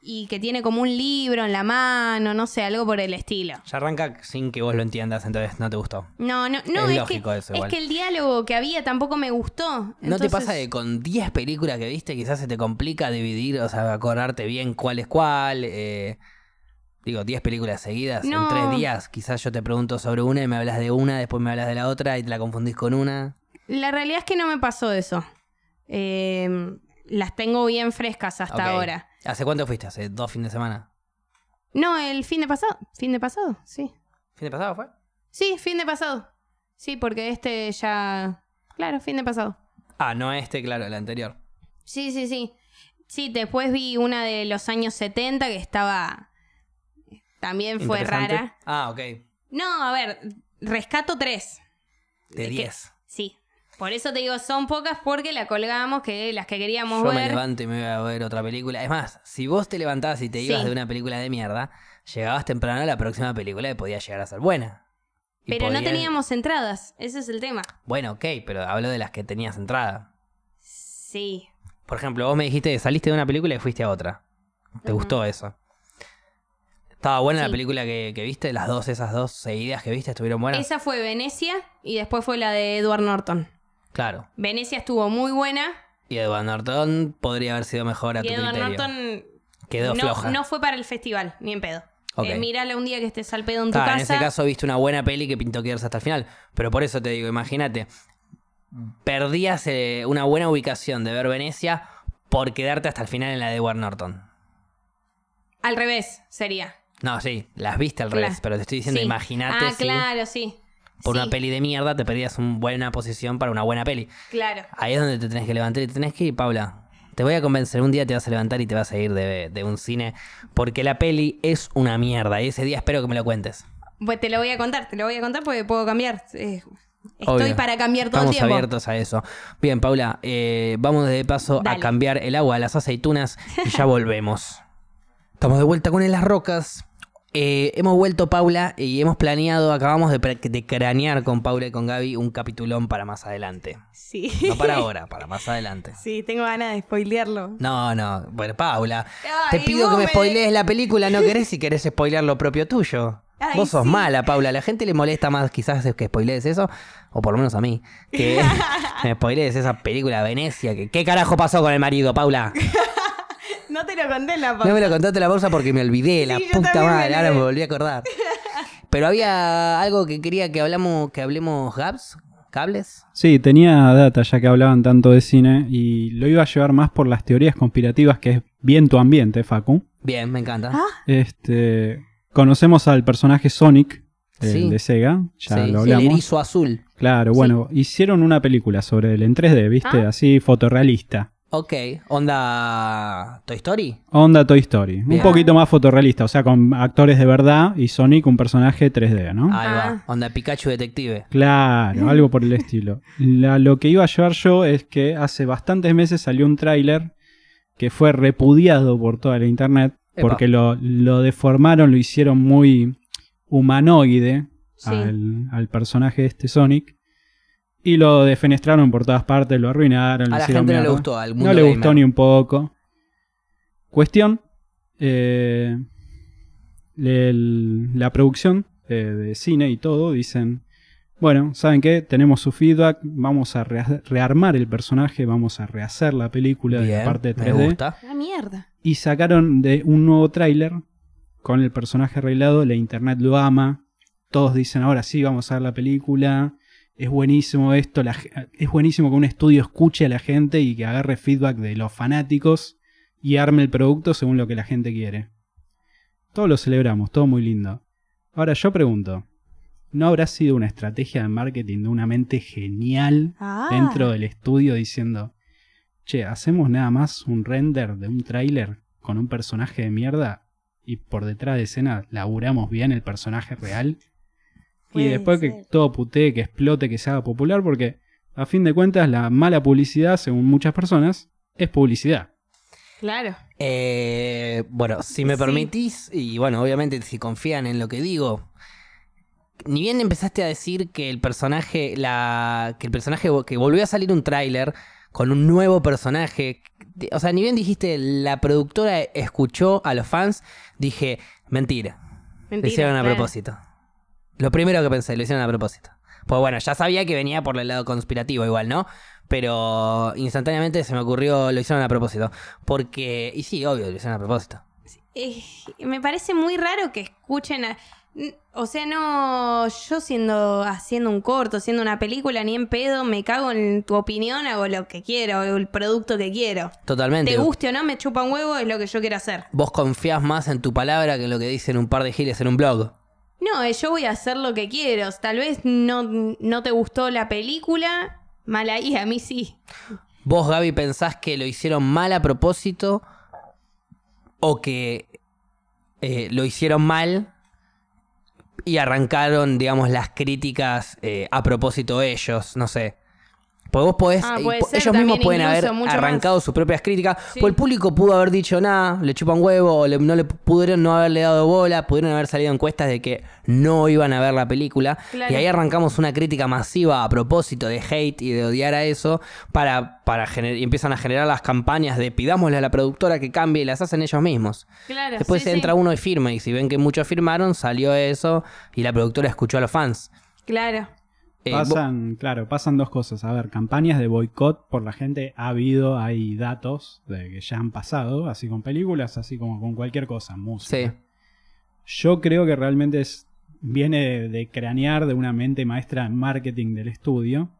[SPEAKER 2] Y que tiene como un libro en la mano, no sé, algo por el estilo.
[SPEAKER 1] Ya arranca sin que vos lo entiendas, entonces no te gustó.
[SPEAKER 2] No, no, no,
[SPEAKER 1] Es
[SPEAKER 2] es,
[SPEAKER 1] lógico
[SPEAKER 2] que,
[SPEAKER 1] eso
[SPEAKER 2] es
[SPEAKER 1] igual.
[SPEAKER 2] que el diálogo que había tampoco me gustó.
[SPEAKER 1] ¿No te
[SPEAKER 2] Entonces-
[SPEAKER 1] pasa que con 10 películas que viste quizás se te complica dividir, o sea, acordarte bien cuál es cuál? eh, digo, 10 películas seguidas
[SPEAKER 2] No.
[SPEAKER 1] en 3 días. Quizás yo te pregunto sobre una y me hablas de una, después me hablas de la otra y te la confundís con una.
[SPEAKER 2] La realidad es que no me pasó eso. Eh, las tengo bien frescas hasta
[SPEAKER 1] Ok.
[SPEAKER 2] ahora.
[SPEAKER 1] ¿Hace cuánto fuiste? ¿Hace dos fines de semana?
[SPEAKER 2] No, el fin de pasado. ¿Fin de pasado? Sí.
[SPEAKER 1] ¿Fin de pasado fue?
[SPEAKER 2] Sí, fin de pasado. Sí, porque este ya. Claro, fin de pasado.
[SPEAKER 1] Ah, no este, claro, el anterior.
[SPEAKER 2] Sí, sí, sí. Sí, después vi una de los años 70 que estaba. También fue
[SPEAKER 1] Interesante.
[SPEAKER 2] rara. Eh,
[SPEAKER 1] Ah, ok.
[SPEAKER 2] No, a ver, rescato tres.
[SPEAKER 1] De
[SPEAKER 2] que-
[SPEAKER 1] 10.
[SPEAKER 2] Sí. Por eso te digo, son pocas porque la colgamos, que las que queríamos
[SPEAKER 1] Yo me
[SPEAKER 2] ver.
[SPEAKER 1] levanto y me voy a ver otra película. Es más, si vos te levantabas y te ibas
[SPEAKER 2] Sí.
[SPEAKER 1] de una película de mierda, llegabas temprano a la próxima película que podía llegar a ser buena. Y
[SPEAKER 2] pero no
[SPEAKER 1] podía-
[SPEAKER 2] teníamos entradas. Ese es el tema.
[SPEAKER 1] Bueno, ok, pero hablo de las que tenías entrada.
[SPEAKER 2] Sí.
[SPEAKER 1] Por ejemplo, vos me dijiste que saliste de una película y fuiste a otra. ¿Te
[SPEAKER 2] Ujú.
[SPEAKER 1] gustó eso? ¿Estaba buena
[SPEAKER 2] Sí.
[SPEAKER 1] la película que, que viste? ¿Las dos, esas dos seguidas que viste estuvieron buenas?
[SPEAKER 2] Esa fue Venecia y después fue la de Edward Norton.
[SPEAKER 1] Claro.
[SPEAKER 2] Venecia estuvo muy buena
[SPEAKER 1] Y Edward Norton podría haber sido mejor a
[SPEAKER 2] y
[SPEAKER 1] tu
[SPEAKER 2] Edward
[SPEAKER 1] criterio.
[SPEAKER 2] Norton
[SPEAKER 1] Quedó
[SPEAKER 2] no,
[SPEAKER 1] floja.
[SPEAKER 2] no fue para el festival, ni en pedo.
[SPEAKER 1] Ok.
[SPEAKER 2] Eh, mírala un día que estés al pedo en tu
[SPEAKER 1] Está,
[SPEAKER 2] casa.
[SPEAKER 1] en ese caso viste una buena peli que pintó quedarse hasta el final. Pero por eso te digo, imagínate. Perdías eh, una buena ubicación de ver Venecia por quedarte hasta el final en la de Edward Norton.
[SPEAKER 2] Al revés sería.
[SPEAKER 1] No, sí, las viste al
[SPEAKER 2] Claro.
[SPEAKER 1] revés, pero te estoy diciendo,
[SPEAKER 2] Sí.
[SPEAKER 1] imagínate
[SPEAKER 2] Ah,
[SPEAKER 1] si
[SPEAKER 2] claro, sí.
[SPEAKER 1] por
[SPEAKER 2] Sí,
[SPEAKER 1] una peli de mierda te perdías una buena posición para una buena peli.
[SPEAKER 2] Claro.
[SPEAKER 1] Ahí es donde te tenés que levantar y te tenés que ir, Paula. Te voy a convencer, un día te vas a levantar y te vas a ir de, de un cine, porque la peli es una mierda, y ese día espero que me lo cuentes.
[SPEAKER 2] Pues te lo voy a contar, te lo voy a contar porque puedo cambiar. Eh, estoy
[SPEAKER 1] Obvio.
[SPEAKER 2] para cambiar todo
[SPEAKER 1] Estamos
[SPEAKER 2] el tiempo.
[SPEAKER 1] abiertos a eso. Bien, Paula, eh, vamos de paso
[SPEAKER 2] Dale.
[SPEAKER 1] a cambiar
[SPEAKER 2] (laughs)
[SPEAKER 1] el agua a las aceitunas y ya volvemos. Estamos de vuelta con En las Rocas. Eh, hemos vuelto, Paula, y hemos planeado, acabamos de, pre- de cranear con Paula y con Gaby un capitulón para más adelante.
[SPEAKER 2] Sí.
[SPEAKER 1] No para ahora, para más adelante.
[SPEAKER 2] (laughs) Sí, tengo ganas de spoilearlo.
[SPEAKER 1] No, no, bueno, Paula,
[SPEAKER 2] Ay,
[SPEAKER 1] te pido que
[SPEAKER 2] vos
[SPEAKER 1] me
[SPEAKER 2] me-
[SPEAKER 1] spoilees la película,
[SPEAKER 2] (laughs)
[SPEAKER 1] no querés si querés spoilear lo propio tuyo.
[SPEAKER 2] Ay,
[SPEAKER 1] Vos sos
[SPEAKER 2] sí.
[SPEAKER 1] mala, Paula, la gente le molesta más quizás que spoilees eso, o por lo menos a mí,
[SPEAKER 2] (laughs)
[SPEAKER 1] que me spoilees esa película Venecia, que qué carajo pasó con el marido, Paula.
[SPEAKER 2] No te lo conté en la pausa.
[SPEAKER 1] No me lo contaste la bolsa porque me olvidé, la
[SPEAKER 2] Sí, yo
[SPEAKER 1] puta
[SPEAKER 2] también me
[SPEAKER 1] madre, ahora
[SPEAKER 2] olvidé.
[SPEAKER 1] me volví a acordar. Pero había algo que quería que hablamos, que hablemos Gabs, cables.
[SPEAKER 3] Sí, tenía data ya que hablaban tanto de cine y lo iba a llevar más por las teorías conspirativas que es bien tu ambiente, Facu.
[SPEAKER 1] Bien, me encanta.
[SPEAKER 2] Ah,
[SPEAKER 3] Este, conocemos al personaje Sonic, el
[SPEAKER 1] Sí.
[SPEAKER 3] de Sega, ya
[SPEAKER 1] Sí,
[SPEAKER 3] lo
[SPEAKER 1] el
[SPEAKER 3] hablamos.
[SPEAKER 1] erizo azul.
[SPEAKER 3] Claro,
[SPEAKER 2] Sí.
[SPEAKER 3] bueno, hicieron una película sobre él en 3D, ¿viste?
[SPEAKER 2] Ah.
[SPEAKER 3] Así fotorrealista.
[SPEAKER 1] Ok, onda Toy Story.
[SPEAKER 3] Onda Toy Story,
[SPEAKER 1] Bien.
[SPEAKER 3] un poquito más fotorrealista, o sea, con actores de verdad y Sonic un personaje 3D, ¿no?
[SPEAKER 1] Ahí
[SPEAKER 2] Ah.
[SPEAKER 1] va, onda Pikachu detective.
[SPEAKER 3] Claro, algo por el estilo. La- lo que iba a llevar yo es que hace bastantes meses salió un tráiler que fue repudiado por toda la internet
[SPEAKER 1] Epa.
[SPEAKER 3] porque lo, lo deformaron, lo hicieron muy humanoide
[SPEAKER 2] Sí.
[SPEAKER 3] al, al personaje este Sonic y lo defenestraron por todas partes, lo arruinaron. lo
[SPEAKER 1] A la
[SPEAKER 3] hicieron
[SPEAKER 1] gente no le
[SPEAKER 3] mierda.
[SPEAKER 1] gustó, al mundo
[SPEAKER 3] Mm, No le
[SPEAKER 1] gamer.
[SPEAKER 3] gustó ni un poco. Cuestión. eh, el- la producción eh, de cine y todo dicen, bueno, ¿saben qué? Tenemos su feedback, vamos a rea- rearmar el personaje, vamos a rehacer la película de
[SPEAKER 1] Bien,
[SPEAKER 3] la parte
[SPEAKER 1] me
[SPEAKER 3] 3D.
[SPEAKER 1] gusta.
[SPEAKER 2] ah, mierda.
[SPEAKER 3] Y sacaron de un nuevo tráiler con el personaje arreglado, la internet lo ama, todos dicen, ahora sí, vamos a ver la película. Es buenísimo esto, la ge- es buenísimo que un estudio escuche a la gente y que agarre feedback de los fanáticos y arme el producto según lo que la gente quiere. Todo lo celebramos, todo muy lindo. Ahora yo pregunto, ¿no habrá sido una estrategia de marketing de una mente genial
[SPEAKER 2] Ah.
[SPEAKER 3] dentro del estudio diciendo, che, hacemos nada más un render de un tráiler con un personaje de mierda y por detrás de escena laburamos bien el personaje real. Y
[SPEAKER 2] Puede
[SPEAKER 3] después que
[SPEAKER 2] ser.
[SPEAKER 3] todo putee, que explote, que se haga popular, porque a fin de cuentas la mala publicidad, según muchas personas, es publicidad.
[SPEAKER 2] Claro.
[SPEAKER 1] Eh, bueno, si me
[SPEAKER 2] Sí.
[SPEAKER 1] permitís, y bueno, obviamente si confían en lo que digo, ni bien empezaste a decir que el personaje, la, que el personaje, vo- que volvió a salir un tráiler con un nuevo personaje, de- o sea, ni bien dijiste la productora escuchó a los fans, dije, mentira, lo
[SPEAKER 2] Mentira,
[SPEAKER 1] hicieron a
[SPEAKER 2] claro.
[SPEAKER 1] propósito. Lo primero que pensé, lo hicieron a propósito. Pues bueno, ya sabía que venía por el lado conspirativo igual, ¿no? Pero instantáneamente se me ocurrió, lo hicieron a propósito. Porque, y sí, obvio, lo hicieron a propósito.
[SPEAKER 2] Eh, me parece muy raro que escuchen a... n- O sea, no, yo siendo haciendo un corto, haciendo una película, ni en pedo, me cago en tu opinión, hago lo que quiero, el producto que quiero.
[SPEAKER 1] Totalmente.
[SPEAKER 2] Te guste o no, me chupa un huevo, es lo que yo quiero hacer.
[SPEAKER 1] Vos confías más en tu palabra que en lo que dicen un par de giles en un blog.
[SPEAKER 2] No, eh, yo voy a hacer lo que quiero. Tal vez no, no te gustó la película, mal ahí, a mí sí.
[SPEAKER 1] ¿Vos, Gaby, pensás que lo hicieron mal a propósito o que eh, lo hicieron mal y arrancaron, digamos, las críticas eh, a propósito ellos? No sé. Pues vos podés,
[SPEAKER 2] Ah,
[SPEAKER 1] y
[SPEAKER 2] puede
[SPEAKER 1] po-
[SPEAKER 2] ser
[SPEAKER 1] ellos mismos
[SPEAKER 2] también,
[SPEAKER 1] pueden haber
[SPEAKER 2] incluso, mucho
[SPEAKER 1] arrancado sus propias críticas.
[SPEAKER 2] Sí.
[SPEAKER 1] Pues el público pudo haber dicho nada, le chupan huevo, o le- no le pudieron no haberle dado bola, pudieron haber salido encuestas de que no iban a ver la película.
[SPEAKER 2] Claro.
[SPEAKER 1] Y ahí arrancamos una crítica masiva a propósito de hate y de odiar a eso para, para gener- y empiezan a generar las campañas de pidámosle a la productora que cambie y las hacen ellos mismos.
[SPEAKER 2] Claro.
[SPEAKER 1] Después
[SPEAKER 2] sí,
[SPEAKER 1] entra
[SPEAKER 2] sí.
[SPEAKER 1] uno y firma y si ven que muchos firmaron, salió eso y la productora escuchó a los fans.
[SPEAKER 2] Claro.
[SPEAKER 1] Eh, vo-
[SPEAKER 3] pasan, claro, pasan dos cosas. A ver, campañas de boicot por la gente ha habido, hay datos de que ya han pasado, así con películas, así como con cualquier cosa, música.
[SPEAKER 1] sí.
[SPEAKER 3] Yo creo que realmente es, viene de, de cranear de una mente maestra en marketing del estudio.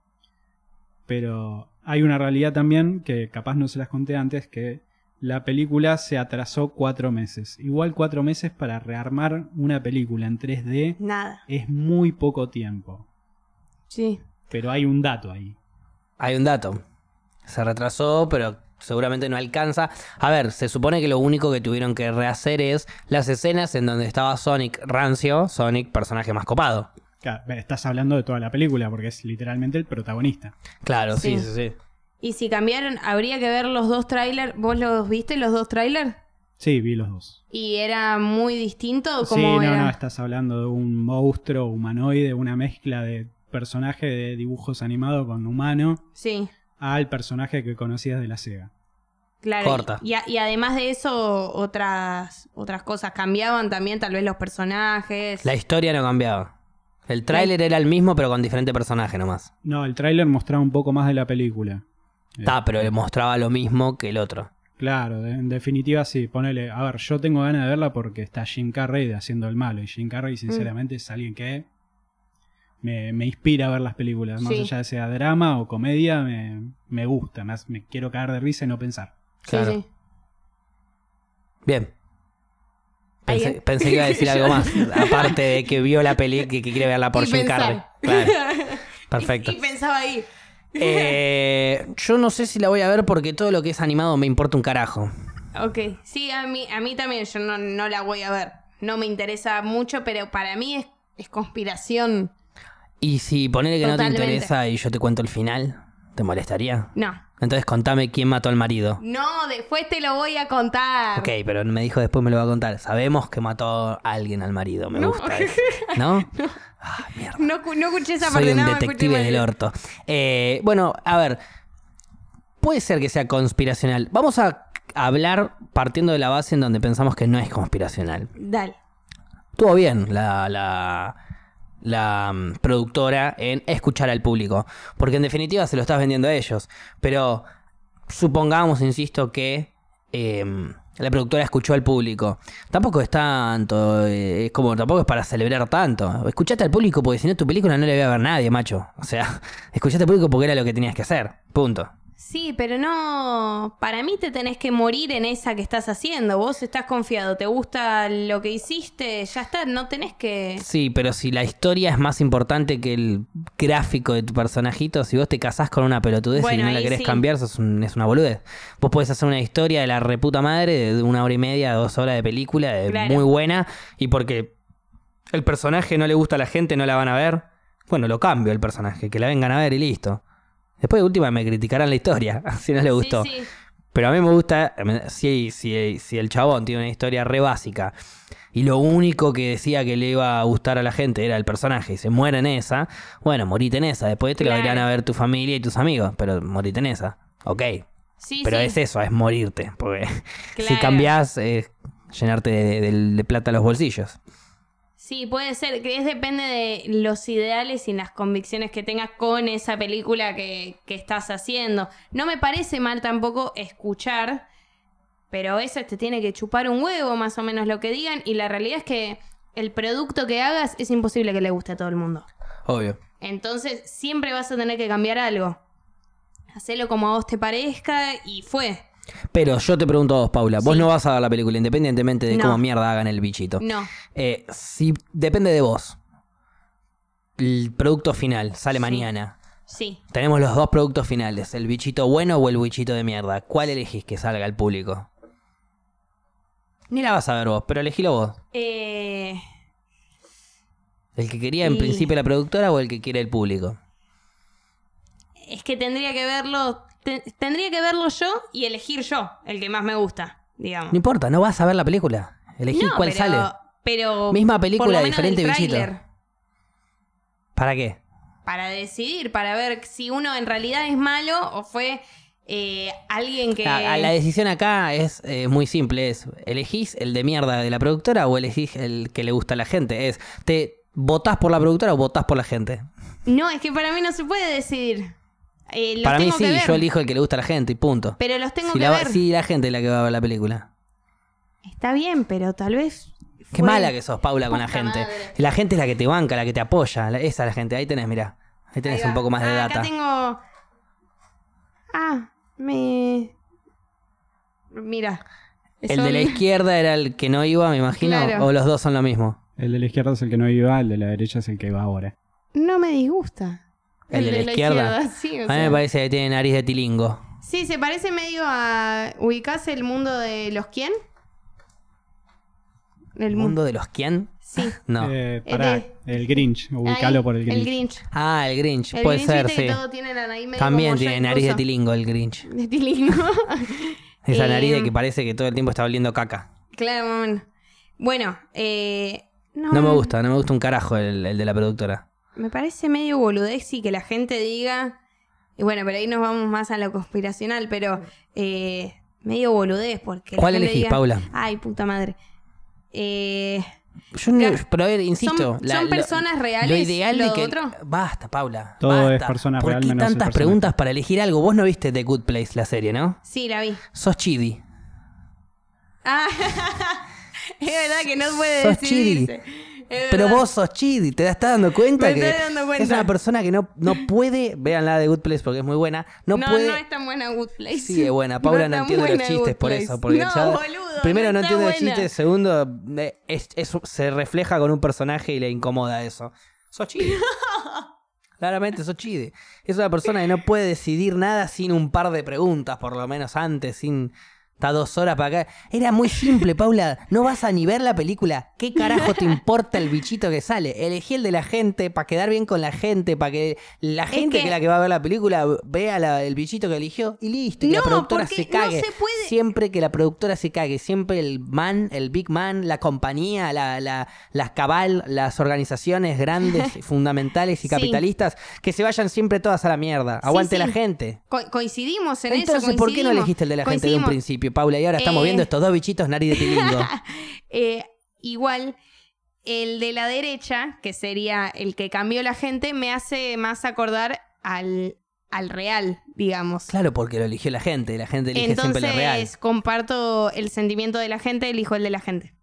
[SPEAKER 3] Pero hay una realidad también que capaz no se las conté antes, que la película se atrasó cuatro meses. Igual cuatro meses para rearmar una película en 3D
[SPEAKER 2] Nada.
[SPEAKER 3] es muy poco tiempo.
[SPEAKER 2] Sí.
[SPEAKER 3] Pero hay un dato ahí.
[SPEAKER 1] Hay un dato. Se retrasó, pero seguramente no alcanza. A ver, se supone que lo único que tuvieron que rehacer es las escenas en donde estaba Sonic rancio, Sonic personaje más copado.
[SPEAKER 3] Claro, estás hablando de toda la película porque es literalmente el protagonista.
[SPEAKER 1] Claro, sí,
[SPEAKER 2] Sí.
[SPEAKER 1] sí, sí.
[SPEAKER 2] Y si cambiaron, habría que ver los dos trailers. ¿Vos los viste los dos trailers?
[SPEAKER 3] Sí, vi los dos.
[SPEAKER 2] ¿Y era muy distinto?
[SPEAKER 3] Sí,
[SPEAKER 2] como
[SPEAKER 3] no,
[SPEAKER 2] era?
[SPEAKER 3] no, estás hablando de un monstruo humanoide, una mezcla de personaje de dibujos animados con humano
[SPEAKER 2] Sí,
[SPEAKER 3] al personaje que conocías de la Sega.
[SPEAKER 2] claro.
[SPEAKER 1] Corta.
[SPEAKER 2] Y, a- y además de eso, otras, otras cosas cambiaban también, tal vez los personajes.
[SPEAKER 1] La historia no cambiaba. El tráiler era el mismo, pero con diferente personaje nomás.
[SPEAKER 3] No, el tráiler mostraba un poco más de la película. Eh,
[SPEAKER 1] Está, pero le mostraba lo mismo que el otro.
[SPEAKER 3] Claro, de- en definitiva sí, ponele, a ver, yo tengo ganas de verla porque está Jim Carrey de haciendo el malo y Jim
[SPEAKER 2] Mm.
[SPEAKER 3] Carrey sinceramente es alguien que me, me inspira a ver las películas, más
[SPEAKER 2] Sí.
[SPEAKER 3] allá de sea drama o comedia, me, me gusta, me, hace- me quiero cagar de risa y no pensar.
[SPEAKER 2] Sí,
[SPEAKER 1] Claro.
[SPEAKER 2] sí.
[SPEAKER 1] Bien. Pensé,
[SPEAKER 2] Alguien.
[SPEAKER 1] pensé que iba a decir algo
[SPEAKER 2] (laughs)
[SPEAKER 1] más. Aparte de que vio la peli que, que quiere verla por
[SPEAKER 2] Y
[SPEAKER 1] Jim
[SPEAKER 2] pensar.
[SPEAKER 1] Carrey. Claro,
[SPEAKER 2] (laughs)
[SPEAKER 1] perfecto.
[SPEAKER 2] Y, y pensaba ahí.
[SPEAKER 1] Eh, yo no sé si la voy a ver porque todo lo que es animado me importa un carajo.
[SPEAKER 2] Ok, sí, a mí, a mí también, yo no, no la voy a ver. No me interesa mucho, pero para mí es, es conspiración.
[SPEAKER 1] Y si ponele que no te
[SPEAKER 2] Totalmente.
[SPEAKER 1] interesa y yo te cuento el final, ¿te molestaría?
[SPEAKER 2] No,
[SPEAKER 1] Entonces contame quién mató al marido.
[SPEAKER 2] no, después te lo voy a contar.
[SPEAKER 1] Ok, pero me dijo después me lo va a contar. Sabemos que mató a alguien al marido, me
[SPEAKER 2] No. (laughs)
[SPEAKER 1] gusta eso. ¿No? Ah, mierda.
[SPEAKER 2] No, cu- no escuché esa
[SPEAKER 1] Soy
[SPEAKER 2] parte,
[SPEAKER 1] un
[SPEAKER 2] no,
[SPEAKER 1] detective
[SPEAKER 2] escuché-
[SPEAKER 1] del orto. Eh, bueno, a ver. Puede ser que sea conspiracional. Vamos a hablar partiendo de la base en donde pensamos que no es conspiracional.
[SPEAKER 2] Dale.
[SPEAKER 1] Estuvo bien la, la, la, mm, productora en escuchar al público. Porque en definitiva se lo estás vendiendo a ellos. Pero supongamos, insisto, que eh, la productora escuchó al público. Tampoco es tanto. eh, es como tampoco es para celebrar tanto. Escuchaste al público porque si no tu película no la iba a ver nadie, macho. O sea, (laughs) escuchaste al público porque era lo que tenías que hacer. Punto.
[SPEAKER 2] Sí, pero no. Para mí te tenés que morir en esa que estás haciendo. Vos estás confiado, te gusta lo que hiciste, ya está, no tenés que.
[SPEAKER 1] Sí, pero si la historia es más importante que el gráfico de tu personajito, si vos te casás con una pelotudez
[SPEAKER 2] Bueno,
[SPEAKER 1] y no la
[SPEAKER 2] ahí
[SPEAKER 1] querés
[SPEAKER 2] sí.
[SPEAKER 1] cambiar, sos un- es una boludez. Vos podés hacer una historia de la reputa madre de una hora y media, dos horas de película, de
[SPEAKER 2] Claro.
[SPEAKER 1] muy buena, y porque el personaje no le gusta a la gente, no la van a ver. Bueno, lo cambio el personaje, que la vengan a ver y listo. Después de última me criticarán la historia, (laughs) si no le gustó.
[SPEAKER 2] Sí, sí.
[SPEAKER 1] Pero a mí me gusta, me- si, si, si el chabón tiene una historia re básica y lo único que decía que le iba a gustar a la gente era el personaje y se muere en esa, bueno, morite en esa. Después te lo
[SPEAKER 2] Claro.
[SPEAKER 1] irán a ver tu familia y tus amigos, pero morite en esa. Ok,
[SPEAKER 2] Sí,
[SPEAKER 1] pero
[SPEAKER 2] sí.
[SPEAKER 1] es eso, es morirte. Porque (laughs) si
[SPEAKER 2] Claro.
[SPEAKER 1] cambiás, es llenarte de, de- de plata los bolsillos.
[SPEAKER 2] Sí, puede ser, que es depende de los ideales y las convicciones que tengas con esa película que, que estás haciendo. No me parece mal tampoco escuchar, pero eso te tiene que chupar un huevo más o menos lo que digan y la realidad es que el producto que hagas es imposible que le guste a todo el mundo.
[SPEAKER 1] Obvio.
[SPEAKER 2] Entonces siempre vas a tener que cambiar algo. Hacelo como a vos te parezca y fue.
[SPEAKER 1] Pero yo te pregunto a vos, Paula, vos
[SPEAKER 2] Sí.
[SPEAKER 1] no vas a ver la película independientemente de
[SPEAKER 2] No.
[SPEAKER 1] cómo mierda hagan el bichito.
[SPEAKER 2] No.
[SPEAKER 1] Eh, si depende de vos. El producto final sale mañana.
[SPEAKER 2] Sí.
[SPEAKER 1] Tenemos los dos productos finales, el bichito bueno o el bichito de mierda. ¿Cuál elegís que salga al público? Ni la vas a ver vos, pero elegilo vos.
[SPEAKER 2] Eh,
[SPEAKER 1] ¿El que quería en
[SPEAKER 2] Y-
[SPEAKER 1] principio la productora o el que quiere el público?
[SPEAKER 2] Es que tendría que verlo. te- tendría que verlo yo y elegir yo, el que más me gusta, digamos.
[SPEAKER 1] No importa, no vas a ver la película. Elegí
[SPEAKER 2] No,
[SPEAKER 1] cuál
[SPEAKER 2] pero-
[SPEAKER 1] sale.
[SPEAKER 2] Pero.
[SPEAKER 1] Misma
[SPEAKER 2] por
[SPEAKER 1] película,
[SPEAKER 2] lo menos
[SPEAKER 1] diferente
[SPEAKER 2] del
[SPEAKER 1] bichito.
[SPEAKER 2] tráiler,
[SPEAKER 1] ¿Para qué?
[SPEAKER 2] Para decidir, para ver si uno en realidad es malo o fue eh, alguien que.
[SPEAKER 1] Ah, La, la decisión acá es eh, muy simple, es elegís el de mierda de la productora o elegís el que le gusta a la gente. Es, ¿te votás por la productora o votás por la gente?
[SPEAKER 2] No, es que para mí no se puede decidir. Eh, los
[SPEAKER 1] Para mí
[SPEAKER 2] tengo que
[SPEAKER 1] sí,
[SPEAKER 2] ver,
[SPEAKER 1] yo elijo el que le gusta a la gente y punto.
[SPEAKER 2] Pero los tengo
[SPEAKER 1] si,
[SPEAKER 2] que
[SPEAKER 1] la, va-
[SPEAKER 2] ver.
[SPEAKER 1] si la gente es la que va a ver la película.
[SPEAKER 2] Está bien, pero tal vez.
[SPEAKER 1] Qué
[SPEAKER 2] fue-
[SPEAKER 1] mala que sos, Paula, con la
[SPEAKER 2] Puta
[SPEAKER 1] gente.
[SPEAKER 2] madre.
[SPEAKER 1] La gente es la que te banca, la que te apoya. la- esa es la gente. Ahí tenés, mirá. Ahí tenés
[SPEAKER 2] Ahí va.
[SPEAKER 1] un poco más de
[SPEAKER 2] Ah,
[SPEAKER 1] data.
[SPEAKER 2] Acá tengo. Ah, me. Mira.
[SPEAKER 1] El
[SPEAKER 2] Son-
[SPEAKER 1] de la izquierda era el que no iba, me imagino.
[SPEAKER 2] Claro.
[SPEAKER 1] O los dos son lo mismo.
[SPEAKER 3] El de la izquierda es el que no iba, el de la derecha es el que va ahora.
[SPEAKER 2] (laughs) No me disgusta.
[SPEAKER 1] ¿El de la izquierda?
[SPEAKER 2] sí, o
[SPEAKER 1] a mí me
[SPEAKER 2] sea.
[SPEAKER 1] parece que tiene nariz de tilingo.
[SPEAKER 2] Sí, se parece medio a. ¿Ubicás el mundo de los quién?
[SPEAKER 1] ¿El
[SPEAKER 2] El mundo.
[SPEAKER 1] mundo de los quién?
[SPEAKER 2] Sí.
[SPEAKER 1] No.
[SPEAKER 3] Eh,
[SPEAKER 2] El
[SPEAKER 3] pará,
[SPEAKER 2] de-
[SPEAKER 3] el Grinch, (laughs) ubicalo
[SPEAKER 2] Ahí,
[SPEAKER 3] por el Grinch.
[SPEAKER 2] El Grinch.
[SPEAKER 1] Ah, el Grinch.
[SPEAKER 2] El
[SPEAKER 1] Puede
[SPEAKER 2] Grinch,
[SPEAKER 1] ser,
[SPEAKER 2] viste que
[SPEAKER 1] sí.
[SPEAKER 2] todo tiene la nariz medio
[SPEAKER 1] También
[SPEAKER 2] como
[SPEAKER 1] tiene
[SPEAKER 2] yo
[SPEAKER 1] nariz de (laughs)
[SPEAKER 2] incluso.
[SPEAKER 1] tilingo el Grinch.
[SPEAKER 2] De tilingo.
[SPEAKER 1] Esa
[SPEAKER 2] Eh,
[SPEAKER 1] nariz de que parece que todo el tiempo está oliendo caca.
[SPEAKER 2] Claro, mamón. Bueno, eh, no,
[SPEAKER 1] No me gusta, no me gusta un carajo el, el de la productora.
[SPEAKER 2] Me parece medio boludez y que la gente diga. Y bueno, pero ahí nos vamos más a lo conspiracional, pero eh, medio boludez porque. la
[SPEAKER 1] ¿Cuál
[SPEAKER 2] gente
[SPEAKER 1] elegís,
[SPEAKER 2] diga,
[SPEAKER 1] Paula?
[SPEAKER 2] Ay, puta madre. Eh,
[SPEAKER 1] Yo no-
[SPEAKER 2] Claro.
[SPEAKER 1] pero a ver, insisto.
[SPEAKER 2] ¿Son- son personas reales
[SPEAKER 1] Lo ideal
[SPEAKER 2] lo
[SPEAKER 1] de que.
[SPEAKER 2] otro?
[SPEAKER 1] Basta, Paula.
[SPEAKER 3] Todo
[SPEAKER 1] basta.
[SPEAKER 3] es persona
[SPEAKER 1] ¿Por
[SPEAKER 3] real
[SPEAKER 1] qué
[SPEAKER 3] menos el
[SPEAKER 1] tantas
[SPEAKER 3] personaje.
[SPEAKER 1] preguntas para elegir algo? Vos no viste The Good Place, la serie, ¿no?
[SPEAKER 2] sí, la vi. (laughs)
[SPEAKER 1] Sos chidi.
[SPEAKER 2] Ah, es verdad que no puede
[SPEAKER 1] Sos
[SPEAKER 2] decidirse. Es
[SPEAKER 1] Pero
[SPEAKER 2] verdad.
[SPEAKER 1] vos sos chidi, te estás dando cuenta
[SPEAKER 2] Me
[SPEAKER 1] que
[SPEAKER 2] estoy dando cuenta.
[SPEAKER 1] es una persona que no, no puede, véanla de Good Place porque es muy buena, no,
[SPEAKER 2] No, no,
[SPEAKER 1] puede
[SPEAKER 2] es tan buena Good Place.
[SPEAKER 1] Sí, es
[SPEAKER 2] (laughs)
[SPEAKER 1] buena. Paula
[SPEAKER 2] es
[SPEAKER 1] no,
[SPEAKER 2] tan
[SPEAKER 1] entiende los
[SPEAKER 2] buena
[SPEAKER 1] chistes
[SPEAKER 2] Good
[SPEAKER 1] por
[SPEAKER 2] Place.
[SPEAKER 1] eso. Porque
[SPEAKER 2] no,
[SPEAKER 1] ya-
[SPEAKER 2] boludo,
[SPEAKER 1] primero, no,
[SPEAKER 2] no está
[SPEAKER 1] entiende los
[SPEAKER 2] buena.
[SPEAKER 1] chistes. Segundo, eh, es- es- se refleja con un personaje y le incomoda eso. Sos
[SPEAKER 2] (laughs)
[SPEAKER 1] chide. Claramente, sos chide. Es una persona que no puede decidir nada sin un par de preguntas, por lo menos antes, sin. Está dos horas para acá. Era muy
[SPEAKER 2] (laughs)
[SPEAKER 1] simple, Paula. No vas a ni ver la película. ¿Qué carajo te importa el bichito que sale? Elegí el de la gente para quedar bien con la gente, para que la gente que...
[SPEAKER 2] que-
[SPEAKER 1] la que va a ver la película vea la- el bichito que eligió y listo que la
[SPEAKER 2] No,
[SPEAKER 1] productora
[SPEAKER 2] porque
[SPEAKER 1] se cague.
[SPEAKER 2] no se puede-
[SPEAKER 1] Siempre que la productora se cague, siempre el man, el big man, la compañía, la, la, las cabal, las organizaciones
[SPEAKER 2] (laughs)
[SPEAKER 1] grandes, fundamentales y
[SPEAKER 2] Sí.
[SPEAKER 1] capitalistas, que se vayan siempre todas a la mierda. Aguante
[SPEAKER 2] sí.
[SPEAKER 1] la gente.
[SPEAKER 2] Co- coincidimos en eso.
[SPEAKER 1] Entonces, ¿por qué no
[SPEAKER 2] coincidimos,
[SPEAKER 1] elegiste el de la gente de un
[SPEAKER 2] coincidimos.
[SPEAKER 1] principio, Paula? Y ahora estamos
[SPEAKER 2] Eh.
[SPEAKER 1] viendo estos dos bichitos nariz de
[SPEAKER 2] (laughs)
[SPEAKER 1] tilingo.
[SPEAKER 2] Eh, igual, el de la derecha, que sería el que cambió la gente, me hace más acordar al, al real, digamos.
[SPEAKER 1] claro, porque lo eligió la gente. La gente elige
[SPEAKER 2] Entonces,
[SPEAKER 1] siempre lo real.
[SPEAKER 2] comparto el sentimiento de la gente, elijo el de la gente.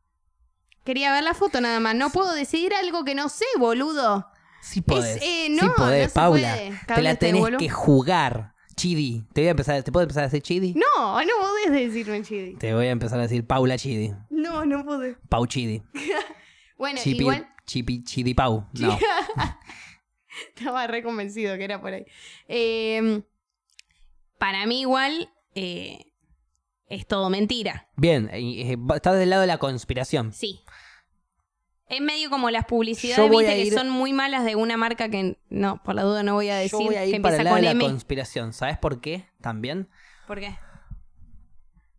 [SPEAKER 2] Quería ver la foto nada más. No puedo decidir algo que no sé, boludo.
[SPEAKER 1] Sí podés.
[SPEAKER 2] Es, eh,
[SPEAKER 1] sí
[SPEAKER 2] no,
[SPEAKER 1] podés,
[SPEAKER 2] no se
[SPEAKER 1] Paula.
[SPEAKER 2] puede.
[SPEAKER 1] Te
[SPEAKER 2] Cable
[SPEAKER 1] la
[SPEAKER 2] este
[SPEAKER 1] tenés
[SPEAKER 2] boludo.
[SPEAKER 1] que jugar. Chidi. Te voy a empezar, ¿te puedo empezar a decir Chidi?
[SPEAKER 2] No, no podés decirme chidi.
[SPEAKER 1] Te voy a empezar a decir Paula Chidi.
[SPEAKER 2] No, no podés.
[SPEAKER 1] Pau Chidi.
[SPEAKER 2] Bueno,
[SPEAKER 1] Chipi,
[SPEAKER 2] igual
[SPEAKER 1] Chipi, Chidi
[SPEAKER 2] (laughs)
[SPEAKER 1] Pau. No.
[SPEAKER 2] estaba re convencido que era por ahí. Eh, para mí igual eh, es todo mentira.
[SPEAKER 1] Bien, eh, eh, va- estás del lado de la conspiración.
[SPEAKER 2] Sí. Es medio como las publicidades,
[SPEAKER 1] Yo voy
[SPEAKER 2] viste,
[SPEAKER 1] a ir-
[SPEAKER 2] que son muy malas de una marca que, no, por la duda no voy a decir,
[SPEAKER 1] Yo voy a
[SPEAKER 2] que
[SPEAKER 1] ir para
[SPEAKER 2] empieza
[SPEAKER 1] el lado
[SPEAKER 2] con
[SPEAKER 1] de la
[SPEAKER 2] M.
[SPEAKER 1] conspiración. ¿Sabes por qué? También.
[SPEAKER 2] ¿Por qué?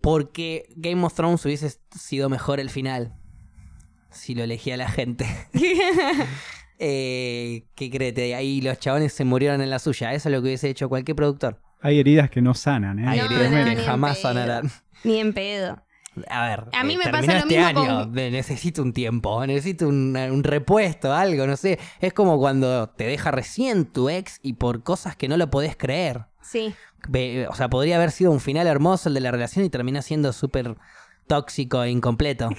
[SPEAKER 1] Porque Game of Thrones hubiese sido mejor el final. Si lo elegía la
[SPEAKER 2] (laughs)
[SPEAKER 1] gente. (laughs) Eh, ¿Qué créete? Ahí los chabones se murieron en la suya. Eso es lo que hubiese hecho cualquier productor.
[SPEAKER 3] Hay heridas que no sanan, ¿eh?
[SPEAKER 1] Hay
[SPEAKER 2] No,
[SPEAKER 1] heridas
[SPEAKER 2] no,
[SPEAKER 1] que
[SPEAKER 2] ni en
[SPEAKER 1] jamás
[SPEAKER 2] pedo.
[SPEAKER 1] sanarán.
[SPEAKER 2] Ni en pedo.
[SPEAKER 1] A ver,
[SPEAKER 2] A mí
[SPEAKER 1] eh,
[SPEAKER 2] me pasa
[SPEAKER 1] terminó
[SPEAKER 2] lo
[SPEAKER 1] este
[SPEAKER 2] mismo
[SPEAKER 1] año.
[SPEAKER 2] con-
[SPEAKER 1] de- Necesito un tiempo, necesito un, un repuesto, algo, no sé. Es como cuando te deja recién tu ex y por cosas que no lo podés creer.
[SPEAKER 2] Sí.
[SPEAKER 1] Ve- eh, O sea, podría haber sido un final hermoso el de la relación y termina siendo súper tóxico e
[SPEAKER 2] (laughs)
[SPEAKER 1] incompleto.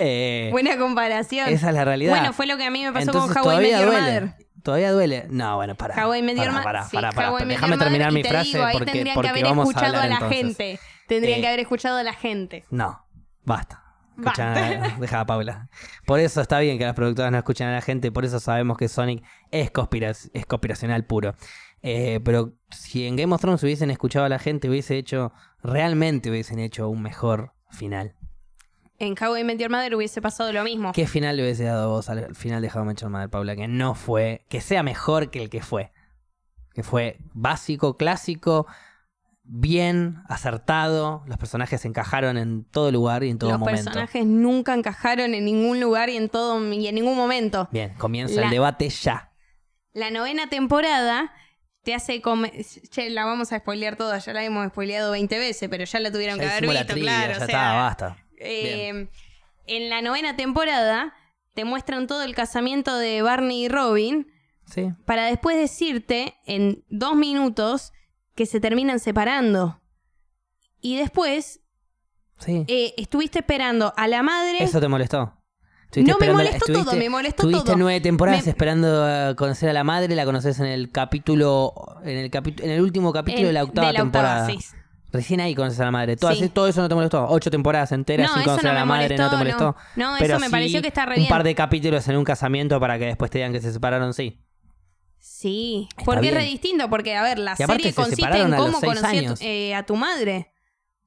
[SPEAKER 1] Eh,
[SPEAKER 2] Buena comparación.
[SPEAKER 1] esa es la realidad.
[SPEAKER 2] Bueno, fue lo que a mí me pasó
[SPEAKER 1] Entonces,
[SPEAKER 2] con How I Met Your
[SPEAKER 1] duele. Ah,
[SPEAKER 2] Mother.
[SPEAKER 1] Todavía duele. No, bueno, para.
[SPEAKER 2] How I Met Your
[SPEAKER 1] para,
[SPEAKER 2] Mother.
[SPEAKER 1] para,
[SPEAKER 2] sí,
[SPEAKER 1] para, para,
[SPEAKER 2] How I Met
[SPEAKER 1] Déjame
[SPEAKER 2] Your Mother,
[SPEAKER 1] terminar
[SPEAKER 2] y
[SPEAKER 1] mi
[SPEAKER 2] te
[SPEAKER 1] frase
[SPEAKER 2] digo, ahí
[SPEAKER 1] porque,
[SPEAKER 2] tendrían
[SPEAKER 1] porque
[SPEAKER 2] que haber
[SPEAKER 1] vamos a
[SPEAKER 2] escuchado
[SPEAKER 1] hablar
[SPEAKER 2] a, la
[SPEAKER 1] entonces.
[SPEAKER 2] gente. Tendrían
[SPEAKER 1] Eh,
[SPEAKER 2] que haber escuchado a la gente.
[SPEAKER 1] No, basta. Escucha,
[SPEAKER 2] Basta.
[SPEAKER 1] (laughs) deja a Paula. Por eso está bien que las productoras no escuchan a la gente, por eso sabemos que Sonic es, conspira- es conspiracional puro. Eh, pero si en Game of Thrones hubiesen escuchado a la gente, hubiese hecho, realmente hubiesen hecho un mejor final.
[SPEAKER 2] En How I Met Your Mother hubiese pasado lo mismo.
[SPEAKER 1] ¿Qué final le hubiese dado vos al al final de How I Met Your Mother, Paula? Que no fue, que sea mejor que el que fue. Que fue básico, clásico, bien, acertado. Los personajes se encajaron en todo lugar y en todo
[SPEAKER 2] Los
[SPEAKER 1] momento.
[SPEAKER 2] personajes nunca encajaron en ningún lugar y en todo y en ningún momento.
[SPEAKER 1] Bien, comienza el
[SPEAKER 2] La-
[SPEAKER 1] debate ya.
[SPEAKER 2] La novena temporada te hace come- che, la vamos a spoilear toda, ya la hemos spoileado 20 veces, pero ya la tuvieron que
[SPEAKER 1] Ya
[SPEAKER 2] haber
[SPEAKER 1] hicimos la
[SPEAKER 2] visto,
[SPEAKER 1] trivia,
[SPEAKER 2] claro.
[SPEAKER 1] ya
[SPEAKER 2] o sea,
[SPEAKER 1] está, basta.
[SPEAKER 2] eh, en la novena temporada te muestran todo el casamiento de Barney y Robin
[SPEAKER 1] Sí.
[SPEAKER 2] para después decirte en dos minutos que se terminan separando. Y después
[SPEAKER 1] Sí.
[SPEAKER 2] eh, estuviste esperando a la madre.
[SPEAKER 1] Eso te molestó. Estuviste
[SPEAKER 2] no me
[SPEAKER 1] esperando-
[SPEAKER 2] molestó todo,
[SPEAKER 1] estuviste-
[SPEAKER 2] me molestó
[SPEAKER 1] Tuviste
[SPEAKER 2] todo.
[SPEAKER 1] nueve temporadas
[SPEAKER 2] Me-
[SPEAKER 1] esperando a conocer a la madre, la conoces en el capítulo, en el capi- en el último capítulo
[SPEAKER 2] En-
[SPEAKER 1] de la octava temporada.
[SPEAKER 2] sí.
[SPEAKER 1] Recién ahí conoces a la madre. Todo,
[SPEAKER 2] Sí.
[SPEAKER 1] así- todo eso no te molestó. Ocho temporadas enteras sin conocer a la madre, no te molestó.
[SPEAKER 2] No, No,
[SPEAKER 1] Pero
[SPEAKER 2] eso me
[SPEAKER 1] sí,
[SPEAKER 2] pareció que está re
[SPEAKER 1] Un
[SPEAKER 2] bien.
[SPEAKER 1] par de capítulos en un casamiento para que después te digan que se separaron, sí.
[SPEAKER 2] Sí,
[SPEAKER 1] Está
[SPEAKER 2] porque es re
[SPEAKER 1] bien.
[SPEAKER 2] distinto, porque a ver, la
[SPEAKER 1] Y aparte
[SPEAKER 2] serie
[SPEAKER 1] se
[SPEAKER 2] consiste
[SPEAKER 1] separaron
[SPEAKER 2] en
[SPEAKER 1] a los
[SPEAKER 2] cómo
[SPEAKER 1] seis
[SPEAKER 2] conocí a
[SPEAKER 1] años.
[SPEAKER 2] tu, eh, a tu madre.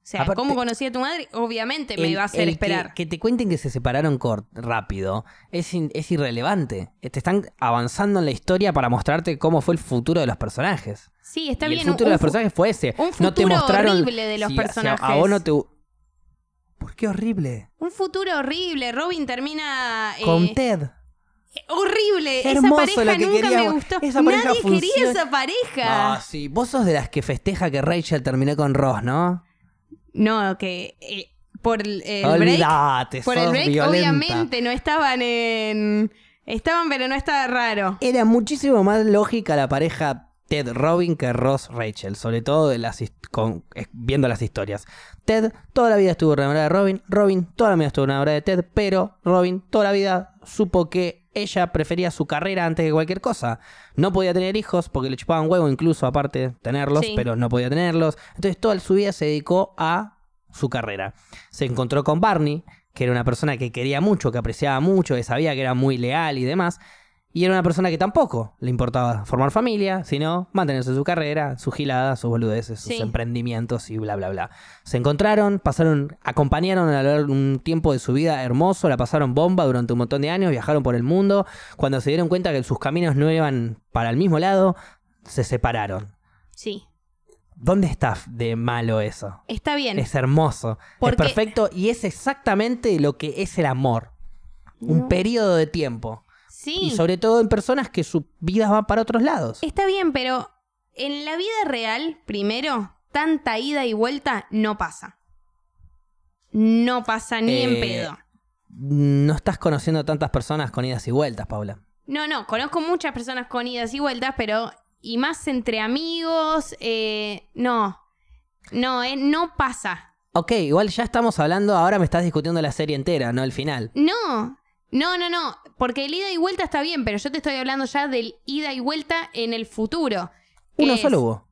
[SPEAKER 2] O sea,
[SPEAKER 1] Aparte-
[SPEAKER 2] ¿cómo conocí a tu madre? Obviamente me
[SPEAKER 1] El-
[SPEAKER 2] iba a hacer
[SPEAKER 1] el que-
[SPEAKER 2] esperar.
[SPEAKER 1] Que, te cuenten que se separaron cort- rápido es, in- es irrelevante. Eh, Te están avanzando en la historia para mostrarte cómo fue el futuro de los personajes.
[SPEAKER 2] Sí, está
[SPEAKER 1] Y
[SPEAKER 2] bien.
[SPEAKER 1] El futuro
[SPEAKER 2] un-
[SPEAKER 1] de los personajes fue ese.
[SPEAKER 2] un
[SPEAKER 1] no te
[SPEAKER 2] futuro
[SPEAKER 1] mostraron
[SPEAKER 2] horrible de los
[SPEAKER 1] si- si a- A,
[SPEAKER 2] personajes.
[SPEAKER 1] vos no te... ¿Por qué horrible?
[SPEAKER 2] un futuro horrible. Robin termina. eh,
[SPEAKER 1] Con Ted.
[SPEAKER 2] Horrible. Esa
[SPEAKER 1] Hermoso
[SPEAKER 2] pareja
[SPEAKER 1] lo que
[SPEAKER 2] nunca me
[SPEAKER 1] queríamos.
[SPEAKER 2] gustó.
[SPEAKER 1] Esa pareja
[SPEAKER 2] Nadie quería
[SPEAKER 1] funciona.
[SPEAKER 2] esa pareja.
[SPEAKER 1] Ah, sí. Vos sos de las que festeja que Rachel terminó con Ross, ¿no?
[SPEAKER 2] No, que eh, por el el break,
[SPEAKER 1] Olvídate,
[SPEAKER 2] por el
[SPEAKER 1] sos
[SPEAKER 2] break
[SPEAKER 1] violenta.
[SPEAKER 2] obviamente no estaban en estaban, pero no estaba raro.
[SPEAKER 1] Era muchísimo más lógica la pareja Ted Robin que Ross Rachel, sobre todo de las his- con- eh, viendo las historias. Ted toda la vida estuvo enamorada de Robin, Robin toda la vida estuvo enamorada de Ted, pero Robin toda la vida supo que ella prefería su carrera antes que cualquier cosa. No podía tener hijos porque le chupaban huevo incluso aparte de tenerlos,
[SPEAKER 2] Sí.
[SPEAKER 1] pero no podía tenerlos. Entonces toda su vida se dedicó a su carrera. Se encontró con Barney, que era una persona que quería mucho, que apreciaba mucho, que sabía que era muy leal y demás. Y era una persona que tampoco le importaba formar familia, sino mantenerse en su carrera, su gilada, sus boludeces, sus
[SPEAKER 2] Sí.
[SPEAKER 1] emprendimientos y bla, bla, bla. Se encontraron, pasaron, acompañaron a lo largo de un tiempo de su vida hermoso, la pasaron bomba durante un montón de años, viajaron por el mundo. Cuando se dieron cuenta que sus caminos no iban para el mismo lado, se separaron.
[SPEAKER 2] Sí,
[SPEAKER 1] ¿Dónde está de malo eso?
[SPEAKER 2] está bien.
[SPEAKER 1] Es hermoso,
[SPEAKER 2] Porque-
[SPEAKER 1] es perfecto y es exactamente lo que es el amor. Un
[SPEAKER 2] No.
[SPEAKER 1] periodo de tiempo.
[SPEAKER 2] Sí.
[SPEAKER 1] Y sobre todo en personas que sus vidas van para otros lados.
[SPEAKER 2] Está bien, pero en la vida real, primero, tanta ida y vuelta no pasa. No pasa ni en
[SPEAKER 1] Eh,
[SPEAKER 2] pedo.
[SPEAKER 1] No estás conociendo tantas personas con idas y vueltas, Paula.
[SPEAKER 2] No, no, conozco muchas personas con idas y vueltas, pero. Y más entre amigos, eh, no. No, eh, no pasa.
[SPEAKER 1] Ok, igual ya estamos hablando, ahora me estás discutiendo la serie entera, no el final.
[SPEAKER 2] No, no, no, no. Porque el ida y vuelta está bien, pero yo te estoy hablando ya del ida y vuelta en el futuro. que
[SPEAKER 1] Uno
[SPEAKER 2] es-
[SPEAKER 1] solo hubo.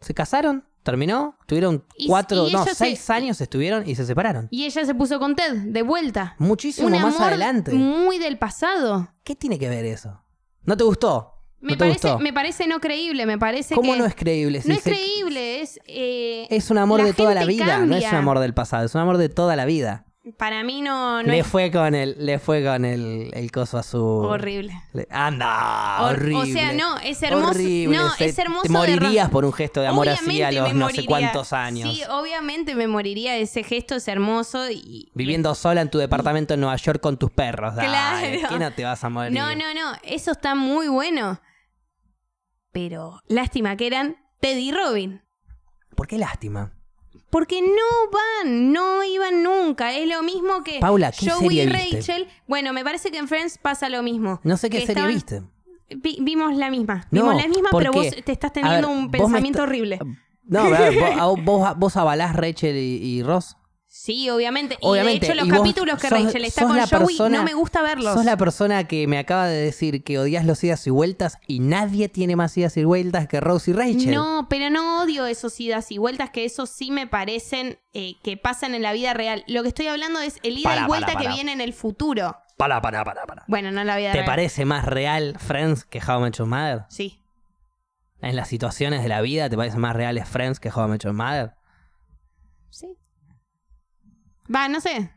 [SPEAKER 1] ¿Se casaron? ¿Terminó? Tuvieron
[SPEAKER 2] Y-
[SPEAKER 1] cuatro,
[SPEAKER 2] y
[SPEAKER 1] no,
[SPEAKER 2] ellos
[SPEAKER 1] seis
[SPEAKER 2] se-
[SPEAKER 1] años estuvieron y se separaron.
[SPEAKER 2] Y ella se puso con Ted, de vuelta.
[SPEAKER 1] Muchísimo
[SPEAKER 2] Un
[SPEAKER 1] más
[SPEAKER 2] amor
[SPEAKER 1] adelante.
[SPEAKER 2] Muy del pasado.
[SPEAKER 1] ¿Qué tiene que ver eso? ¿No te gustó?
[SPEAKER 2] Me
[SPEAKER 1] ¿No te
[SPEAKER 2] parece,
[SPEAKER 1] gustó?
[SPEAKER 2] me parece no creíble, me parece
[SPEAKER 1] ¿Cómo
[SPEAKER 2] que...
[SPEAKER 1] no es creíble? si
[SPEAKER 2] no es
[SPEAKER 1] se-
[SPEAKER 2] creíble, es... eh,
[SPEAKER 1] Es un amor
[SPEAKER 2] La
[SPEAKER 1] de toda la
[SPEAKER 2] gente
[SPEAKER 1] vida, no es un
[SPEAKER 2] cambia.
[SPEAKER 1] amor del pasado, es un amor de toda la vida.
[SPEAKER 2] Para mí no, no
[SPEAKER 1] le
[SPEAKER 2] es
[SPEAKER 1] fue con el, le fue con el, el coso a su.
[SPEAKER 2] horrible.
[SPEAKER 1] Le- Anda,
[SPEAKER 2] Hor-
[SPEAKER 1] horrible.
[SPEAKER 2] O sea, no, es hermoso.
[SPEAKER 1] Horrible,
[SPEAKER 2] no,
[SPEAKER 1] se-
[SPEAKER 2] es hermoso.
[SPEAKER 1] Te
[SPEAKER 2] de ra-
[SPEAKER 1] morirías por un gesto de amor así
[SPEAKER 2] Obviamente
[SPEAKER 1] a los
[SPEAKER 2] me
[SPEAKER 1] no sé
[SPEAKER 2] moriría.
[SPEAKER 1] cuántos años.
[SPEAKER 2] Sí, obviamente me moriría. Ese gesto es hermoso y...
[SPEAKER 1] Viviendo sola en tu departamento en Nueva York con tus perros. Dale,
[SPEAKER 2] Claro.
[SPEAKER 1] ¿qué no te vas a morir?
[SPEAKER 2] No, no, no. Eso está muy bueno. Pero lástima que eran Ted y Robin.
[SPEAKER 1] ¿Por qué lástima?
[SPEAKER 2] Porque no van, no iban nunca. Es lo mismo que
[SPEAKER 1] Paula, ¿qué
[SPEAKER 2] Joey y
[SPEAKER 1] serie viste?
[SPEAKER 2] Rachel. Bueno, me parece que en Friends pasa lo mismo.
[SPEAKER 1] No sé qué
[SPEAKER 2] Que
[SPEAKER 1] serie
[SPEAKER 2] estaban-
[SPEAKER 1] viste.
[SPEAKER 2] Vi- vimos la misma.
[SPEAKER 1] No,
[SPEAKER 2] vimos la misma,
[SPEAKER 1] ¿por
[SPEAKER 2] pero
[SPEAKER 1] qué?
[SPEAKER 2] vos te estás
[SPEAKER 1] A ver,
[SPEAKER 2] teniendo
[SPEAKER 1] vos
[SPEAKER 2] un
[SPEAKER 1] me
[SPEAKER 2] pensamiento
[SPEAKER 1] está-
[SPEAKER 2] horrible.
[SPEAKER 1] No, a ver, vos, a
[SPEAKER 2] (laughs)
[SPEAKER 1] vos- vos, vos avalás Rachel y, y Ross.
[SPEAKER 2] Sí, obviamente.
[SPEAKER 1] Obviamente.
[SPEAKER 2] y de hecho,
[SPEAKER 1] y
[SPEAKER 2] los
[SPEAKER 1] vos
[SPEAKER 2] capítulos que
[SPEAKER 1] sos-
[SPEAKER 2] Rachel está
[SPEAKER 1] sos
[SPEAKER 2] con
[SPEAKER 1] la
[SPEAKER 2] Joey
[SPEAKER 1] persona-
[SPEAKER 2] no me gusta verlos.
[SPEAKER 1] Sos la persona que me acaba de decir que odias los idas y vueltas y nadie tiene más idas y vueltas que Ross y Rachel.
[SPEAKER 2] No, pero no odio esos idas y vueltas que esos sí me parecen eh, que pasan en la vida real. Lo que estoy hablando es el ida
[SPEAKER 1] Pará,
[SPEAKER 2] y vuelta
[SPEAKER 1] pará, pará.
[SPEAKER 2] que viene en el futuro.
[SPEAKER 1] Para, para, para, para.
[SPEAKER 2] Bueno, no en la vida
[SPEAKER 1] ¿Te
[SPEAKER 2] real.
[SPEAKER 1] parece más real Friends que How I Met Your Mother?
[SPEAKER 2] Sí.
[SPEAKER 1] En las situaciones de la vida, ¿te parece más real Friends que How I Met Your Mother?
[SPEAKER 2] Sí. Va, no sé.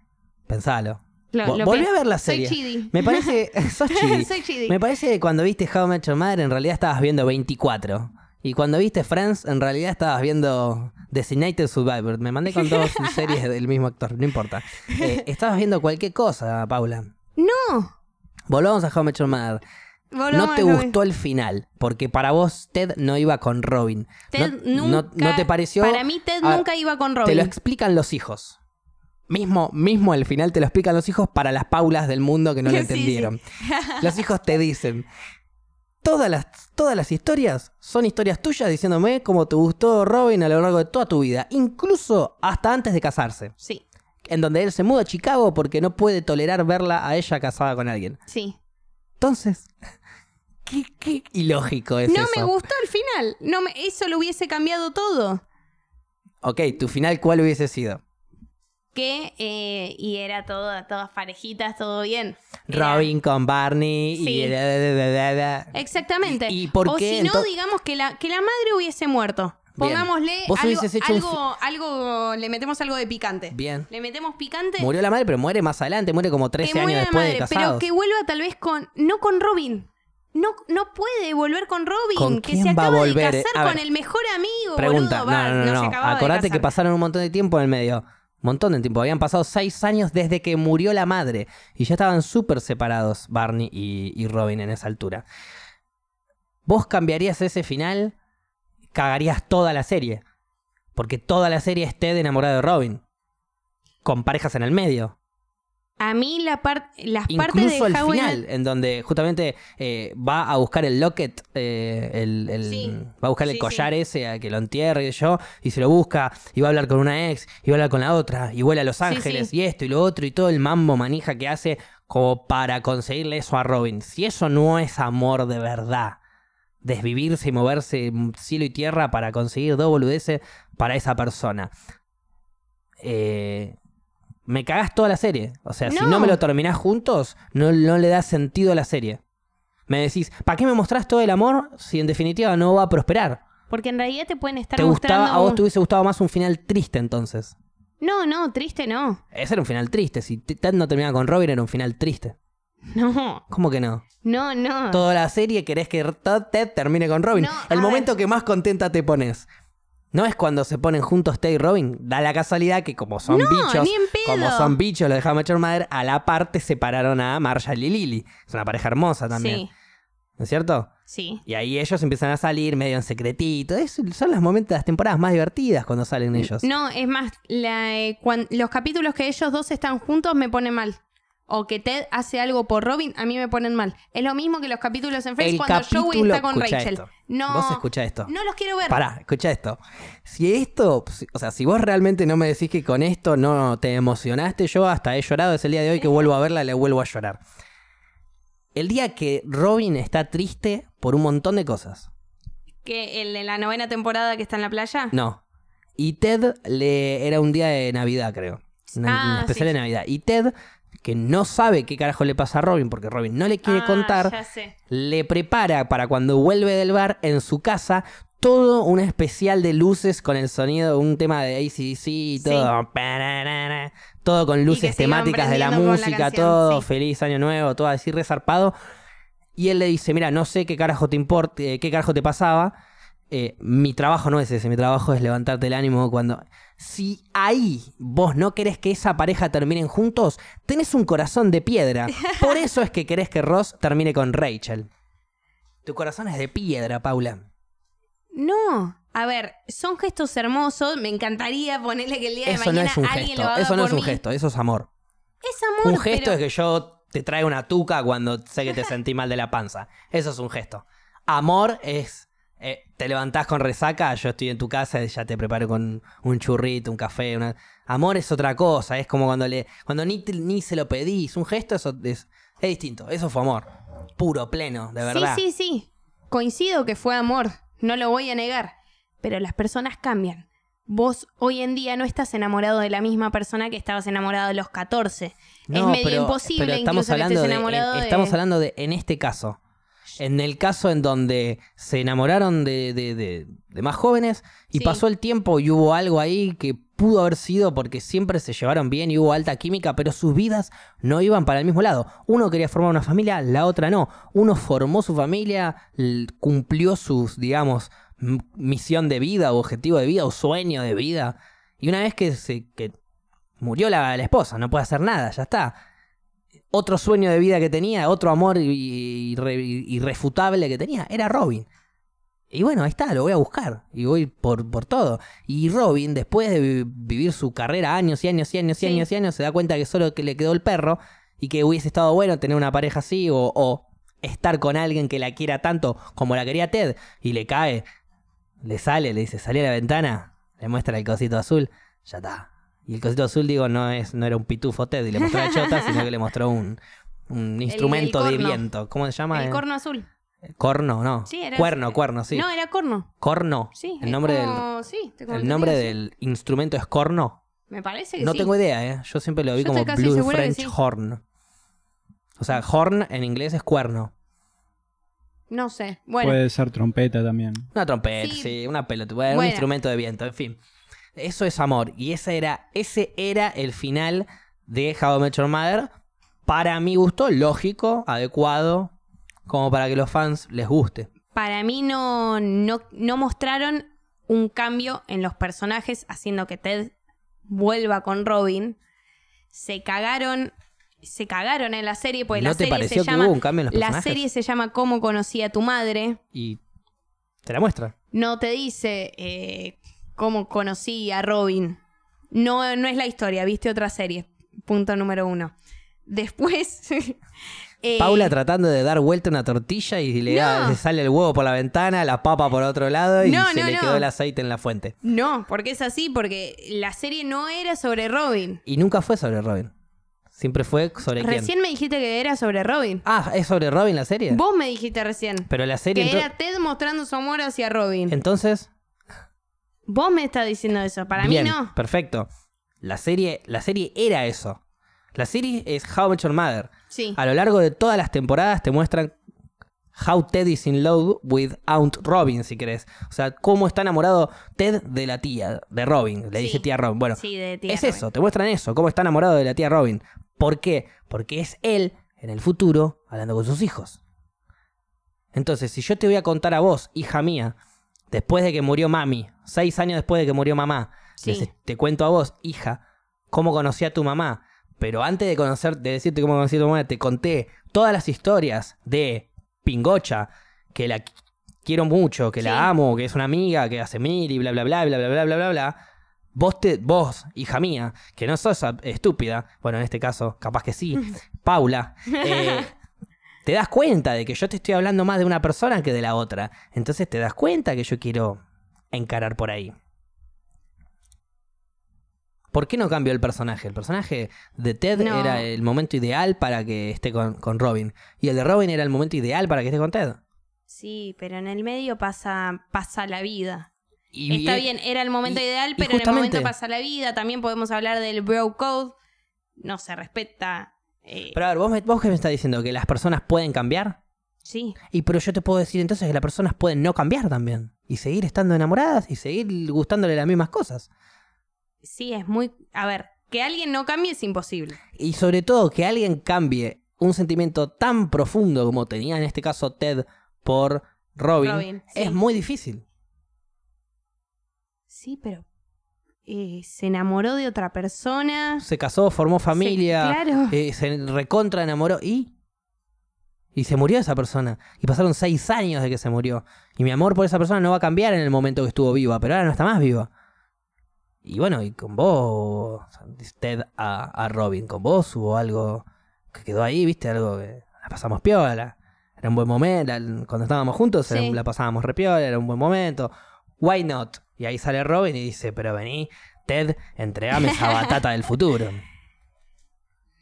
[SPEAKER 1] Pensalo.
[SPEAKER 2] Lo-
[SPEAKER 1] Vo-
[SPEAKER 2] lo
[SPEAKER 1] volví
[SPEAKER 2] pe-
[SPEAKER 1] a ver la
[SPEAKER 2] Soy
[SPEAKER 1] serie.
[SPEAKER 2] chidi. (laughs)
[SPEAKER 1] Me parece. (laughs) sos chidi.
[SPEAKER 2] Soy chidi.
[SPEAKER 1] Me parece que cuando viste How I Met Your Mother, en realidad estabas viendo 24. Y cuando viste Friends, en realidad estabas viendo Designated Survivor. Me mandé con
[SPEAKER 2] (laughs)
[SPEAKER 1] dos series del mismo actor, no importa. Eh, estabas viendo cualquier cosa, Paula.
[SPEAKER 2] No.
[SPEAKER 1] Volvamos a How I Met Your Mother.
[SPEAKER 2] Volvamos
[SPEAKER 1] No te
[SPEAKER 2] a lo
[SPEAKER 1] gustó el final, porque para vos Ted no iba con Robin.
[SPEAKER 2] Ted
[SPEAKER 1] no, no-
[SPEAKER 2] nunca-
[SPEAKER 1] no te pareció.
[SPEAKER 2] Para mí Ted
[SPEAKER 1] A ver,
[SPEAKER 2] nunca iba con Robin.
[SPEAKER 1] Te lo explican los hijos. Mismo, mismo el final te lo explican los hijos para las paulas del mundo que no lo
[SPEAKER 2] (laughs) Sí,
[SPEAKER 1] entendieron. los hijos te dicen. Todas las, todas las historias son historias tuyas diciéndome cómo te gustó Robin a lo largo de toda tu vida, incluso hasta antes de casarse,
[SPEAKER 2] Sí,
[SPEAKER 1] en donde él se muda a Chicago porque no puede tolerar verla a ella casada con alguien.
[SPEAKER 2] sí.
[SPEAKER 1] Entonces, qué, qué ilógico es
[SPEAKER 2] no
[SPEAKER 1] eso.
[SPEAKER 2] me gustó el final. No me... Eso lo hubiese cambiado todo.
[SPEAKER 1] Ok, tu final, ¿cuál hubiese sido?
[SPEAKER 2] Que, eh, y era todo, todas parejitas, todo bien. Era-
[SPEAKER 1] Robin con Barney
[SPEAKER 2] Sí.
[SPEAKER 1] y. da, da, da, da, da, da.
[SPEAKER 2] Exactamente.
[SPEAKER 1] ¿Y- y por
[SPEAKER 2] o
[SPEAKER 1] qué
[SPEAKER 2] si no,
[SPEAKER 1] entonces-
[SPEAKER 2] digamos que la, que la madre hubiese muerto.
[SPEAKER 1] Bien.
[SPEAKER 2] Pongámosle
[SPEAKER 1] Vos
[SPEAKER 2] algo,
[SPEAKER 1] hubieses hecho un fi-
[SPEAKER 2] algo, algo- le metemos algo de picante.
[SPEAKER 1] Bien.
[SPEAKER 2] Le metemos picante.
[SPEAKER 1] Murió la madre, pero muere más adelante, muere como 13
[SPEAKER 2] que
[SPEAKER 1] años
[SPEAKER 2] muera la
[SPEAKER 1] después de
[SPEAKER 2] madre,
[SPEAKER 1] casados.
[SPEAKER 2] Pero que vuelva tal vez con. No con Robin. No, no puede volver con Robin.
[SPEAKER 1] ¿Con
[SPEAKER 2] que
[SPEAKER 1] quién
[SPEAKER 2] se
[SPEAKER 1] va a
[SPEAKER 2] acaba
[SPEAKER 1] volver?
[SPEAKER 2] de casar
[SPEAKER 1] A ver.
[SPEAKER 2] con el mejor amigo.
[SPEAKER 1] Pregunta,
[SPEAKER 2] boludo, va,
[SPEAKER 1] no, no,
[SPEAKER 2] se
[SPEAKER 1] no, no.
[SPEAKER 2] acababa de
[SPEAKER 1] Acordate que
[SPEAKER 2] casar.
[SPEAKER 1] pasaron un montón de tiempo en el medio. Un montón de tiempo. Habían pasado seis años desde que murió la madre. Y ya estaban súper separados Barney y, y Robin en esa altura. Vos cambiarías ese final, cagarías toda la serie. Porque toda la serie es Ted enamorado de Robin. Con parejas en el medio.
[SPEAKER 2] A mí la par- las partes
[SPEAKER 1] Incluso
[SPEAKER 2] de
[SPEAKER 1] al
[SPEAKER 2] Howard
[SPEAKER 1] final, en donde justamente eh, va a buscar el locket, eh, el, el-
[SPEAKER 2] Sí.
[SPEAKER 1] va a buscar
[SPEAKER 2] Sí,
[SPEAKER 1] el collar ese a que lo entierre y yo, y se lo busca, y va a hablar con una ex, y va a hablar con la otra, y vuela a Los
[SPEAKER 2] Sí,
[SPEAKER 1] Ángeles,
[SPEAKER 2] sí.
[SPEAKER 1] y esto y lo otro, y todo el mambo manija que hace como para conseguirle eso a Robin. Si eso no es amor de verdad, desvivirse y moverse cielo y tierra para conseguir dos boludeces para esa persona. Eh, me cagás toda la serie. O sea, si
[SPEAKER 2] No.
[SPEAKER 1] no me lo terminás juntos, no, no le da sentido a la serie. Me decís, ¿para qué me mostrás todo el amor si en definitiva no va a prosperar?
[SPEAKER 2] Porque en realidad te pueden estar
[SPEAKER 1] ¿Te
[SPEAKER 2] mostrando.
[SPEAKER 1] gustaba, a vos
[SPEAKER 2] un-
[SPEAKER 1] te hubiese gustado más un final triste entonces?
[SPEAKER 2] No, no, triste no. (laughs)
[SPEAKER 1] Ese era un final triste. Si T- Ted no terminaba con Robin, era un final triste.
[SPEAKER 2] No,
[SPEAKER 1] ¿Cómo que no?
[SPEAKER 2] no, no.
[SPEAKER 1] Toda la serie querés que Ted- Ted termine con Robin.
[SPEAKER 2] Ah. No,
[SPEAKER 1] el
[SPEAKER 2] a
[SPEAKER 1] momento que más contenta te pones. No es cuando se ponen juntos Ted y Robin. Da la casualidad que como son
[SPEAKER 2] No,
[SPEAKER 1] bichos,
[SPEAKER 2] ni en pedo.
[SPEAKER 1] como son bichos, lo dejamos echar madre, a la parte separaron a Marshall y Lily. Es una pareja hermosa también.
[SPEAKER 2] Sí,
[SPEAKER 1] ¿No es cierto?
[SPEAKER 2] sí.
[SPEAKER 1] Y ahí ellos empiezan a salir medio en secretito. Es- son los momentos, las temporadas más divertidas cuando salen ellos.
[SPEAKER 2] No, es más, la, eh, cuan- los capítulos que ellos dos están juntos me ponen mal. O que Ted hace algo por Robin, a mí me ponen mal. Es lo mismo que los capítulos en Friends
[SPEAKER 1] El
[SPEAKER 2] cuando Joey
[SPEAKER 1] capítulo-
[SPEAKER 2] está con
[SPEAKER 1] escuchá
[SPEAKER 2] Rachel.
[SPEAKER 1] esto.
[SPEAKER 2] No,
[SPEAKER 1] Vos escuchá esto.
[SPEAKER 2] no los quiero ver.
[SPEAKER 1] Pará, escucha esto. Si esto, si- o sea, si vos realmente no me decís que con esto no te emocionaste, yo hasta he llorado, es el día de hoy que vuelvo a verla, le vuelvo a llorar. El día que Robin está triste por un montón de cosas.
[SPEAKER 2] Que el de la novena temporada que está en la playa.
[SPEAKER 1] No. Y Ted le era un día de Navidad, creo. Una,
[SPEAKER 2] Ah,
[SPEAKER 1] una especial
[SPEAKER 2] sí.
[SPEAKER 1] de Navidad. Y Ted, que no sabe qué carajo le pasa a Robin, porque Robin no le quiere
[SPEAKER 2] Ah,
[SPEAKER 1] contar,
[SPEAKER 2] Ya sé.
[SPEAKER 1] le prepara para cuando vuelve del bar en su casa todo un especial de luces con el sonido, un tema de ACDC y todo. Pararara. Todo con
[SPEAKER 2] que
[SPEAKER 1] luces
[SPEAKER 2] se iban
[SPEAKER 1] temáticas de la
[SPEAKER 2] prendiendo con la
[SPEAKER 1] música,
[SPEAKER 2] canción,
[SPEAKER 1] todo
[SPEAKER 2] sí.
[SPEAKER 1] feliz año nuevo, todo así resarpado. Y él le dice, mira, no sé qué carajo te importa, qué carajo te pasaba. Eh, mi trabajo no es ese, mi trabajo es levantarte el ánimo cuando... Si ahí vos no querés que esa pareja terminen juntos, tenés un corazón de piedra. Por eso es que querés que Ross termine con Rachel. Tu corazón es de piedra, Paula.
[SPEAKER 2] No. A ver, son gestos hermosos. Me encantaría ponerle que el día de
[SPEAKER 1] Eso no
[SPEAKER 2] mañana
[SPEAKER 1] es un
[SPEAKER 2] alguien lo
[SPEAKER 1] gesto,
[SPEAKER 2] haga
[SPEAKER 1] eso no
[SPEAKER 2] por
[SPEAKER 1] es un
[SPEAKER 2] mí.
[SPEAKER 1] gesto, eso es amor.
[SPEAKER 2] Es amor,
[SPEAKER 1] un gesto
[SPEAKER 2] pero-
[SPEAKER 1] es que yo te traiga una tuca cuando sé
[SPEAKER 2] (laughs)
[SPEAKER 1] que te sentí mal de la panza. Eso es un gesto. Amor es. eh, te levantás con resaca, yo estoy en tu casa y ya te preparo con un churrito, un café. Una... Amor es otra cosa, es como cuando le cuando ni, te- ni se lo pedís. Un gesto es, es, es distinto. Eso fue amor. Puro, pleno, de verdad.
[SPEAKER 2] Sí, sí, sí. Coincido que fue amor, no lo voy a negar. Pero las personas cambian. Vos hoy en día no estás enamorado de la misma persona que estabas enamorado a los 14. es
[SPEAKER 1] No,
[SPEAKER 2] medio
[SPEAKER 1] pero-
[SPEAKER 2] imposible
[SPEAKER 1] pero
[SPEAKER 2] incluso que estés enamorado
[SPEAKER 1] en-
[SPEAKER 2] de...
[SPEAKER 1] eh, Estamos hablando de, en este caso, en el caso en donde se enamoraron de, de- de- de más jóvenes y
[SPEAKER 2] Sí.
[SPEAKER 1] pasó el tiempo y hubo algo ahí que pudo haber sido porque siempre se llevaron bien y hubo alta química, pero sus vidas no iban para el mismo lado. Uno quería formar una familia, la otra no. Uno formó su familia, l- cumplió sus, digamos, m- misión de vida, o objetivo de vida, o sueño de vida. Y una vez que, se, que murió la, la esposa, no puede hacer nada, ya está. Otro sueño de vida que tenía, otro amor i- irre- irrefutable que tenía, era Robin. Y bueno, ahí está, lo voy a buscar. Y voy por, por todo. Y Robin, después de vi- vivir su carrera años y años y años y
[SPEAKER 2] Sí.
[SPEAKER 1] años y años, se da cuenta que solo que le quedó el perro y que hubiese estado bueno tener una pareja así o, o estar con alguien que la quiera tanto como la quería Ted. Y le cae, le sale, le dice, salí a la ventana, le muestra el cosito azul, ya está. Y el cosito azul, digo, no es no era un pitufo Ted y le mostró la chota, sino que le mostró un, un instrumento
[SPEAKER 2] el
[SPEAKER 1] de
[SPEAKER 2] corno.
[SPEAKER 1] viento. ¿Cómo se llama?
[SPEAKER 2] El
[SPEAKER 1] Eh,
[SPEAKER 2] corno azul.
[SPEAKER 1] Corno, no.
[SPEAKER 2] Sí, era-
[SPEAKER 1] cuerno, cuerno, sí.
[SPEAKER 2] No, era corno.
[SPEAKER 1] corno.
[SPEAKER 2] Sí.
[SPEAKER 1] el
[SPEAKER 2] es
[SPEAKER 1] nombre del
[SPEAKER 2] como- sí, te
[SPEAKER 1] el
[SPEAKER 2] comenté,
[SPEAKER 1] nombre
[SPEAKER 2] sí.
[SPEAKER 1] del instrumento es corno.
[SPEAKER 2] Me parece que
[SPEAKER 1] No
[SPEAKER 2] sí.
[SPEAKER 1] tengo idea, ¿eh? Yo siempre lo vi
[SPEAKER 2] Yo
[SPEAKER 1] como
[SPEAKER 2] estoy casi
[SPEAKER 1] Blue
[SPEAKER 2] segura que
[SPEAKER 1] French
[SPEAKER 2] sí.
[SPEAKER 1] Horn. O sea, horn en inglés es cuerno.
[SPEAKER 2] No sé. Bueno,
[SPEAKER 3] Puede ser trompeta también.
[SPEAKER 1] Una trompeta, sí,
[SPEAKER 2] Sí.
[SPEAKER 1] una pelota, bueno, un
[SPEAKER 2] Bueno.
[SPEAKER 1] instrumento de viento, en fin. Eso es amor. Y ese era, ese era el final de How I Met Your Mother. Para mi gusto, lógico, adecuado, como para que los fans les guste.
[SPEAKER 2] para mí no, no, no mostraron un cambio en los personajes haciendo que Ted vuelva con Robin. Se cagaron, se cagaron en la serie porque
[SPEAKER 1] ¿No
[SPEAKER 2] Pues la
[SPEAKER 1] te
[SPEAKER 2] serie
[SPEAKER 1] pareció
[SPEAKER 2] se
[SPEAKER 1] que
[SPEAKER 2] llama
[SPEAKER 1] hubo un cambio en los
[SPEAKER 2] la
[SPEAKER 1] personajes?
[SPEAKER 2] serie se llama Cómo conocí a tu madre.
[SPEAKER 1] Y te la muestra.
[SPEAKER 2] No te dice eh, cómo conocí a Robin. No, no es la historia, viste otra serie. Punto número uno. Después. (laughs) eh,
[SPEAKER 1] Paula tratando de dar vuelta una tortilla y le, da-
[SPEAKER 2] No.
[SPEAKER 1] le sale el huevo por la ventana, la papa por otro lado y
[SPEAKER 2] No,
[SPEAKER 1] se
[SPEAKER 2] no,
[SPEAKER 1] le
[SPEAKER 2] no.
[SPEAKER 1] quedó el aceite en la fuente.
[SPEAKER 2] No, porque es así, porque la serie no era sobre Robin.
[SPEAKER 1] Y nunca fue sobre Robin. Siempre fue sobre quién.
[SPEAKER 2] Recién me dijiste que era sobre Robin.
[SPEAKER 1] Ah, ¿es sobre Robin la serie?
[SPEAKER 2] Vos me dijiste recién
[SPEAKER 1] Pero la
[SPEAKER 2] que
[SPEAKER 1] serie... ento-
[SPEAKER 2] era Ted mostrando su amor hacia Robin.
[SPEAKER 1] Entonces...
[SPEAKER 2] Vos me estás diciendo eso, para
[SPEAKER 1] Bien,
[SPEAKER 2] mí no.
[SPEAKER 1] Perfecto. La serie, la serie era eso. La serie es How I Met Your Mother.
[SPEAKER 2] Sí.
[SPEAKER 1] A lo largo de todas las temporadas te muestran How Ted is in love with Aunt Robin, si querés. O sea, cómo está enamorado Ted de la tía, de Robin. Le
[SPEAKER 2] Sí.
[SPEAKER 1] dije tía Robin. Bueno,
[SPEAKER 2] Sí, de tía
[SPEAKER 1] es
[SPEAKER 2] Robin.
[SPEAKER 1] eso, te muestran eso, cómo está enamorado de la tía Robin. ¿Por qué? Porque es él en el futuro hablando con sus hijos. Entonces, si yo te voy a contar a vos, hija mía, después de que murió mami, seis años después de que murió mamá,
[SPEAKER 2] Sí.
[SPEAKER 1] les- te cuento a vos, hija, cómo conocí a tu mamá. Pero antes de conocer, de decirte cómo conocí a tu mamá, te conté todas las historias de Pingocha, que la qui- quiero mucho, que
[SPEAKER 2] Sí.
[SPEAKER 1] la amo, que es una amiga, que hace mil y bla bla bla bla bla bla bla bla bla. Vos, te, vos, hija mía, que no sos a- estúpida, bueno, en este caso, capaz que
[SPEAKER 2] (laughs)
[SPEAKER 1] sí, Paula, eh, te das cuenta de que yo te estoy hablando más de una persona que de la otra. Entonces te das cuenta que yo quiero encarar por ahí. ¿Por qué no cambió el personaje? El personaje de Ted
[SPEAKER 2] No.
[SPEAKER 1] era el momento ideal para que esté con, con Robin. Y el de Robin era el momento ideal para que esté con Ted.
[SPEAKER 2] Sí, pero en el medio pasa, pasa la vida.
[SPEAKER 1] Y
[SPEAKER 2] Está
[SPEAKER 1] y-
[SPEAKER 2] bien, era el momento
[SPEAKER 1] y-
[SPEAKER 2] ideal,
[SPEAKER 1] y
[SPEAKER 2] pero en el momento
[SPEAKER 1] justamente-
[SPEAKER 2] pasa la vida. También podemos hablar del bro code. No se respeta. eh,
[SPEAKER 1] Pero a ver, ¿vos, me- vos qué me estás diciendo? ¿Que las personas pueden cambiar?
[SPEAKER 2] sí,
[SPEAKER 1] Y pero yo te puedo decir entonces que las personas pueden no cambiar también. Y seguir estando enamoradas y seguir gustándole las mismas cosas.
[SPEAKER 2] sí, es muy. A ver, que alguien no cambie es imposible.
[SPEAKER 1] Y sobre todo que alguien cambie un sentimiento tan profundo como tenía en este caso Ted por Robin,
[SPEAKER 2] Robin,
[SPEAKER 1] es
[SPEAKER 2] sí.
[SPEAKER 1] muy difícil.
[SPEAKER 2] Sí, pero. eh, se enamoró de otra persona.
[SPEAKER 1] Se casó, formó familia,
[SPEAKER 2] Se- claro.
[SPEAKER 1] eh, se recontra enamoró y... Y se murió esa persona. Y pasaron seis años de que se murió. Y mi amor por esa persona no va a cambiar en el momento que estuvo viva, pero ahora no está más viva. Y bueno, y con vos, Ted a, a Robin, con vos hubo algo que quedó ahí, viste, algo que la pasamos piola. Era un buen momento, la- cuando estábamos juntos era un-
[SPEAKER 2] Sí.
[SPEAKER 1] la pasábamos re piola, era un buen momento. Why not? Y ahí sale Robin y dice, pero vení, Ted, entregame
[SPEAKER 2] (laughs)
[SPEAKER 1] esa batata del futuro.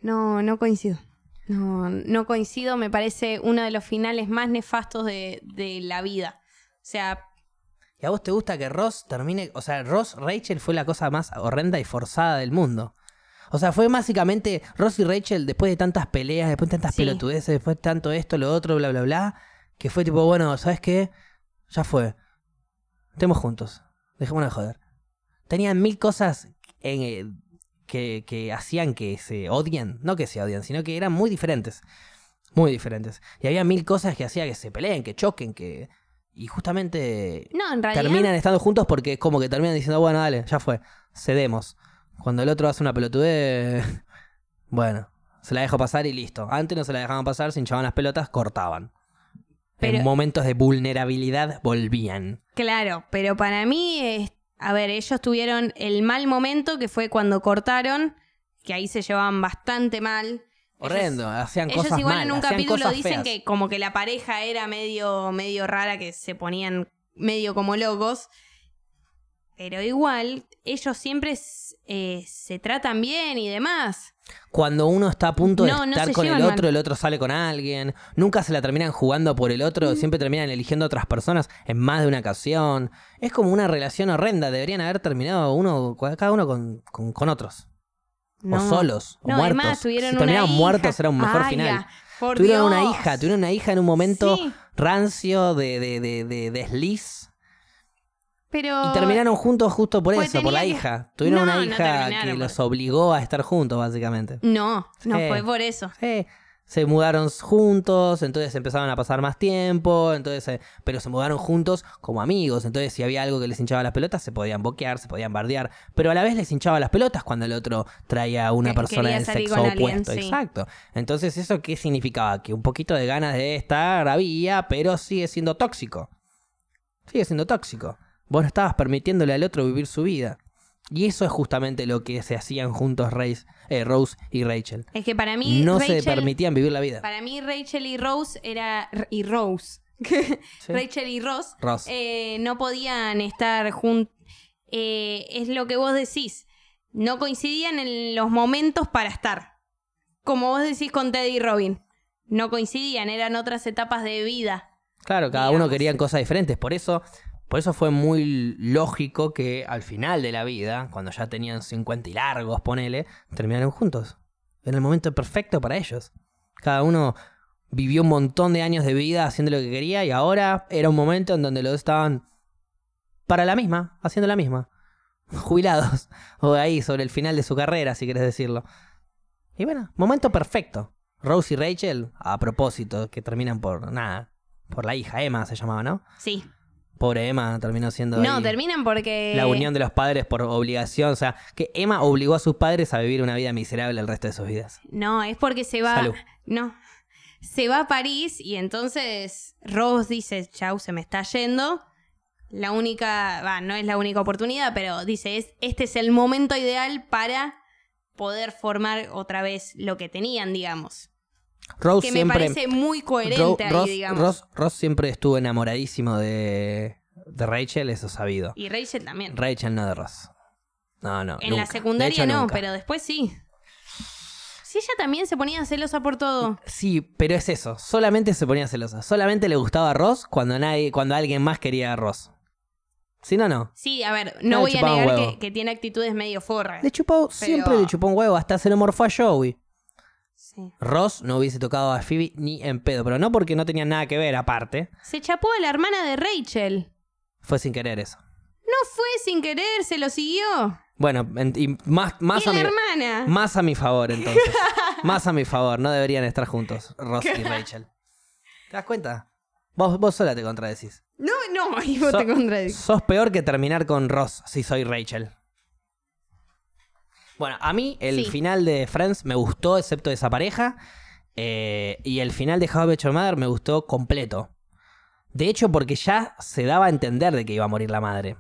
[SPEAKER 2] No, no coincido. No, no coincido. Me parece uno de los finales más nefastos de, de la vida. O sea,
[SPEAKER 1] ¿Y a vos te gusta que Ross termine? O sea, Ross Rachel fue la cosa más horrenda y forzada del mundo. O sea, fue básicamente Ross y Rachel después de tantas peleas, después de tantas
[SPEAKER 2] Sí.
[SPEAKER 1] pelotudeces, después de tanto esto, lo otro, bla, bla, bla, que fue tipo, bueno, ¿sabes qué? Ya fue. Estemos juntos. Dejémonos de joder. Tenían mil cosas en, eh, que, que hacían que se odian. No que se odian, sino que eran muy diferentes. Muy diferentes. Y había mil cosas que hacía que se peleen, que choquen, que... Y justamente
[SPEAKER 2] no, en realidad.
[SPEAKER 1] terminan estando juntos porque es como que terminan diciendo, bueno, dale, ya fue, cedemos. Cuando el otro hace una pelotudez, (laughs) bueno, se la dejo pasar y listo. Antes no se la dejaban pasar, se hinchaban las pelotas, cortaban.
[SPEAKER 2] Pero-
[SPEAKER 1] En momentos de vulnerabilidad volvían.
[SPEAKER 2] Claro, pero para mí, es- a ver, ellos tuvieron el mal momento que fue cuando cortaron, que ahí se llevaban bastante mal.
[SPEAKER 1] Horrendo, hacían
[SPEAKER 2] Ellos,
[SPEAKER 1] cosas
[SPEAKER 2] ellos igual
[SPEAKER 1] mal,
[SPEAKER 2] en un
[SPEAKER 1] hacían
[SPEAKER 2] capítulo
[SPEAKER 1] cosas
[SPEAKER 2] dicen
[SPEAKER 1] feas.
[SPEAKER 2] que como que la pareja era medio, medio rara, que se ponían medio como locos. Pero igual, ellos siempre s- eh, se tratan bien y demás.
[SPEAKER 1] Cuando uno está a punto de
[SPEAKER 2] No, no
[SPEAKER 1] estar
[SPEAKER 2] se
[SPEAKER 1] con el
[SPEAKER 2] llevan
[SPEAKER 1] otro, el otro sale con alguien. Nunca se la terminan jugando por el otro,
[SPEAKER 2] Mm.
[SPEAKER 1] siempre terminan eligiendo a otras personas en más de una ocasión. Es como una relación horrenda. Deberían haber terminado uno, cada uno con, con- con otros.
[SPEAKER 2] No.
[SPEAKER 1] O solos, o
[SPEAKER 2] No,
[SPEAKER 1] muertos.
[SPEAKER 2] además tuvieron
[SPEAKER 1] si
[SPEAKER 2] una
[SPEAKER 1] terminaban
[SPEAKER 2] hija.
[SPEAKER 1] muertos era un mejor
[SPEAKER 2] Ay,
[SPEAKER 1] final.
[SPEAKER 2] ya. Por
[SPEAKER 1] tuvieron una
[SPEAKER 2] Dios.
[SPEAKER 1] hija, tuvieron una hija en un momento
[SPEAKER 2] Sí.
[SPEAKER 1] rancio de, de, de, de desliz.
[SPEAKER 2] Pero.
[SPEAKER 1] Y terminaron juntos justo por
[SPEAKER 2] Pues
[SPEAKER 1] eso, por
[SPEAKER 2] tenía
[SPEAKER 1] la
[SPEAKER 2] que-
[SPEAKER 1] hija. Tuvieron
[SPEAKER 2] No,
[SPEAKER 1] una
[SPEAKER 2] no
[SPEAKER 1] hija
[SPEAKER 2] terminaron,
[SPEAKER 1] que
[SPEAKER 2] por-
[SPEAKER 1] los obligó a estar juntos, básicamente.
[SPEAKER 2] No, no
[SPEAKER 1] Sí.
[SPEAKER 2] fue por eso.
[SPEAKER 1] Sí. Se mudaron juntos, entonces empezaron a pasar más tiempo, entonces, eh, pero se mudaron juntos como amigos, entonces si había algo que les hinchaba las pelotas, se podían boquear, se podían bardear, pero a la vez les hinchaba las pelotas cuando el otro traía a una
[SPEAKER 2] Que-
[SPEAKER 1] persona
[SPEAKER 2] quería
[SPEAKER 1] del
[SPEAKER 2] salir
[SPEAKER 1] sexo
[SPEAKER 2] con alguien,
[SPEAKER 1] opuesto.
[SPEAKER 2] sí.
[SPEAKER 1] Exacto. Entonces, ¿eso qué significaba? Que un poquito de ganas de estar había, pero sigue siendo tóxico. Sigue siendo tóxico. Vos no estabas permitiéndole al otro vivir su vida. Y eso es justamente lo que se hacían juntos Reis- eh, Rose y Rachel
[SPEAKER 2] Es que para mí.
[SPEAKER 1] no
[SPEAKER 2] Rachel,
[SPEAKER 1] se permitían vivir la vida.
[SPEAKER 2] Para mí, Rachel y Rose era. Y Rose.
[SPEAKER 1] Sí.
[SPEAKER 2] Rachel y Ross
[SPEAKER 1] Ross.
[SPEAKER 2] eh, no podían estar juntos. es lo que vos decís. No coincidían en los momentos para estar. Como vos decís con Teddy y Robin. No coincidían, eran otras etapas de vida.
[SPEAKER 1] claro, cada uno
[SPEAKER 2] digamos.
[SPEAKER 1] querían cosas diferentes. Por eso, por eso fue muy lógico que al final de la vida, cuando ya tenían 50 y largos, ponele, terminaron juntos. En el momento perfecto para ellos. Cada uno vivió un montón de años de vida haciendo lo que quería y ahora era un momento en donde los dos estaban para la misma, haciendo la misma. (laughs) Jubilados. O ahí, sobre el final de su carrera, si querés decirlo. Y bueno, momento perfecto. Rose y Rachel, a propósito, que terminan por nada, por la hija Emma se llamaba, ¿no?
[SPEAKER 2] Sí.
[SPEAKER 1] Pobre Emma terminó siendo
[SPEAKER 2] No,
[SPEAKER 1] ahí
[SPEAKER 2] terminan porque.
[SPEAKER 1] la unión de los padres por obligación, o sea, que Emma obligó a sus padres a vivir una vida miserable el resto de sus vidas.
[SPEAKER 2] No, es porque se va.
[SPEAKER 1] Salud.
[SPEAKER 2] No. Se va a París y entonces Rose dice, chau, se me está yendo. La única, va, no es la única oportunidad, pero dice, es, este es el momento ideal para poder formar otra vez lo que tenían, digamos.
[SPEAKER 1] Rose
[SPEAKER 2] Que me
[SPEAKER 1] siempre
[SPEAKER 2] parece muy coherente
[SPEAKER 1] Ro-
[SPEAKER 2] ahí,
[SPEAKER 1] Ross,
[SPEAKER 2] digamos.
[SPEAKER 1] Ross- Ross siempre estuvo enamoradísimo de de Rachel, eso sabido.
[SPEAKER 2] Y Rachel también.
[SPEAKER 1] Rachel no de Ross. No, no.
[SPEAKER 2] en
[SPEAKER 1] nunca.
[SPEAKER 2] la
[SPEAKER 1] De
[SPEAKER 2] secundaria
[SPEAKER 1] hecho,
[SPEAKER 2] no,
[SPEAKER 1] nunca.
[SPEAKER 2] pero después sí. Sí, ella también se ponía celosa por todo.
[SPEAKER 1] Sí, pero es eso. Solamente se ponía celosa. Solamente le gustaba a Ross cuando nadie, cuando alguien más quería a Ross. Si no, no.
[SPEAKER 2] Sí, a ver,
[SPEAKER 1] No
[SPEAKER 2] no
[SPEAKER 1] le
[SPEAKER 2] voy a
[SPEAKER 1] chupaba un
[SPEAKER 2] negar
[SPEAKER 1] huevo.
[SPEAKER 2] que, que tiene actitudes medio forras.
[SPEAKER 1] Le chupó, siempre le chupó un huevo, hasta se lo morfó a Joey.
[SPEAKER 2] Sí.
[SPEAKER 1] Ross no hubiese tocado a Phoebe ni en pedo, pero no porque no tenía nada que ver aparte.
[SPEAKER 2] Se chapó a la hermana de Rachel.
[SPEAKER 1] Fue sin querer eso.
[SPEAKER 2] No fue sin querer, se lo siguió.
[SPEAKER 1] Bueno, en- y más, más,
[SPEAKER 2] y
[SPEAKER 1] a
[SPEAKER 2] la
[SPEAKER 1] mi,
[SPEAKER 2] hermana.
[SPEAKER 1] más a mi favor
[SPEAKER 2] (laughs)
[SPEAKER 1] entonces. más a mi favor, no deberían estar juntos, Ross y Rachel. ¿Te das cuenta? Vos, vos sola te contradecís.
[SPEAKER 2] no, no, (laughs) y vos
[SPEAKER 1] So-
[SPEAKER 2] te contradices.
[SPEAKER 1] Sos peor que terminar con Ross si soy Rachel. Bueno, a mí el
[SPEAKER 2] Sí.
[SPEAKER 1] final de Friends me gustó, excepto esa pareja. eh, y el final de How I Met Your Mother me gustó completo. De hecho, porque ya se daba a entender de que iba a morir la madre.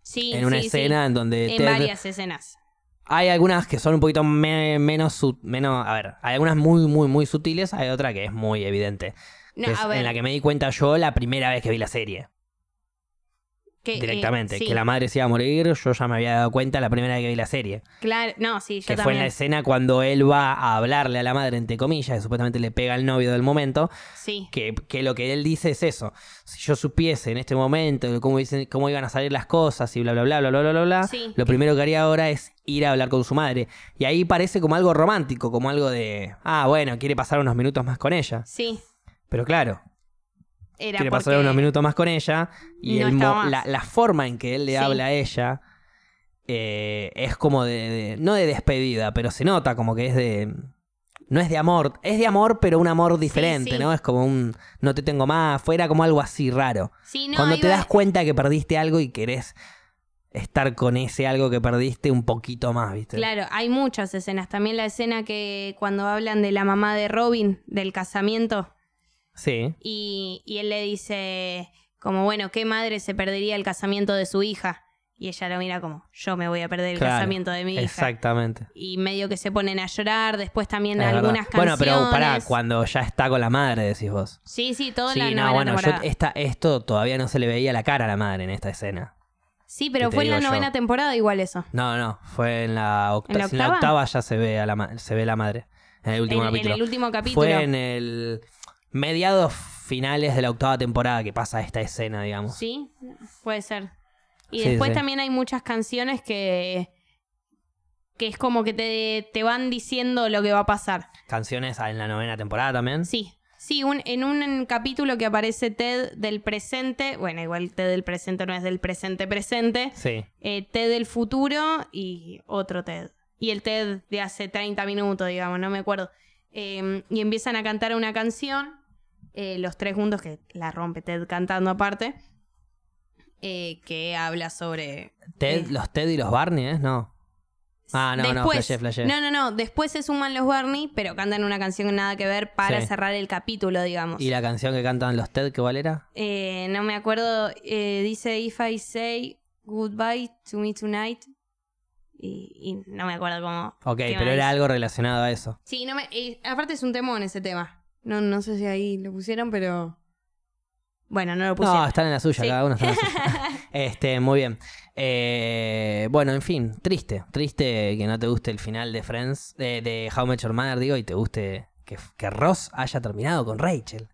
[SPEAKER 2] Sí,
[SPEAKER 1] en una
[SPEAKER 2] sí,
[SPEAKER 1] escena en donde
[SPEAKER 2] sí. En
[SPEAKER 1] Ted-
[SPEAKER 2] varias escenas.
[SPEAKER 1] hay algunas que son un poquito me- menos, sut- menos... A ver, hay algunas muy, muy, muy sutiles. Hay otra que es muy evidente.
[SPEAKER 2] No,
[SPEAKER 1] que es
[SPEAKER 2] a ver,
[SPEAKER 1] en la que me di cuenta yo la primera vez que vi la serie.
[SPEAKER 2] que, eh,
[SPEAKER 1] directamente.
[SPEAKER 2] sí,
[SPEAKER 1] Que la madre se iba a morir, yo ya me había dado cuenta la primera vez que vi la serie.
[SPEAKER 2] Claro, no, sí, yo
[SPEAKER 1] que fue en
[SPEAKER 2] también.
[SPEAKER 1] la escena cuando él va a hablarle a la madre, entre comillas, que supuestamente le pega al novio del momento,
[SPEAKER 2] Sí.
[SPEAKER 1] que, que lo que él dice es eso. Si yo supiese en este momento cómo, dicen- cómo iban a salir las cosas y bla, bla, bla, bla, bla, bla, bla, bla,
[SPEAKER 2] Sí.
[SPEAKER 1] lo primero que haría ahora es ir a hablar con su madre. Y ahí parece como algo romántico, como algo de, ah, bueno, quiere pasar unos minutos más con ella.
[SPEAKER 2] Sí.
[SPEAKER 1] Pero claro,
[SPEAKER 2] Era
[SPEAKER 1] quiere
[SPEAKER 2] porque...
[SPEAKER 1] pasar unos minutos más con ella y
[SPEAKER 2] No
[SPEAKER 1] el
[SPEAKER 2] estaba
[SPEAKER 1] mo-
[SPEAKER 2] más.
[SPEAKER 1] la, la forma en que él le
[SPEAKER 2] Sí.
[SPEAKER 1] habla a ella eh, es como de, de- no de despedida pero se nota como que es de no es de amor es de amor pero un amor diferente
[SPEAKER 2] sí.
[SPEAKER 1] no es como un no te tengo más fuera como algo así raro
[SPEAKER 2] Sí, no,
[SPEAKER 1] cuando te
[SPEAKER 2] iba-
[SPEAKER 1] das cuenta que perdiste algo y querés estar con ese algo que perdiste un poquito más viste
[SPEAKER 2] Claro, hay muchas escenas. También la escena que cuando hablan de la mamá de Robin, del casamiento,
[SPEAKER 1] sí
[SPEAKER 2] y, y él le dice como, bueno, ¿qué madre se perdería el casamiento de su hija? Y ella lo mira como, yo me voy a perder el
[SPEAKER 1] Claro,
[SPEAKER 2] casamiento de mi hija.
[SPEAKER 1] exactamente
[SPEAKER 2] Y medio que se ponen a llorar, después también
[SPEAKER 1] Es verdad.
[SPEAKER 2] algunas
[SPEAKER 1] bueno
[SPEAKER 2] canciones.
[SPEAKER 1] pero pará cuando ya está con la madre decís vos
[SPEAKER 2] Sí, sí, todo
[SPEAKER 1] Sí, no,
[SPEAKER 2] la novena
[SPEAKER 1] bueno, yo
[SPEAKER 2] temporada.
[SPEAKER 1] esta, esto todavía no se le veía la cara a la madre en esta escena.
[SPEAKER 2] Sí,
[SPEAKER 1] que
[SPEAKER 2] pero
[SPEAKER 1] te
[SPEAKER 2] fue en la
[SPEAKER 1] digo yo.
[SPEAKER 2] novena temporada igual eso.
[SPEAKER 1] No, no, fue en la, octa-
[SPEAKER 2] ¿En la
[SPEAKER 1] si en la
[SPEAKER 2] octava?
[SPEAKER 1] octava ya se ve, a la, ma- se ve la madre, en el último
[SPEAKER 2] en, en
[SPEAKER 1] capítulo.
[SPEAKER 2] el último capítulo.
[SPEAKER 1] Fue en el mediados finales de la octava temporada que pasa esta escena, digamos.
[SPEAKER 2] Sí, puede ser. Y
[SPEAKER 1] Sí,
[SPEAKER 2] después
[SPEAKER 1] sí.
[SPEAKER 2] también hay muchas canciones que que es como que te, te van diciendo lo que va a pasar.
[SPEAKER 1] Canciones en la novena temporada también.
[SPEAKER 2] Sí, sí, un- en un capítulo que aparece Ted del presente, bueno, igual Ted del presente no es del presente presente,
[SPEAKER 1] Sí.
[SPEAKER 2] eh, Ted del futuro y otro Ted. Y el Ted de hace 30 minutos, digamos, no me acuerdo. Eh, y empiezan a cantar una canción, eh, los tres juntos, que la rompe Ted cantando aparte, eh, que habla sobre...
[SPEAKER 1] Ted,
[SPEAKER 2] eh,
[SPEAKER 1] los Ted y los Barney, ¿eh? No. Ah, no, no,
[SPEAKER 2] después,
[SPEAKER 1] flashé, flashé.
[SPEAKER 2] no, no, no, después se suman los Barney, pero cantan una canción nada que ver para
[SPEAKER 1] Sí.
[SPEAKER 2] cerrar el capítulo, digamos.
[SPEAKER 1] ¿Y la canción que cantan los Ted, qué cuál era?
[SPEAKER 2] Eh, no me acuerdo, eh, dice If I Say Goodbye to Me Tonight. Y, y no me acuerdo cómo.
[SPEAKER 1] Ok,
[SPEAKER 2] qué
[SPEAKER 1] pero
[SPEAKER 2] más.
[SPEAKER 1] era algo relacionado a eso.
[SPEAKER 2] Sí, no me, eh, aparte es un temón ese tema. No, no sé si ahí lo pusieron, pero. Bueno, no lo pusieron.
[SPEAKER 1] No, están en la suya,
[SPEAKER 2] Sí.
[SPEAKER 1] cada uno está en la
[SPEAKER 2] (laughs)
[SPEAKER 1] suya. este, muy bien. Eh, bueno, en fin, triste. Triste que no te guste el final de Friends, de, de How Much Your Mother, digo, y te guste que, que Ross haya terminado con Rachel.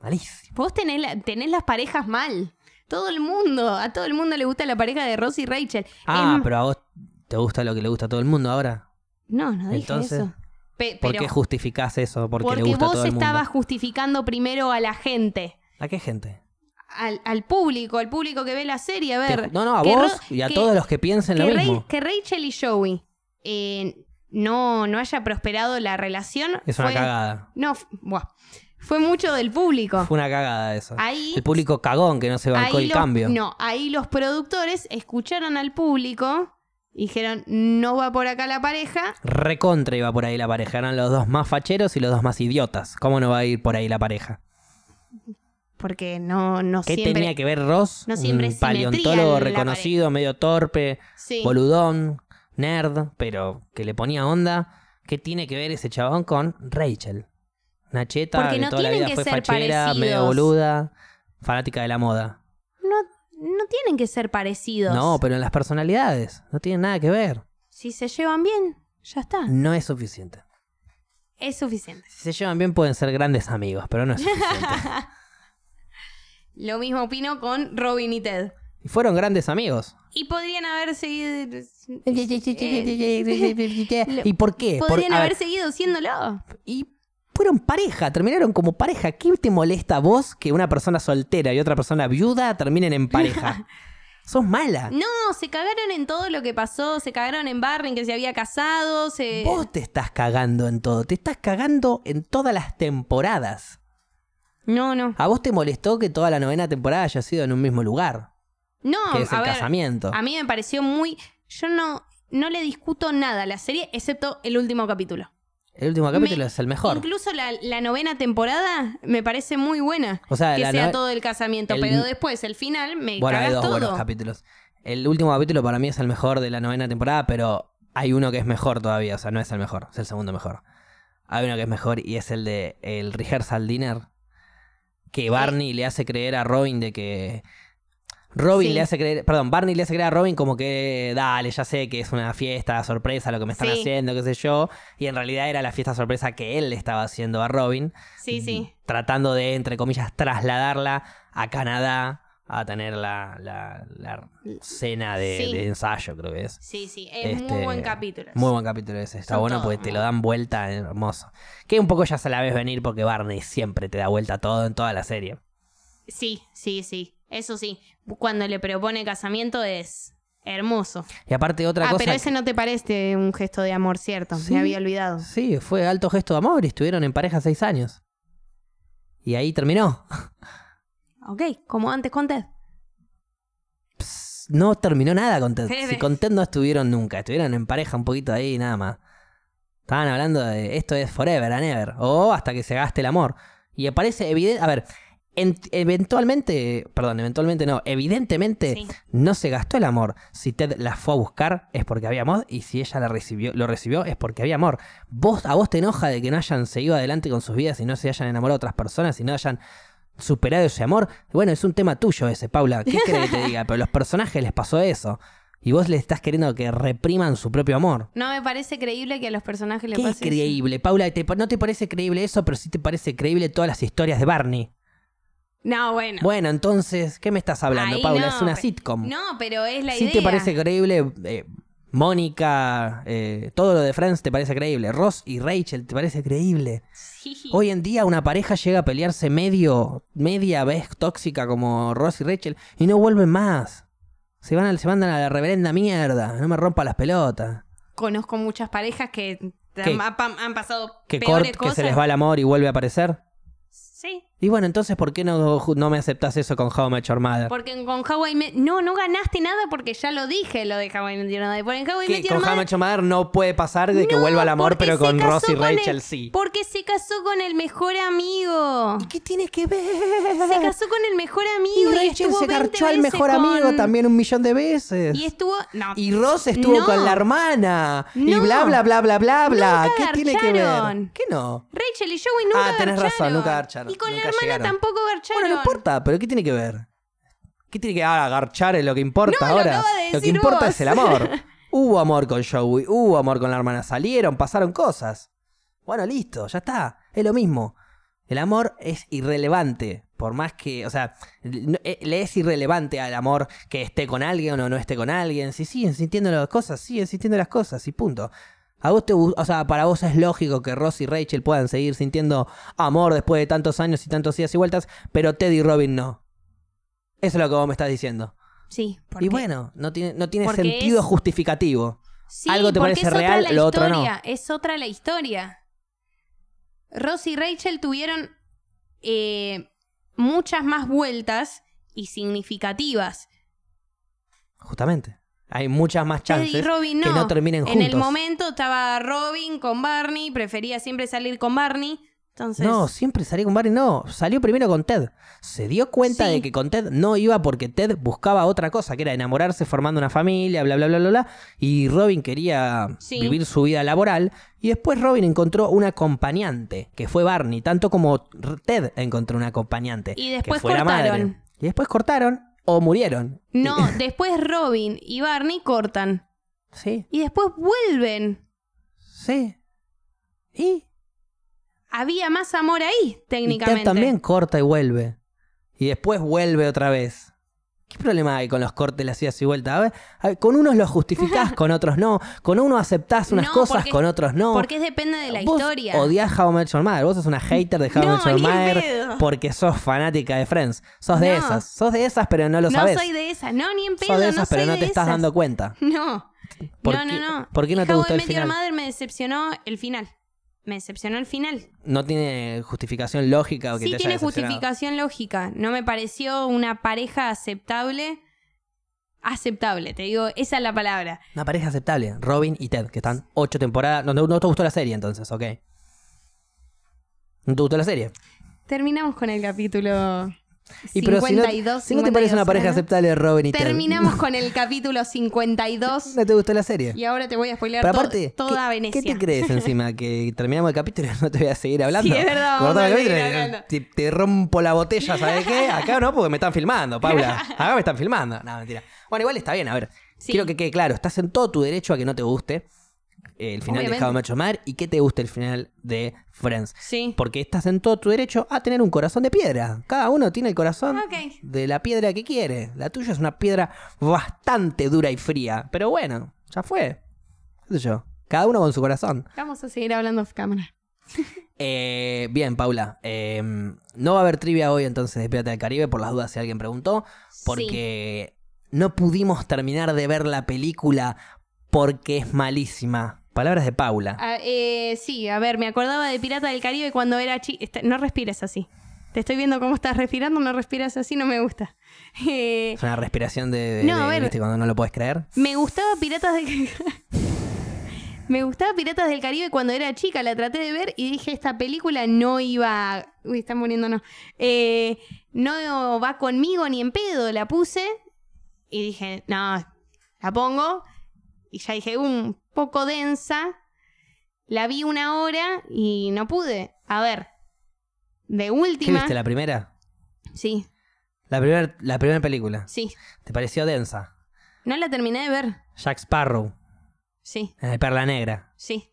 [SPEAKER 1] Malísimo.
[SPEAKER 2] Vos tenés, la- tenés las parejas mal. Todo el mundo, a todo el mundo le gusta la pareja de Ross y Rachel.
[SPEAKER 1] Ah,
[SPEAKER 2] Em,
[SPEAKER 1] pero a vos te gusta lo que le gusta a todo el mundo ahora.
[SPEAKER 2] No, no dije
[SPEAKER 1] Entonces,
[SPEAKER 2] eso. Pe-
[SPEAKER 1] ¿Por
[SPEAKER 2] pero-
[SPEAKER 1] qué justificás eso? Porque,
[SPEAKER 2] porque
[SPEAKER 1] le gusta a todo
[SPEAKER 2] vos
[SPEAKER 1] el mundo.
[SPEAKER 2] estabas justificando primero a la gente.
[SPEAKER 1] ¿A qué gente?
[SPEAKER 2] al, al público, al público que ve la serie, a
[SPEAKER 1] Te-
[SPEAKER 2] ver.
[SPEAKER 1] no, no, a
[SPEAKER 2] que
[SPEAKER 1] vos
[SPEAKER 2] Ro-
[SPEAKER 1] y a
[SPEAKER 2] que-
[SPEAKER 1] todos los que piensen
[SPEAKER 2] que,
[SPEAKER 1] lo
[SPEAKER 2] Ray-
[SPEAKER 1] mismo.
[SPEAKER 2] que Rachel y Joey eh, no, no haya prosperado la relación.
[SPEAKER 1] Es una
[SPEAKER 2] fue-
[SPEAKER 1] cagada.
[SPEAKER 2] No, f- buah. fue mucho del público.
[SPEAKER 1] Fue una cagada eso.
[SPEAKER 2] Ahí,
[SPEAKER 1] El público cagón que no se bancó
[SPEAKER 2] ahí
[SPEAKER 1] el
[SPEAKER 2] los-
[SPEAKER 1] cambio.
[SPEAKER 2] No, ahí los productores escucharon al público, dijeron, no va por acá la pareja.
[SPEAKER 1] Recontra iba por ahí la pareja. Eran los dos más facheros y los dos más idiotas. ¿Cómo no va a ir por ahí la pareja?
[SPEAKER 2] Porque no, no
[SPEAKER 1] ¿Qué
[SPEAKER 2] siempre.
[SPEAKER 1] tenía que ver Ross?
[SPEAKER 2] no siempre
[SPEAKER 1] un
[SPEAKER 2] es simetría
[SPEAKER 1] paleontólogo
[SPEAKER 2] en la
[SPEAKER 1] reconocido, medio torpe,
[SPEAKER 2] Sí.
[SPEAKER 1] boludón, nerd, pero que le ponía onda. ¿Qué tiene que ver ese chabón con Rachel? Una cheta
[SPEAKER 2] Porque
[SPEAKER 1] que
[SPEAKER 2] no
[SPEAKER 1] toda la
[SPEAKER 2] tienen
[SPEAKER 1] vida
[SPEAKER 2] que
[SPEAKER 1] fue
[SPEAKER 2] ser
[SPEAKER 1] fachera, medio
[SPEAKER 2] parecidos.
[SPEAKER 1] boluda, fanática de la moda.
[SPEAKER 2] No, no tienen que ser parecidos.
[SPEAKER 1] No, pero en las personalidades. No tiene nada que ver.
[SPEAKER 2] Si se llevan bien, ya está.
[SPEAKER 1] No es suficiente.
[SPEAKER 2] Es suficiente.
[SPEAKER 1] Si se llevan bien pueden ser grandes amigos, pero no es suficiente.
[SPEAKER 2] (laughs) Lo mismo opino con Robin y Ted.
[SPEAKER 1] y fueron grandes amigos.
[SPEAKER 2] Y podrían
[SPEAKER 1] (laughs)
[SPEAKER 2] haber seguido.
[SPEAKER 1] ¿Y por qué? Por-
[SPEAKER 2] Eh, podrían
[SPEAKER 1] a
[SPEAKER 2] haber
[SPEAKER 1] ver, Ah.
[SPEAKER 2] seguido siéndolo.
[SPEAKER 1] y fueron pareja, terminaron como pareja. ¿Qué te molesta a vos que una persona soltera y otra persona viuda terminen en pareja?
[SPEAKER 2] (laughs)
[SPEAKER 1] Sos mala.
[SPEAKER 2] No, se cagaron en todo lo que pasó. Se cagaron en Barney, que se había casado. Se...
[SPEAKER 1] Vos te estás cagando en todo. Te estás cagando en todas las temporadas.
[SPEAKER 2] No, no.
[SPEAKER 1] A vos te molestó que toda la novena temporada haya sido en un mismo lugar,
[SPEAKER 2] No,
[SPEAKER 1] que es
[SPEAKER 2] a
[SPEAKER 1] el
[SPEAKER 2] ver.
[SPEAKER 1] casamiento.
[SPEAKER 2] A mí me pareció muy. Yo no, no le discuto nada a la serie, excepto el último capítulo.
[SPEAKER 1] El último capítulo es el mejor.
[SPEAKER 2] Incluso la, la novena temporada me parece muy buena.
[SPEAKER 1] O sea,
[SPEAKER 2] que
[SPEAKER 1] Ah, la
[SPEAKER 2] sea
[SPEAKER 1] nove-
[SPEAKER 2] todo el casamiento.
[SPEAKER 1] el-
[SPEAKER 2] Pero después, el final, me
[SPEAKER 1] Bueno, hay
[SPEAKER 2] cagás
[SPEAKER 1] dos buenos
[SPEAKER 2] todo.
[SPEAKER 1] capítulos. El último capítulo para mí es el mejor de la novena temporada, pero hay uno que es mejor todavía. O sea, no es el mejor, es el segundo mejor. Hay uno que es mejor y es el de el rehearsal dinner. Que Barney le hace creer a Robin de que. Robin
[SPEAKER 2] Sí.
[SPEAKER 1] le hace creer. Perdón, Barney le hace creer a Robin como que. Dale, ya sé que es una fiesta sorpresa lo que me están
[SPEAKER 2] Sí.
[SPEAKER 1] haciendo, qué sé yo. Y en realidad era la fiesta sorpresa que él le estaba haciendo a Robin
[SPEAKER 2] Sí,
[SPEAKER 1] Mm.
[SPEAKER 2] sí.
[SPEAKER 1] tratando de, entre comillas, trasladarla a Canadá a tener la, la- la cena de,
[SPEAKER 2] Sí.
[SPEAKER 1] de ensayo, creo que es.
[SPEAKER 2] Sí, sí, es
[SPEAKER 1] Este,
[SPEAKER 2] muy buen capítulo.
[SPEAKER 1] Muy buen capítulo ese, está
[SPEAKER 2] Son
[SPEAKER 1] bueno
[SPEAKER 2] todos
[SPEAKER 1] porque te
[SPEAKER 2] muy
[SPEAKER 1] lo dan vuelta, hermoso. Que un poco ya se la ves venir porque Barney siempre te da vuelta todo en toda la serie.
[SPEAKER 2] Sí, sí, sí, eso sí. Cuando le propone casamiento es hermoso.
[SPEAKER 1] Y aparte otra
[SPEAKER 2] Ah,
[SPEAKER 1] cosa...
[SPEAKER 2] pero ese no te parece un gesto de amor, ¿cierto?
[SPEAKER 1] Sí.
[SPEAKER 2] Me había olvidado.
[SPEAKER 1] Sí, fue alto gesto de amor y estuvieron en pareja seis años. Y ahí terminó.
[SPEAKER 2] Ok, como antes conté.
[SPEAKER 1] Pss, No terminó nada con Ted.
[SPEAKER 2] Jefe.
[SPEAKER 1] Si con Ted no estuvieron nunca, estuvieron en pareja un poquito ahí y nada más. Estaban hablando de esto es forever and ever, o hasta que se gaste el amor. Y aparece evidente. A ver, en- eventualmente, perdón, eventualmente no, evidentemente
[SPEAKER 2] Sí.
[SPEAKER 1] no se gastó el amor. Si Ted la fue a buscar es porque había amor, y si ella la recibió, lo recibió es porque había amor. Vos, a vos te enoja de que no hayan seguido adelante con sus vidas y no se hayan enamorado de otras personas y no hayan superado ese amor. Bueno, es un tema tuyo ese, Paula. ¿Qué crees que te
[SPEAKER 2] (laughs)
[SPEAKER 1] diga? Pero a los personajes les pasó eso. Y vos les estás queriendo que repriman su propio amor.
[SPEAKER 2] No me parece creíble que a los personajes le
[SPEAKER 1] ¿Qué es
[SPEAKER 2] pase eso.
[SPEAKER 1] creíble? Paula, ¿te pa- no te parece creíble eso, pero sí te parece creíble todas las historias de Barney.
[SPEAKER 2] No, bueno.
[SPEAKER 1] Bueno, entonces, ¿qué me estás hablando,
[SPEAKER 2] Ahí
[SPEAKER 1] Paula?
[SPEAKER 2] no,
[SPEAKER 1] es una
[SPEAKER 2] pe-
[SPEAKER 1] sitcom.
[SPEAKER 2] No, pero es la
[SPEAKER 1] ¿Sí
[SPEAKER 2] idea.
[SPEAKER 1] te parece creíble eh, Mónica, eh, todo lo de Friends te parece creíble. Ross y Rachel te parece creíble.
[SPEAKER 2] Sí.
[SPEAKER 1] Hoy en día una pareja llega a pelearse medio, media vez tóxica como Ross y Rachel y no vuelven más. Se van, al- se mandan a la reverenda mierda. No me rompa las pelotas.
[SPEAKER 2] Conozco muchas parejas que
[SPEAKER 1] ¿Qué?
[SPEAKER 2] han, han- han pasado
[SPEAKER 1] Que
[SPEAKER 2] peores
[SPEAKER 1] cort, que
[SPEAKER 2] cosas.
[SPEAKER 1] se les va el amor y vuelve a aparecer.
[SPEAKER 2] Sí,
[SPEAKER 1] Y bueno, entonces, ¿por qué no, no me aceptas eso con How I Met Your Mother?
[SPEAKER 2] porque con Hawaii Me... No, no ganaste nada porque ya lo dije lo de Hawaii Meteor Mother. Porque en Hawaii
[SPEAKER 1] Que
[SPEAKER 2] Meteor
[SPEAKER 1] con How I
[SPEAKER 2] Mother-
[SPEAKER 1] Met Your Mother no puede pasar de que
[SPEAKER 2] No,
[SPEAKER 1] vuelva el amor,
[SPEAKER 2] porque
[SPEAKER 1] pero
[SPEAKER 2] se
[SPEAKER 1] con
[SPEAKER 2] casó
[SPEAKER 1] Ross y
[SPEAKER 2] con
[SPEAKER 1] Rachel
[SPEAKER 2] el-
[SPEAKER 1] sí.
[SPEAKER 2] Porque se casó con el mejor amigo.
[SPEAKER 1] ¿Y qué tiene que ver? (laughs)
[SPEAKER 2] Se casó con el mejor
[SPEAKER 1] Y
[SPEAKER 2] amigo. Y
[SPEAKER 1] Rachel
[SPEAKER 2] estuvo
[SPEAKER 1] se
[SPEAKER 2] 20
[SPEAKER 1] garchó al
[SPEAKER 2] veces
[SPEAKER 1] mejor amigo
[SPEAKER 2] con-
[SPEAKER 1] también un millón de veces.
[SPEAKER 2] Y estuvo. No.
[SPEAKER 1] Y Ross estuvo
[SPEAKER 2] No.
[SPEAKER 1] con la hermana. Y
[SPEAKER 2] No.
[SPEAKER 1] bla, bla, bla, bla, bla, bla.
[SPEAKER 2] Nunca
[SPEAKER 1] ¿Qué tiene que ver?
[SPEAKER 2] garcharon.
[SPEAKER 1] ¿Qué no?
[SPEAKER 2] Rachel y Joey nunca
[SPEAKER 1] Ah, tenés razón,
[SPEAKER 2] garcharon.
[SPEAKER 1] nunca garcharon,
[SPEAKER 2] Y con la
[SPEAKER 1] nunca
[SPEAKER 2] hermana
[SPEAKER 1] llegaron.
[SPEAKER 2] tampoco garcharon.
[SPEAKER 1] Bueno, no importa, pero ¿qué tiene que ver? ¿Qué tiene que ver? Ah, garchar es lo que importa
[SPEAKER 2] No, lo
[SPEAKER 1] ahora.
[SPEAKER 2] acabas de
[SPEAKER 1] lo que
[SPEAKER 2] decir
[SPEAKER 1] importa
[SPEAKER 2] vos.
[SPEAKER 1] es el
[SPEAKER 2] (laughs)
[SPEAKER 1] amor. hubo amor con Joey, hubo amor con la hermana. Salieron, pasaron cosas. Bueno, listo, ya está. Es lo mismo. El amor es irrelevante. Por más que, o sea, no- eh, le es irrelevante al amor que esté con alguien o no esté con alguien. Si siguen sintiendo las cosas, siguen sintiendo las cosas y punto. A vos te, gu- o sea, para vos es lógico que Ross y Rachel puedan seguir sintiendo amor después de tantos años y tantos idas y vueltas, pero Ted y Robin no. Eso es lo que vos me estás diciendo.
[SPEAKER 2] Sí, porque,
[SPEAKER 1] Y bueno, no tiene, no tiene
[SPEAKER 2] Porque
[SPEAKER 1] sentido
[SPEAKER 2] es-
[SPEAKER 1] justificativo.
[SPEAKER 2] sí,
[SPEAKER 1] algo te
[SPEAKER 2] porque
[SPEAKER 1] parece
[SPEAKER 2] es otra
[SPEAKER 1] real,
[SPEAKER 2] la
[SPEAKER 1] lo otro no.
[SPEAKER 2] historia, Es otra la historia. Ross y Rachel tuvieron eh, muchas más vueltas y significativas.
[SPEAKER 1] Justamente. Hay muchas más
[SPEAKER 2] Ted
[SPEAKER 1] chances
[SPEAKER 2] y Robin no.
[SPEAKER 1] que no terminen
[SPEAKER 2] en
[SPEAKER 1] juntos.
[SPEAKER 2] el momento estaba Robin con Barney, prefería siempre salir con Barney. Entonces,
[SPEAKER 1] No, siempre salió con Barney. No, salió primero con Ted. Se dio cuenta
[SPEAKER 2] Sí.
[SPEAKER 1] de que con Ted no iba porque Ted buscaba otra cosa, que era enamorarse, formando una familia, bla, bla, bla, bla, bla. Y Robin quería
[SPEAKER 2] Sí.
[SPEAKER 1] vivir su vida laboral. Y después Robin encontró un acompañante, que fue Barney, tanto como R- Ted encontró un acompañante.
[SPEAKER 2] Y
[SPEAKER 1] que
[SPEAKER 2] después
[SPEAKER 1] fue la madre.
[SPEAKER 2] cortaron.
[SPEAKER 1] Y después cortaron o murieron. (laughs)
[SPEAKER 2] no, después Robin y Barney cortan.
[SPEAKER 1] Sí,
[SPEAKER 2] Y después vuelven.
[SPEAKER 1] sí. Y
[SPEAKER 2] Había más amor ahí,
[SPEAKER 1] Y
[SPEAKER 2] técnicamente.
[SPEAKER 1] Ted también corta y vuelve. Y después vuelve otra vez. ¿Qué problema hay con los cortes, las idas y vueltas? A ver, a ver, con unos los
[SPEAKER 2] (laughs)
[SPEAKER 1] justificás, con otros no. Con uno aceptás unas
[SPEAKER 2] No,
[SPEAKER 1] cosas,
[SPEAKER 2] porque-
[SPEAKER 1] con otros no.
[SPEAKER 2] Porque es depende de la
[SPEAKER 1] Vos
[SPEAKER 2] historia.
[SPEAKER 1] odiás How I Met Your Mother. Vos sos una hater de How I
[SPEAKER 2] No,
[SPEAKER 1] Met Your
[SPEAKER 2] ni en
[SPEAKER 1] Mother
[SPEAKER 2] pedo.
[SPEAKER 1] porque sos fanática de Friends. Sos de
[SPEAKER 2] No.
[SPEAKER 1] esas. Sos de esas, pero no lo
[SPEAKER 2] no
[SPEAKER 1] sabés.
[SPEAKER 2] soy de esas, no, ni en pedo,
[SPEAKER 1] sos de esas,
[SPEAKER 2] no soy
[SPEAKER 1] pero no
[SPEAKER 2] de
[SPEAKER 1] te estás
[SPEAKER 2] esas.
[SPEAKER 1] dando cuenta.
[SPEAKER 2] (laughs) No.
[SPEAKER 1] ¿Por
[SPEAKER 2] no,
[SPEAKER 1] qué-
[SPEAKER 2] no, no.
[SPEAKER 1] por qué no
[SPEAKER 2] Y
[SPEAKER 1] te
[SPEAKER 2] How
[SPEAKER 1] gustó
[SPEAKER 2] I
[SPEAKER 1] el
[SPEAKER 2] Met Your
[SPEAKER 1] final?
[SPEAKER 2] Mother me decepcionó el final. Me decepcionó el final.
[SPEAKER 1] No tiene justificación lógica o que
[SPEAKER 2] sí
[SPEAKER 1] te haya
[SPEAKER 2] tiene
[SPEAKER 1] decepcionado.
[SPEAKER 2] justificación lógica. No me pareció una pareja aceptable. Aceptable, te digo, esa es la palabra.
[SPEAKER 1] Una pareja aceptable. Robin y Ted, que están ocho temporadas. No, no, no te gustó la serie entonces, ok. No te gustó la serie.
[SPEAKER 2] Terminamos con el capítulo
[SPEAKER 1] Y
[SPEAKER 2] 52.
[SPEAKER 1] pero si no, si no te parece una
[SPEAKER 2] 52,
[SPEAKER 1] pareja
[SPEAKER 2] ¿no?
[SPEAKER 1] aceptable Robin y (laughs)
[SPEAKER 2] Terminamos con el capítulo 52
[SPEAKER 1] Ted. No te gustó la serie.
[SPEAKER 2] y ahora te voy a spoilear
[SPEAKER 1] Pero
[SPEAKER 2] to-
[SPEAKER 1] aparte,
[SPEAKER 2] toda
[SPEAKER 1] ¿qué,
[SPEAKER 2] Venecia.
[SPEAKER 1] ¿qué te
[SPEAKER 2] (laughs)
[SPEAKER 1] crees encima? ¿Que terminamos el capítulo y no te voy a seguir hablando?
[SPEAKER 2] Sí, es verdad, vamos
[SPEAKER 1] Cortame
[SPEAKER 2] a
[SPEAKER 1] el
[SPEAKER 2] seguir
[SPEAKER 1] capítulo y
[SPEAKER 2] hablando.
[SPEAKER 1] Te, te rompo la botella, ¿sabes
[SPEAKER 2] (laughs)
[SPEAKER 1] qué? Acá no, porque me están filmando, Paula. Acá me están filmando. No, mentira. Bueno, igual está bien, a ver.
[SPEAKER 2] Sí.
[SPEAKER 1] Quiero que quede claro, estás en todo tu derecho a que no te guste el final
[SPEAKER 2] Obviamente.
[SPEAKER 1] de How I Met Your Mother y que te guste el final de Friends.
[SPEAKER 2] Sí.
[SPEAKER 1] Porque estás en todo tu derecho a tener un corazón de piedra. Cada uno tiene el corazón
[SPEAKER 2] Ok.
[SPEAKER 1] de la piedra que quiere. La tuya es una piedra bastante dura y fría. Pero bueno, ya fue. ¿Qué sé yo? Cada uno con su corazón.
[SPEAKER 2] Vamos a seguir hablando off cámara.
[SPEAKER 1] Eh, bien, Paula. eh, no va a haber trivia hoy, entonces despídate del Caribe por las dudas si alguien preguntó. Porque no pudimos terminar de ver la película porque es malísima. Palabras de Paula.
[SPEAKER 2] Ah, eh, sí, a ver, me acordaba de Pirata del Caribe cuando era chica. No respires así. Te estoy viendo cómo estás respirando, no respiras así, no me gusta. (laughs) Eh,
[SPEAKER 1] Es una respiración de, de-
[SPEAKER 2] No,
[SPEAKER 1] de-
[SPEAKER 2] a ver.
[SPEAKER 1] ¿viste? cuando no lo puedes creer.
[SPEAKER 2] me gustaba Piratas del (laughs) Me gustaba Piratas del Caribe cuando era chica, la traté de ver y dije, esta película no iba... a- Uy, están muriendo, no. Eh, no va conmigo ni en pedo, la puse y dije, no, la pongo. Y ya dije, un poco densa. La vi una hora y no pude. A ver, de
[SPEAKER 1] ¿Qué
[SPEAKER 2] última...
[SPEAKER 1] viste la primera?
[SPEAKER 2] Sí,
[SPEAKER 1] La primera la primera película.
[SPEAKER 2] sí.
[SPEAKER 1] ¿Te pareció densa?
[SPEAKER 2] No la terminé de ver.
[SPEAKER 1] Jack Sparrow,
[SPEAKER 2] Sí,
[SPEAKER 1] en el Perla Negra,
[SPEAKER 2] sí.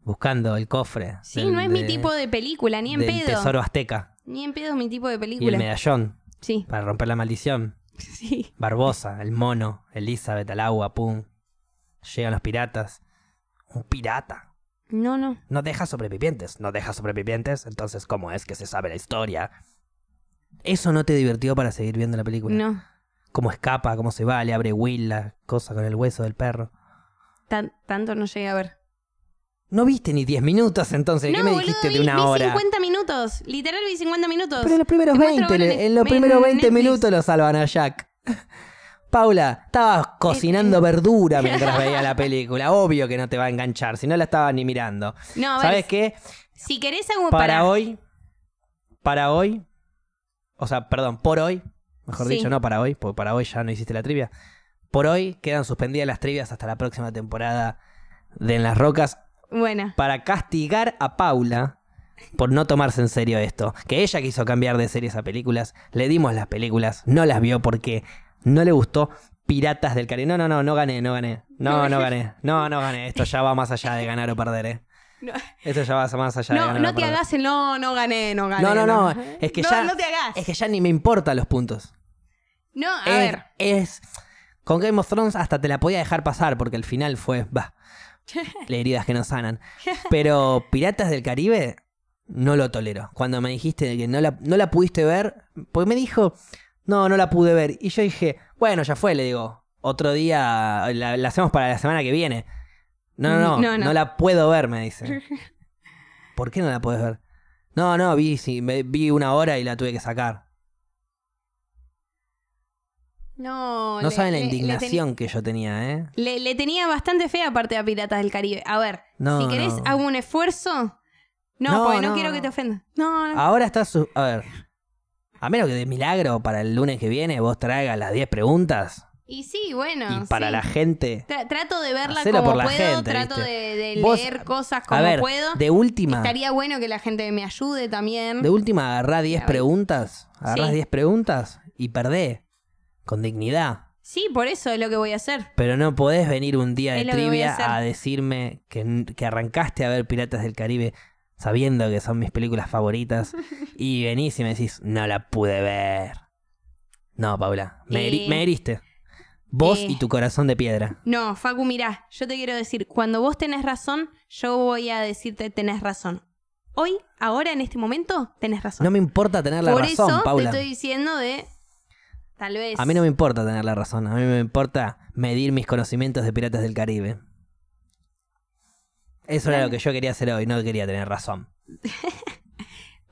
[SPEAKER 1] buscando el cofre.
[SPEAKER 2] Sí,
[SPEAKER 1] del-
[SPEAKER 2] no es mi
[SPEAKER 1] de-
[SPEAKER 2] tipo de película, ni en
[SPEAKER 1] del
[SPEAKER 2] pedo.
[SPEAKER 1] tesoro azteca.
[SPEAKER 2] Ni en pedo es mi tipo de
[SPEAKER 1] Y el
[SPEAKER 2] película.
[SPEAKER 1] medallón, (laughs)
[SPEAKER 2] Sí,
[SPEAKER 1] para romper la maldición.
[SPEAKER 2] sí.
[SPEAKER 1] Barbosa, el mono, Elizabeth al agua, pum. Llegan los piratas. Un pirata.
[SPEAKER 2] No, no.
[SPEAKER 1] No deja sobrevivientes. No deja sobrevivientes. Entonces, ¿cómo es que se sabe la historia? Eso no te divirtió para seguir viendo la película.
[SPEAKER 2] No.
[SPEAKER 1] Cómo escapa, cómo se va, le abre Will la cosa con el hueso del perro.
[SPEAKER 2] Tan- tanto no llegué a ver.
[SPEAKER 1] No viste ni 10 minutos entonces. ¿Qué
[SPEAKER 2] no,
[SPEAKER 1] me
[SPEAKER 2] boludo,
[SPEAKER 1] dijiste
[SPEAKER 2] vi,
[SPEAKER 1] de una
[SPEAKER 2] vi
[SPEAKER 1] hora?
[SPEAKER 2] 50 minutos. Literal vi 50 minutos.
[SPEAKER 1] Pero en los primeros
[SPEAKER 2] Te muestro
[SPEAKER 1] 20,
[SPEAKER 2] ver
[SPEAKER 1] le-
[SPEAKER 2] en-
[SPEAKER 1] en los
[SPEAKER 2] en
[SPEAKER 1] primeros 20
[SPEAKER 2] Netflix.
[SPEAKER 1] minutos lo salvan a Jack. (laughs) Paula,
[SPEAKER 2] Eh,
[SPEAKER 1] estabas cocinando verdura mientras veía
[SPEAKER 2] (laughs)
[SPEAKER 1] la película. Obvio que no te va a enganchar, si no la estabas ni mirando.
[SPEAKER 2] No, a ver,
[SPEAKER 1] ¿Sabes qué?
[SPEAKER 2] si querés algo
[SPEAKER 1] Para,
[SPEAKER 2] para...
[SPEAKER 1] hoy, para hoy, o sea, perdón, por hoy, mejor
[SPEAKER 2] Sí.
[SPEAKER 1] dicho, no para hoy, porque para hoy ya no hiciste la trivia. Por hoy quedan suspendidas las trivias hasta la próxima temporada de En las Rocas
[SPEAKER 2] Bueno,
[SPEAKER 1] para castigar a Paula por no tomarse en serio esto. Que ella quiso cambiar de series a películas, le dimos las películas, no las vio porque no le gustó Piratas del Caribe. No, no, no, no gané, no gané. No, no gané. No, no gané. Esto ya va más allá de ganar o perder, eh.
[SPEAKER 2] No.
[SPEAKER 1] Esto ya va más allá de
[SPEAKER 2] no,
[SPEAKER 1] ganar o
[SPEAKER 2] no te
[SPEAKER 1] perder.
[SPEAKER 2] hagas el no, no gané, no gané.
[SPEAKER 1] No, no, no. Es que
[SPEAKER 2] no,
[SPEAKER 1] ya
[SPEAKER 2] No te hagas.
[SPEAKER 1] es que ya ni me importan los puntos.
[SPEAKER 2] No, a
[SPEAKER 1] es,
[SPEAKER 2] ver.
[SPEAKER 1] es- Con Game of Thrones hasta te la podía dejar pasar porque el final fue.
[SPEAKER 2] (laughs)
[SPEAKER 1] Bah. le heridas que no sanan. Pero Piratas del Caribe no lo tolero. Cuando me dijiste de que no la, no la pudiste ver, pues me dijo, no, no la pude ver. Y yo dije, bueno, ya fue, le digo. Otro día la, la hacemos para la semana que viene. No, no, no, no,
[SPEAKER 2] (laughs) No, no.
[SPEAKER 1] la puedo ver, me
[SPEAKER 2] (laughs)
[SPEAKER 1] dice. ¿Por qué no la puedes ver? No, no, vi, sí, me- vi una hora y la tuve que sacar.
[SPEAKER 2] No,
[SPEAKER 1] No
[SPEAKER 2] le-
[SPEAKER 1] saben la
[SPEAKER 2] le- le
[SPEAKER 1] indignación que yo tenía, ¿eh?
[SPEAKER 2] teni- Le, le tenía bastante fe aparte a Piratas del Caribe. A ver,
[SPEAKER 1] No,
[SPEAKER 2] si querés
[SPEAKER 1] no.
[SPEAKER 2] hago un esfuerzo. No,
[SPEAKER 1] No,
[SPEAKER 2] porque no,
[SPEAKER 1] no. Ah.
[SPEAKER 2] quiero que te ofendas. No, no.
[SPEAKER 1] Ahora está su... A ver. A menos que de milagro para el lunes que viene vos traigas las 10 preguntas
[SPEAKER 2] Y sí, bueno.
[SPEAKER 1] y para
[SPEAKER 2] sí.
[SPEAKER 1] la gente...
[SPEAKER 2] Tra- trato de verla
[SPEAKER 1] Hacelo
[SPEAKER 2] como
[SPEAKER 1] por la
[SPEAKER 2] puedo,
[SPEAKER 1] gente,
[SPEAKER 2] trato
[SPEAKER 1] ¿viste?
[SPEAKER 2] de, de
[SPEAKER 1] Vos-
[SPEAKER 2] leer cosas como
[SPEAKER 1] A ver,
[SPEAKER 2] puedo.
[SPEAKER 1] de última...
[SPEAKER 2] Estaría bueno que la gente me ayude también.
[SPEAKER 1] De última agarrá 10
[SPEAKER 2] A ver.
[SPEAKER 1] preguntas. Agarrás
[SPEAKER 2] Sí.
[SPEAKER 1] 10 preguntas y perdé. Con dignidad.
[SPEAKER 2] Sí, por eso es lo que voy a hacer.
[SPEAKER 1] Pero no podés venir un día de
[SPEAKER 2] Es lo que voy a
[SPEAKER 1] trivia
[SPEAKER 2] hacer.
[SPEAKER 1] a, decirme que, que arrancaste a ver Piratas del Caribe sabiendo que son mis películas
[SPEAKER 2] (laughs)
[SPEAKER 1] favoritas y venís y me decís, no la pude ver. No, Paula, me, heri-
[SPEAKER 2] Eh.
[SPEAKER 1] me heriste. Vos
[SPEAKER 2] Eh.
[SPEAKER 1] y tu corazón de piedra.
[SPEAKER 2] No, Facu, mirá, yo te quiero decir, cuando vos tenés razón, yo voy a decirte tenés razón. Hoy, ahora, en este momento, tenés razón.
[SPEAKER 1] No me importa tener la
[SPEAKER 2] por
[SPEAKER 1] razón,
[SPEAKER 2] eso
[SPEAKER 1] Paula.
[SPEAKER 2] te estoy diciendo de tal vez.
[SPEAKER 1] A mí no me importa tener la razón, a mí me importa medir mis conocimientos de Piratas del Caribe. Eso era
[SPEAKER 2] Dale.
[SPEAKER 1] lo que yo quería hacer hoy, no quería tener razón.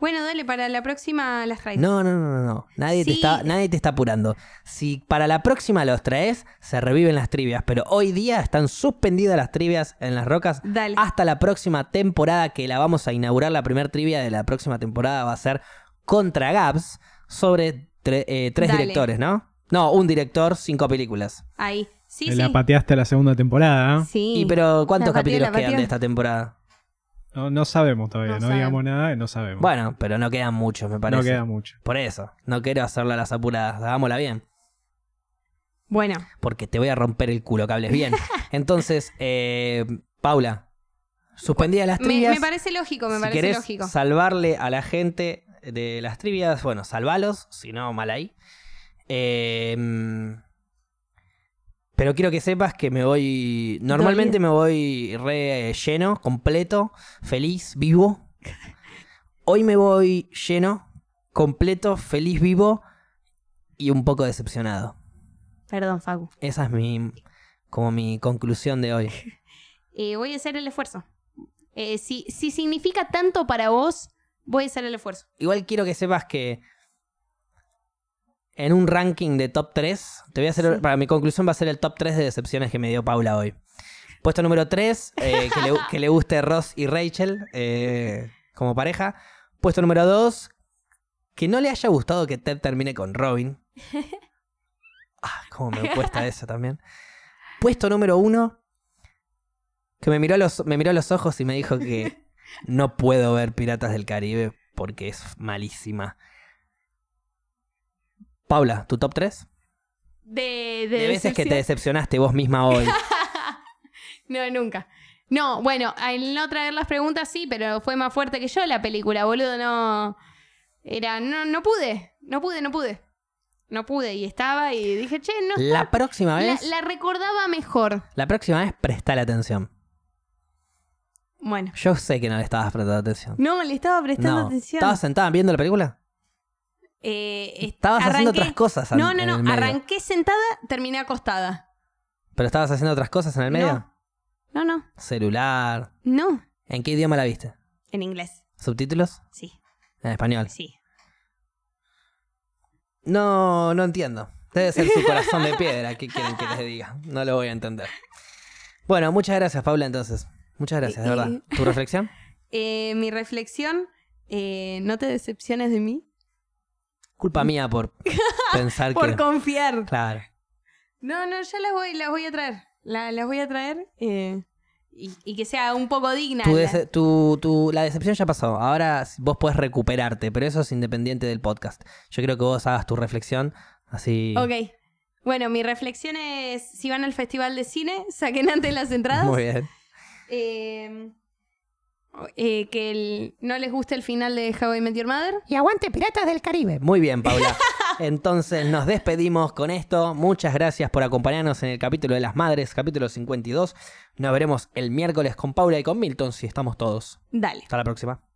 [SPEAKER 2] Bueno, dale, para la próxima las traigo.
[SPEAKER 1] No, no, no, no, no. Nadie, te
[SPEAKER 2] Sí.
[SPEAKER 1] está, nadie te está apurando. Si para la próxima los traes, se reviven las trivias. Pero hoy día están suspendidas las trivias en las rocas.
[SPEAKER 2] Dale.
[SPEAKER 1] Hasta la próxima temporada que la vamos a inaugurar. La primera trivia de la próxima temporada va a ser contra Gaps sobre tre- eh, tres
[SPEAKER 2] Dale.
[SPEAKER 1] directores, ¿no? No, un director, cinco películas.
[SPEAKER 2] Ahí. Sí,
[SPEAKER 3] Te
[SPEAKER 2] sí.
[SPEAKER 3] Eh, la pateaste a la segunda temporada. ¿eh? ¿no?
[SPEAKER 2] Sí.
[SPEAKER 1] ¿Y pero cuántos
[SPEAKER 2] La pateó,
[SPEAKER 1] capítulos
[SPEAKER 2] la
[SPEAKER 1] quedan
[SPEAKER 2] pateó.
[SPEAKER 1] de esta temporada?
[SPEAKER 3] No, no sabemos todavía,
[SPEAKER 2] No
[SPEAKER 3] no,
[SPEAKER 2] sabemos.
[SPEAKER 3] digamos nada, y no sabemos.
[SPEAKER 1] Bueno, pero no quedan muchos, me parece.
[SPEAKER 3] no queda mucho.
[SPEAKER 1] Por eso, no quiero hacerla a las apuradas. Hagámosla bien.
[SPEAKER 2] Bueno,
[SPEAKER 1] porque te voy a romper el culo, que hables
[SPEAKER 2] (laughs)
[SPEAKER 1] bien. Entonces, eh, Paula, suspendida las
[SPEAKER 2] me,
[SPEAKER 1] trivias.
[SPEAKER 2] me parece lógico, me
[SPEAKER 1] si
[SPEAKER 2] parece
[SPEAKER 1] querés
[SPEAKER 2] lógico.
[SPEAKER 1] salvarle a la gente de las trivias, bueno, salvalos, si no, mal ahí. Eh, pero quiero que sepas que me voy. Normalmente me voy re lleno, completo, feliz, vivo. Hoy me voy lleno, completo, feliz, vivo y un poco decepcionado.
[SPEAKER 2] Perdón, Facu.
[SPEAKER 1] Esa es mi como mi conclusión de hoy.
[SPEAKER 2] Eh, voy a hacer el esfuerzo. Eh, si, si significa tanto para vos, voy a hacer el esfuerzo.
[SPEAKER 1] Igual quiero que sepas que en un ranking de top 3, te voy a hacer
[SPEAKER 2] Sí.
[SPEAKER 1] para mi conclusión va a ser el top 3 de decepciones que me dio Paula hoy. Puesto número 3, que, le, que le guste Ross y Rachel eh, como pareja. Puesto número 2, que no le haya gustado que Ted termine con Robin. Ah, cómo me cuesta eso también. Puesto número 1, que me miró, a los, me miró a los ojos y me dijo que no puedo ver Piratas del Caribe porque es malísima. Paula, ¿tu top 3?
[SPEAKER 2] De,
[SPEAKER 1] De,
[SPEAKER 2] de
[SPEAKER 1] veces que te
[SPEAKER 2] decepción.
[SPEAKER 1] decepcionaste vos misma
[SPEAKER 2] (laughs)
[SPEAKER 1] hoy.
[SPEAKER 2] No, nunca. No, bueno, al no traer las preguntas sí, pero fue más fuerte que yo la película, boludo, no... Era, no, no pude, no pude, no pude. No pude y estaba y dije, che, no está-
[SPEAKER 1] La próxima
[SPEAKER 2] la-
[SPEAKER 1] vez, la,
[SPEAKER 2] la recordaba mejor.
[SPEAKER 1] próxima vez prestale atención.
[SPEAKER 2] Bueno.
[SPEAKER 1] Yo sé que no le estabas prestando atención.
[SPEAKER 2] No, le estaba prestando
[SPEAKER 1] No.
[SPEAKER 2] atención.
[SPEAKER 1] ¿Estabas sentada viendo la película?
[SPEAKER 2] Eh, est-
[SPEAKER 1] Estabas haciendo
[SPEAKER 2] arranqué-
[SPEAKER 1] otras cosas an-
[SPEAKER 2] No,
[SPEAKER 1] en
[SPEAKER 2] no,
[SPEAKER 1] el
[SPEAKER 2] no.
[SPEAKER 1] medio.
[SPEAKER 2] Arranqué sentada, terminé acostada.
[SPEAKER 1] ¿Pero estabas haciendo otras cosas en el
[SPEAKER 2] No.
[SPEAKER 1] medio?
[SPEAKER 2] No, no.
[SPEAKER 1] Celular.
[SPEAKER 2] No.
[SPEAKER 1] ¿En qué idioma la viste?
[SPEAKER 2] En inglés.
[SPEAKER 1] ¿Subtítulos?
[SPEAKER 2] Sí,
[SPEAKER 1] En español.
[SPEAKER 2] sí.
[SPEAKER 1] No, no entiendo. Debe ser su corazón de piedra. ¿Qué quieren que les diga? No lo voy a entender. Bueno, muchas gracias, Paula, entonces. Muchas gracias, de verdad. ¿Tu reflexión?
[SPEAKER 2] Eh, mi reflexión, eh, no te decepciones de mí.
[SPEAKER 1] Culpa mía
[SPEAKER 2] (laughs)
[SPEAKER 1] por pensar
[SPEAKER 2] Por
[SPEAKER 1] que...
[SPEAKER 2] confiar.
[SPEAKER 1] Claro.
[SPEAKER 2] No, no, ya las voy, las voy a traer. La- las voy a traer eh, y, y que sea un poco digna.
[SPEAKER 1] Tu
[SPEAKER 2] la-
[SPEAKER 1] dece- tu- tu- la decepción ya pasó. Ahora vos podés recuperarte, pero eso es independiente del podcast. Yo creo que vos hagas tu reflexión así...
[SPEAKER 2] Ok. Bueno, mi reflexión es, si van al festival de cine, saquen antes las entradas.
[SPEAKER 1] Muy bien.
[SPEAKER 2] Eh, eh, que el- no les guste el final de How I Met Your Mother.
[SPEAKER 1] Y aguante Piratas del Caribe. Muy bien, Paula. Entonces nos despedimos con esto. Muchas gracias por acompañarnos en el capítulo de las madres, capítulo 52. Nos veremos el miércoles con Paula y con Milton si estamos todos.
[SPEAKER 2] Dale.
[SPEAKER 1] Hasta la próxima.